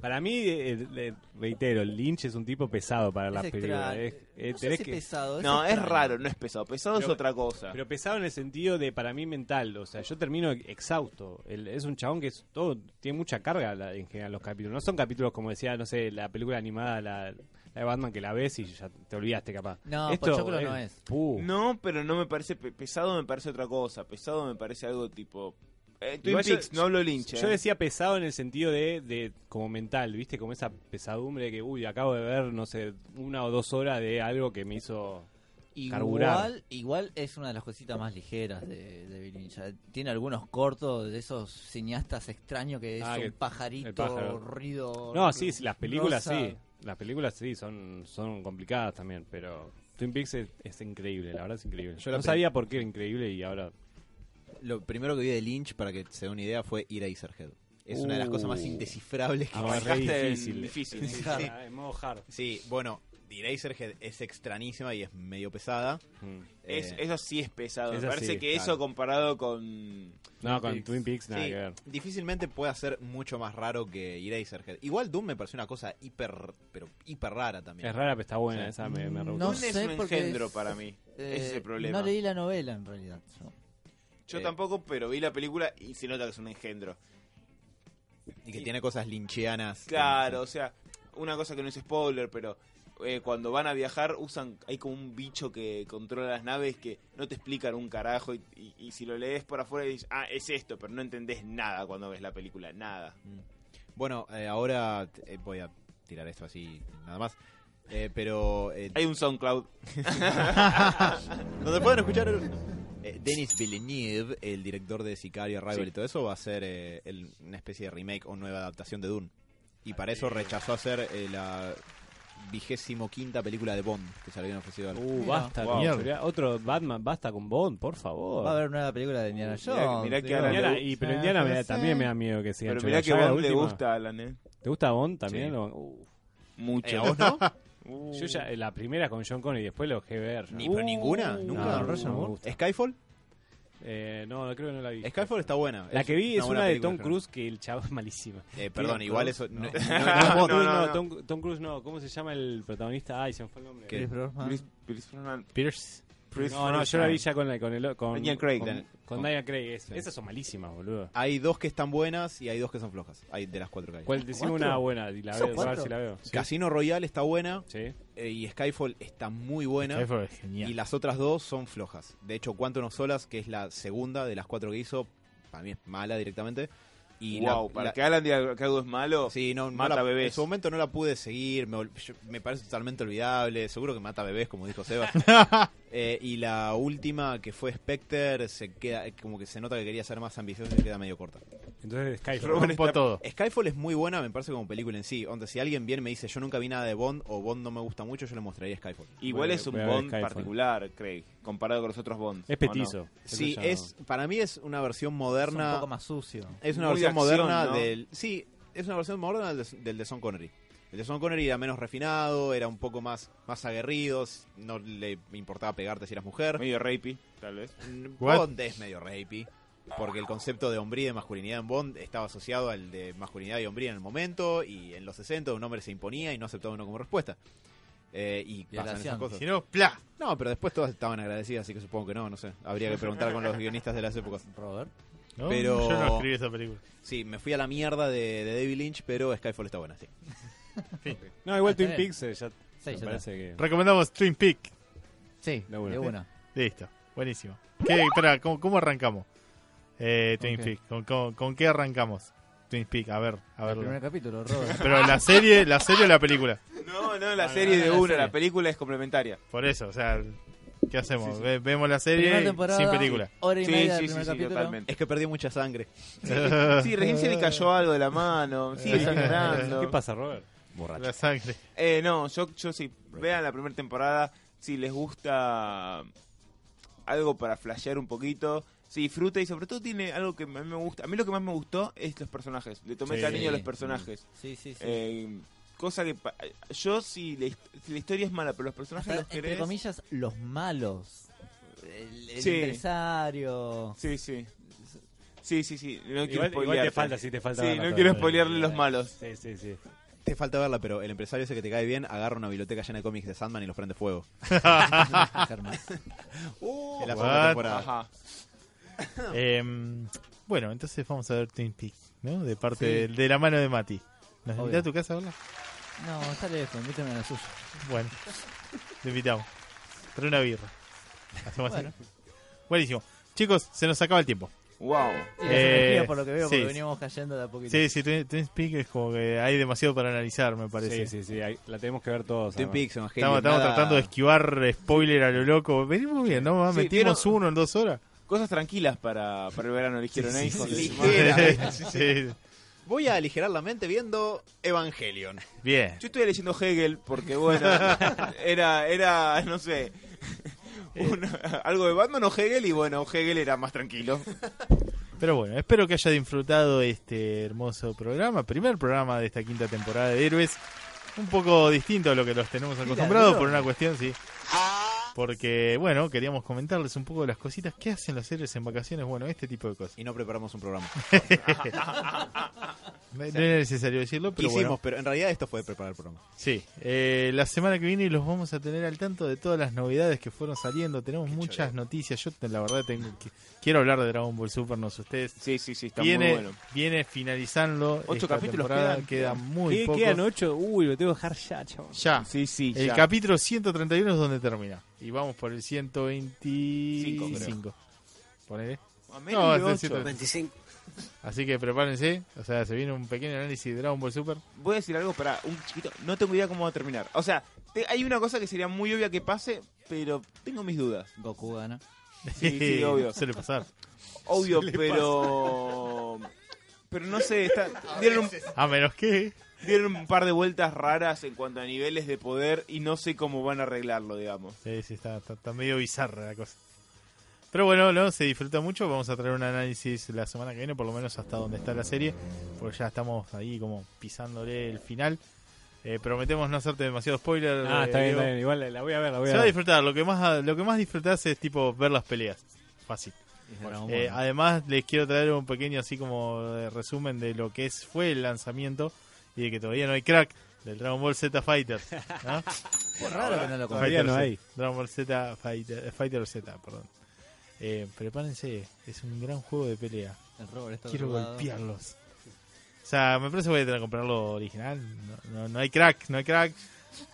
S4: Para mí, eh, eh, reitero, Lynch es un tipo pesado para
S5: Es
S4: las películas.
S5: extraño.
S4: Es- eh,
S5: No sé
S4: tenés
S5: si
S4: que-
S5: pesado,
S2: No, es
S5: extraño.
S2: raro, no es pesado. Pesado es
S4: Pero-
S2: otra cosa.
S4: Pero pesado en el sentido de para mí mental, o sea, yo termino exhausto. El- es un chabón que es todo tiene mucha carga la- en general los capítulos. No son capítulos como decía, no sé, la película animada, la, la de Batman que la ves y ya te olvidaste capaz.
S5: No, pues, Pochoclo no es.
S4: uh,
S2: No, pero no me parece pe- pesado, me parece otra cosa. Pesado me parece algo tipo. Eh, Twin
S4: Igual yo-
S2: Peaks, no hablo linche. eh.
S4: Yo decía pesado en el sentido de, de como mental, ¿viste? Como esa pesadumbre de que, uy, acabo de ver, no sé, una o dos horas de algo que me hizo... Carburar.
S5: Igual, igual es una de las cositas más ligeras de, de Bill Lynch. Tiene algunos cortos de esos cineastas extraños que es
S4: Ah, que-
S5: un pajarito
S4: el pájaro.
S5: ruido.
S4: No, sí, las películas
S5: rosa.
S4: sí. Las películas sí, son, son complicadas también, pero Twin Peaks es, es increíble, la verdad es increíble. Yo
S3: Yo la
S4: no
S3: pri-
S4: sabía por qué era increíble y ahora...
S3: Lo primero que vi de Lynch, para que se dé una idea, fue Eraserhead. Es una de las
S4: Uh.
S3: cosas más indescifrables que
S4: Ah, bueno.
S2: Arrancaste
S4: re
S2: en
S4: difícil.
S2: difícil.
S4: Hard, en modo hard.
S3: Sí, bueno, de Eraserhead es extrañísima y es medio pesada.
S4: Mm.
S2: Es-
S3: Eh,
S2: eso sí es pesado. Me
S4: eso
S2: parece
S4: sí,
S2: que eso
S3: claro.
S2: comparado con.
S4: No, con
S5: Peaks.
S4: Twin Peaks nada
S3: sí,
S4: que ver.
S3: difícilmente puede ser mucho más raro que Eraserhead. Igual Doom me pareció una cosa hiper, pero hiper rara también.
S4: Es rara, pero está buena
S3: Sí.
S4: esa, me, me re
S5: No
S4: gustó.
S2: Dune es
S5: sé,
S2: un
S5: porque
S2: engendro
S5: es-
S2: para mí. Ese
S5: Eh,
S2: es el problema.
S5: No leí la novela en realidad. yo.
S2: Yo
S3: Eh.
S2: tampoco, pero vi la película y se nota que es un engendro.
S3: Y que tiene cosas linchianas.
S2: Claro, o sea, una cosa que no es spoiler, pero eh, cuando van a viajar usan, hay como un bicho que controla las naves que no te explican un carajo y, y- y si lo lees por afuera dices, ah, es esto, pero no entendés nada cuando ves la película, nada.
S3: Bueno, eh, ahora eh, voy a tirar esto así, nada más. Eh, pero eh,
S2: Hay un SoundCloud.
S3: donde pueden escuchar eh, Denis Villeneuve, el director de Sicario, Arrival y todo eso, va a hacer eh, el- una especie de remake o nueva adaptación de Dune. Y para eso rechazó hacer eh, la vigésimo quinta película de Bond que se le habían ofrecido. al-
S4: Uh, basta,
S1: Wow.
S4: con Mierda. otro Batman, basta con Bond, por favor.
S5: Va a haber nueva película de Indiana
S2: Mirá-
S5: Jones.
S2: mirá que
S5: digo.
S2: ahora
S4: Indiana-
S2: le-
S4: y, pero
S5: Ah,
S4: Indiana me
S5: pero
S4: da-
S5: sí.
S4: también me da miedo que siga
S2: pero
S4: hecho.
S2: mirá que
S4: Ya la
S2: Bond le
S4: última-
S2: gusta, Alan, ¿eh?
S4: ¿Te gusta Bond también?
S3: Sí.
S4: Lo- uh,
S2: Mucho.
S3: Eh, ¿a vos no?
S2: Uh.
S4: Yo ya, eh, la primera con John Connery, después lo dejé ver.
S3: Ni,
S4: Uh,
S3: pero ninguna,
S4: no,
S3: nunca.
S4: no, no me gusta.
S3: Skyfall,
S4: Eh, no, creo que no la vi.
S3: Skyfall está buena.
S4: La que vi es
S3: buena
S4: una de
S3: película,
S4: Tom
S3: pero-
S4: Cruise que el chavo es malísima.
S3: Eh, perdón,
S4: Tom
S3: igual
S4: Cruise,
S3: eso no,
S4: no.
S3: no- no es
S4: Tom,
S3: Bond.
S2: no,
S4: no,
S2: no.
S4: Tom, Tom Cruise no. ¿Cómo se llama el protagonista? Ay, se me fue el nombre. Eh,
S3: ¿Qué?
S5: Chris Brosman.
S2: Pierce- Pierce Brosnan-
S1: Pierce.
S2: Pierce
S4: No, no, yo la
S2: Brosnan.
S4: vi ya con, la- con el. Con,
S2: Daniel Craig.
S4: Con,
S3: Dan-
S4: con
S3: con-
S4: Daniel Craig. es- Esas son malísimas, boludo.
S3: Hay dos que están buenas y hay dos que son flojas. Hay de las cuatro que hay.
S4: ¿Cuál? Decime
S5: ¿Cuatro?
S4: una buena. Y la veo,
S5: ¿Son
S4: a ver
S5: cuatro?
S4: si la veo.
S3: Casino Royale está buena
S4: Sí.
S3: eh, y Skyfall está muy buena.
S1: Skyfall es genial.
S3: Y las otras dos son flojas. De hecho, Quantum of Solas, que es la segunda de las cuatro que hizo, para mí es mala directamente. Y la-
S2: wow, para
S3: la-
S2: que Alan diga que algo es malo,
S3: Sí, no, no
S2: Mata
S3: la-
S2: bebés.
S3: En su momento no la pude seguir, me, ol- yo- me parece totalmente olvidable. Seguro que mata bebés, como dijo Seba. Eh, y la última, que fue Spectre, se queda, eh, como que se nota que quería ser más ambicioso y se queda medio corta.
S4: Entonces, Skyfall.
S2: Robert
S1: Rompo
S2: está-
S1: todo.
S3: Skyfall es muy buena, me parece, como película en sí. Donde si alguien viene y me dice, yo nunca vi nada de Bond o Bond no me gusta mucho, yo le mostraría Skyfall.
S2: igual
S4: Voy a-
S2: es un
S4: voy a ver
S2: Bond
S4: Skyfall.
S2: particular, Craig, comparado con los otros Bonds.
S4: Es
S2: ¿o no?
S4: petizo. Eso
S3: Sí,
S4: ya-
S3: es, para mí es una versión
S5: Es un
S3: moderna.
S5: poco más sucio.
S3: Es una
S2: Muy de
S3: versión
S2: acción,
S3: moderna
S2: ¿no?
S3: del. Sí, es una versión moderna del, de- del de Sean Connery. El de Sean Connery era menos refinado, era un poco más, más aguerrido, s- no le importaba pegarte si eras mujer.
S2: Medio rapey, tal vez.
S3: Mm,
S1: What?
S3: Bond es medio rapey, porque el concepto de hombría y masculinidad en Bond estaba asociado al de masculinidad y hombría en el momento, y en los 60 un hombre se imponía y no aceptaba uno como respuesta. Eh, y pasan esas
S5: Violación.
S3: cosas.
S1: Si no, ¡pla!
S3: No, pero después todas estaban agradecidas, así que supongo que no, no sé. Habría que preguntar con los guionistas de las épocas.
S5: Robert.
S1: No,
S3: Pero-
S1: Yo no escribí esa película.
S3: Sí, me fui a la mierda de, de David Lynch, pero Skyfall está buena, sí.
S4: No, igual
S2: Ah,
S5: Está
S4: Twin
S5: bien.
S4: Peaks eh, ya.
S5: Sí,
S4: me
S5: ya
S4: parece que.
S1: Recomendamos Twin Peak.
S5: Sí,
S4: De una.
S5: de una.
S1: Listo. Buenísimo. ¿Qué, espera, ¿cómo, cómo arrancamos? Eh, Twin
S5: ¿Con qué?
S1: Peak. ¿Con, con, con qué arrancamos? Twin Peak, a ver, a
S5: El primer
S1: ver.
S5: capítulo, Robert.
S1: Pero la serie, la serie o la película.
S2: No, no, la serie de
S5: la
S2: una,
S5: serie.
S2: la película es complementaria.
S1: Por eso, o sea, ¿qué hacemos?
S2: Sí, sí.
S1: Ve- Vemos la
S5: Primera
S1: serie
S5: temporada.
S1: sin película.
S5: Hora y
S2: Sí,
S5: media
S2: sí,
S5: del
S2: sí,
S5: primer
S2: sí,
S5: capítulo.
S2: totalmente.
S3: Es que perdí mucha sangre.
S2: Sí, recién se le cayó algo de la mano, sigue sangrando.
S4: ¿Qué pasa, Robert?
S1: la sangre.
S2: Eh, no, yo, yo sí, vean la primera temporada, si les gusta algo para flashear un poquito, se disfruta y sobre todo tiene algo que a mí me gusta. A mí lo que más me gustó es los personajes, le tomé
S1: Sí.
S2: cariño a los personajes.
S5: Sí, sí, sí.
S2: Eh, cosa que pa- yo si la, hist- si la historia es mala, pero los personajes
S5: Hasta,
S2: los
S5: entre
S2: querés.
S5: comillas, los malos. El, el
S2: Sí.
S5: empresario.
S2: Sí, sí. Sí, sí, sí. No quiero
S4: Igual, igual
S2: spoilearte.
S4: te falta, sí, te falta.
S2: Sí,
S4: verla
S2: no
S4: todavía.
S2: quiero spoilearle los malos.
S4: Sí, sí, sí.
S3: Te falta verla, pero el empresario ese que te cae bien agarra una biblioteca llena de cómics de Sandman y los prende fuego.
S5: Germán.
S3: en la
S1: what?
S3: segunda temporada.
S2: Ajá.
S1: Em, bueno, entonces vamos a ver Twin Peak, ¿no? De parte de, de la mano de Mati. ¿Nos
S5: Obvio.
S1: invita a tu casa a verla?
S5: No, está lejos, invítame a la suya.
S1: Bueno, te invitamos. Trae una birra. Hacemos así,
S5: Bueno.
S1: ¿no? Buenísimo. Chicos, se nos acaba el tiempo.
S2: Wow.
S5: Y las
S1: Eh,
S5: energías, por lo que veo,
S1: sí,
S5: porque
S1: sí.
S5: veníamos cayendo de a poquito.
S1: Sí, sí, Twin, Twin Peaks es como que hay demasiado para analizar, me parece.
S4: Sí, sí, sí. ahí- La tenemos que ver todos.
S3: Twin
S4: además.
S3: Peaks, Evangelion,
S1: Estamos, estamos
S3: nada-
S1: tratando de esquivar spoiler a lo loco. Venimos bien, ¿no?
S2: Sí,
S1: Metimos
S2: vieron-
S1: uno en dos horas.
S2: Cosas tranquilas para, para el verano, eligieron, ¿eh? hijos de su madre?
S3: Ligera.
S1: Sí, sí.
S3: Voy a aligerar la mente viendo Evangelion.
S1: Bien.
S2: Yo estoy leyendo Hegel porque, bueno, era, era no sé,
S3: Eh.
S2: una- algo de Batman o Hegel y, bueno, Hegel era más tranquilo.
S1: Pero bueno, espero que haya disfrutado este hermoso programa, primer programa de esta quinta temporada de Héroes. un poco distinto a lo que los tenemos acostumbrados
S5: bro.
S1: por una cuestión, sí. Porque, bueno, queríamos comentarles un poco de las cositas que hacen los héroes en vacaciones, bueno, este tipo de cosas.
S3: Y no preparamos un programa.
S1: No no era necesario decirlo, pero
S3: Hicimos,
S1: bueno.
S3: pero en realidad esto fue preparar el programa.
S1: Sí, eh, la semana que viene los vamos a tener al tanto de todas las novedades que fueron saliendo. Tenemos muchas noticias. Yo, te- la verdad, tengo que- quiero hablar de Dragon Ball Super, no sé ustedes.
S2: Sí, sí, sí, está
S1: Viene,
S2: muy bueno.
S1: viene finalizando.
S2: Ocho
S1: esta
S2: capítulos
S1: temporada,
S2: quedan.
S1: muy
S4: ¿Qué
S1: pocos.
S4: quedan ocho? Uy, lo tengo que dejar ya, chaval.
S1: Ya.
S2: Sí, sí,
S1: El
S2: ya.
S1: capítulo 131 es donde termina. Y vamos por el 125. Ponele.
S2: A menos
S1: No,
S2: de
S1: es
S2: ocho.
S1: decir,
S6: 25.
S1: Así que prepárense. O sea, se viene un pequeño análisis de Dragon Ball Super.
S2: Voy a decir algo para un chiquito. No tengo idea cómo va a terminar. O sea, te- hay una cosa que sería muy obvia que pase, pero tengo mis dudas.
S5: Goku gana.
S2: Sí, sí, obvio.
S1: Suele pasar.
S2: Obvio, pero. Pero no sé, está- dieron, un,
S1: A menos que.
S2: dieron un par de vueltas raras en cuanto a niveles de poder y no sé cómo van a arreglarlo, digamos.
S1: Sí, sí, está, está- está medio bizarra la cosa. Pero bueno, no, se disfruta mucho. Vamos a traer un análisis la semana que viene, por lo menos hasta donde está la serie. Porque ya estamos ahí como pisándole el final. Eh, prometemos no hacerte demasiado spoiler.
S4: Ah,
S1: eh,
S4: está bien,
S1: Diego.
S4: está bien. Igual la- la voy a ver, la voy
S1: Se
S4: a
S1: va a
S4: ver.
S1: disfrutar. Lo que más, lo que más disfrutás es tipo ver las peleas. Fácil.
S4: Ah,
S5: Dragon
S1: Eh,
S5: Ball.
S1: además, les quiero traer un pequeño así como de resumen de lo que es, fue el lanzamiento y de que todavía no hay crack del Dragon Ball Z Fighters. ¿no?
S5: Qué raro que no lo
S4: Todavía
S1: Fighter
S4: no
S1: Z.
S4: hay.
S1: Dragon Ball Z Fighter, eh, Fighter Z, perdón. Eh, prepárense, es un gran juego de pelea.
S5: El Robert está
S1: Quiero
S5: drogado.
S1: golpearlos. O sea, me parece que voy a tener que comprarlo original. No, no- no hay crack, no hay crack.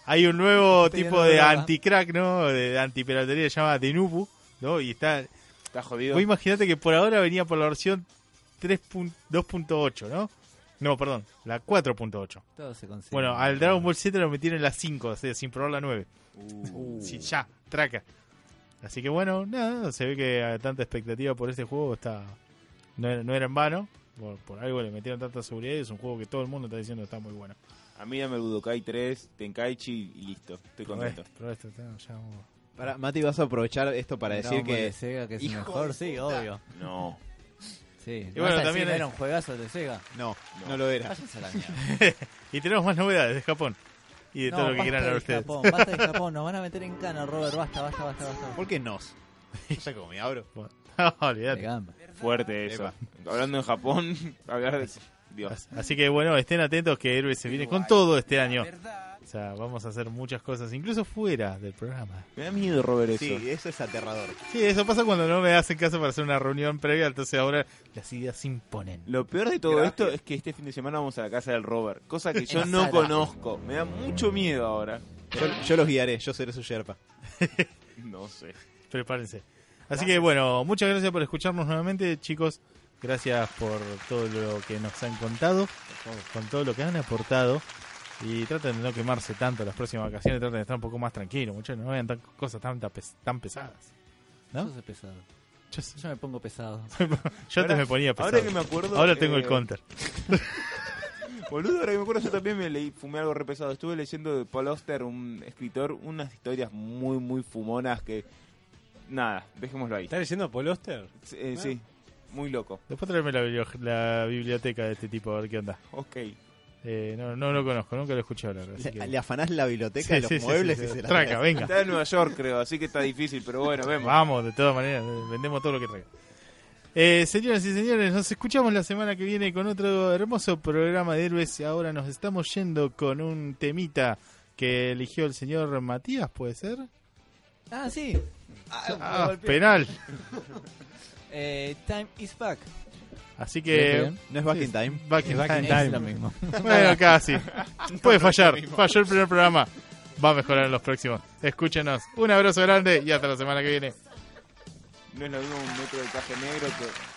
S1: Hay un nuevo
S5: Estoy
S1: tipo
S5: viendo
S1: de
S5: nada.
S1: anti-crack, ¿no? De antipiratería, se llama Tenupu, ¿no? Y está...
S2: Está jodido.
S1: Vos imaginate que por ahora venía por la versión 3.2.8, ¿no? No, perdón, la 4.8.
S5: Todo se consigue.
S1: Bueno, al Dragon Ball Z lo metieron en la 5, o sea, sin probar la 9.
S2: Uh.
S1: Sí, ya, traca. Así que bueno, nada, se ve que eh, tanta expectativa por este juego está no era, no era en vano. Por, por algo le metieron tanta seguridad y es un juego que todo el mundo está diciendo está muy bueno.
S2: A mí dame Budokai 3, Tenkaichi y listo. Estoy contento.
S1: Pero- pero esto está- ya vamos.
S3: Para, Mati, vas a aprovechar esto para
S5: Dragon
S3: decir
S5: Ball de
S3: que.
S5: Sega que es
S3: Hijo de
S5: mejor, sí,
S3: puta.
S5: obvio.
S2: No.
S5: Sí.
S1: Y bueno,
S5: Basta
S1: también
S5: decir,
S1: es-
S5: era un juegazo el de Sega.
S3: No, no, lo era.
S5: Váyanse a la mierda.
S1: Y tenemos más novedades de Japón y de
S5: no,
S1: todo lo que
S5: basta
S1: quieran hablar
S5: de
S1: ustedes.
S5: Japón, basta de Japón, nos van a meter en cana, Robert, basta, basta, basta, basta.
S3: ¿Por qué nos? Ya como me abro.
S1: Bueno, no, olvidate.
S5: De gamba.
S2: Fuerte eso.
S3: Epa.
S2: Hablando en Japón, hablar de. Dios.
S1: Así- Así que bueno, estén atentos que Héroes se viene con todo este año. O sea, vamos a hacer muchas cosas, incluso fuera del programa.
S2: Me da miedo, Robert, eso.
S3: Sí, eso es aterrador.
S1: Sí, eso pasa cuando no me hacen caso para hacer una reunión previa, entonces ahora las ideas se imponen.
S2: Lo peor de todo
S3: Gracias.
S2: esto es que este fin de semana vamos a la casa del Robert, cosa que yo
S5: En
S2: no
S5: Sara.
S2: conozco. Me da mucho miedo ahora.
S3: Yo, yo los guiaré, yo seré su yerpa.
S2: No sé.
S1: Prepárense. Así que bueno, muchas gracias por escucharnos nuevamente, chicos. Gracias por todo lo que nos han contado, con todo lo que han aportado. Y traten de no quemarse tanto las próximas vacaciones, traten de estar un poco más tranquilos, muchachos. No vean tan- cosas tan, tan pes- tan pesadas. ¿No?
S5: Yo soy pesado.
S1: Yo,
S5: Yo me pongo pesado.
S1: yo antes me ponía pesado.
S2: Ahora que me acuerdo.
S1: Ahora tengo el
S2: eh,
S1: counter.
S2: Boludo, ahora que me acuerdo, yo también me leí, fumé algo re pesado. Estuve leyendo de Paul Auster, un escritor, unas historias muy, muy fumonas que. Nada, dejémoslo ahí.
S4: ¿Estás leyendo a Paul Oster?
S2: Eh, sí, muy loco.
S1: Después tráeme la, biblio- la biblioteca de este tipo, a ver qué onda.
S2: Ok.
S1: Eh, no, no lo conozco, nunca lo escuché hablar. así que-
S3: Le, le afanás la biblioteca
S1: Sí,
S3: de los
S1: sí, sí,
S3: muebles
S1: sí,
S3: y
S1: sí.
S3: se la
S1: Traca, venga.
S2: Está en Nueva York, creo, así que está difícil, pero bueno, vemos.
S1: Vamos, de todas maneras, eh, vendemos todo lo que traiga. Eh, señoras y señores, nos escuchamos la semana que viene con otro hermoso programa de héroes. Y Ahora nos estamos yendo con un temita que eligió el señor Matías, ¿puede ser?
S5: Ah, sí.
S1: Ah, penal.
S5: Eh, time is back.
S1: Así
S5: ¿Lo
S1: que.
S5: dije
S3: ¿No es back in time?
S1: Back in time.
S5: Es lo mismo.
S1: Bueno, casi. Puede fallar. Falló el primer programa. Va a mejorar en los próximos. Escúchenos. Un abrazo grande y hasta la semana que viene.
S2: No es lo mismo un metro de traje negro que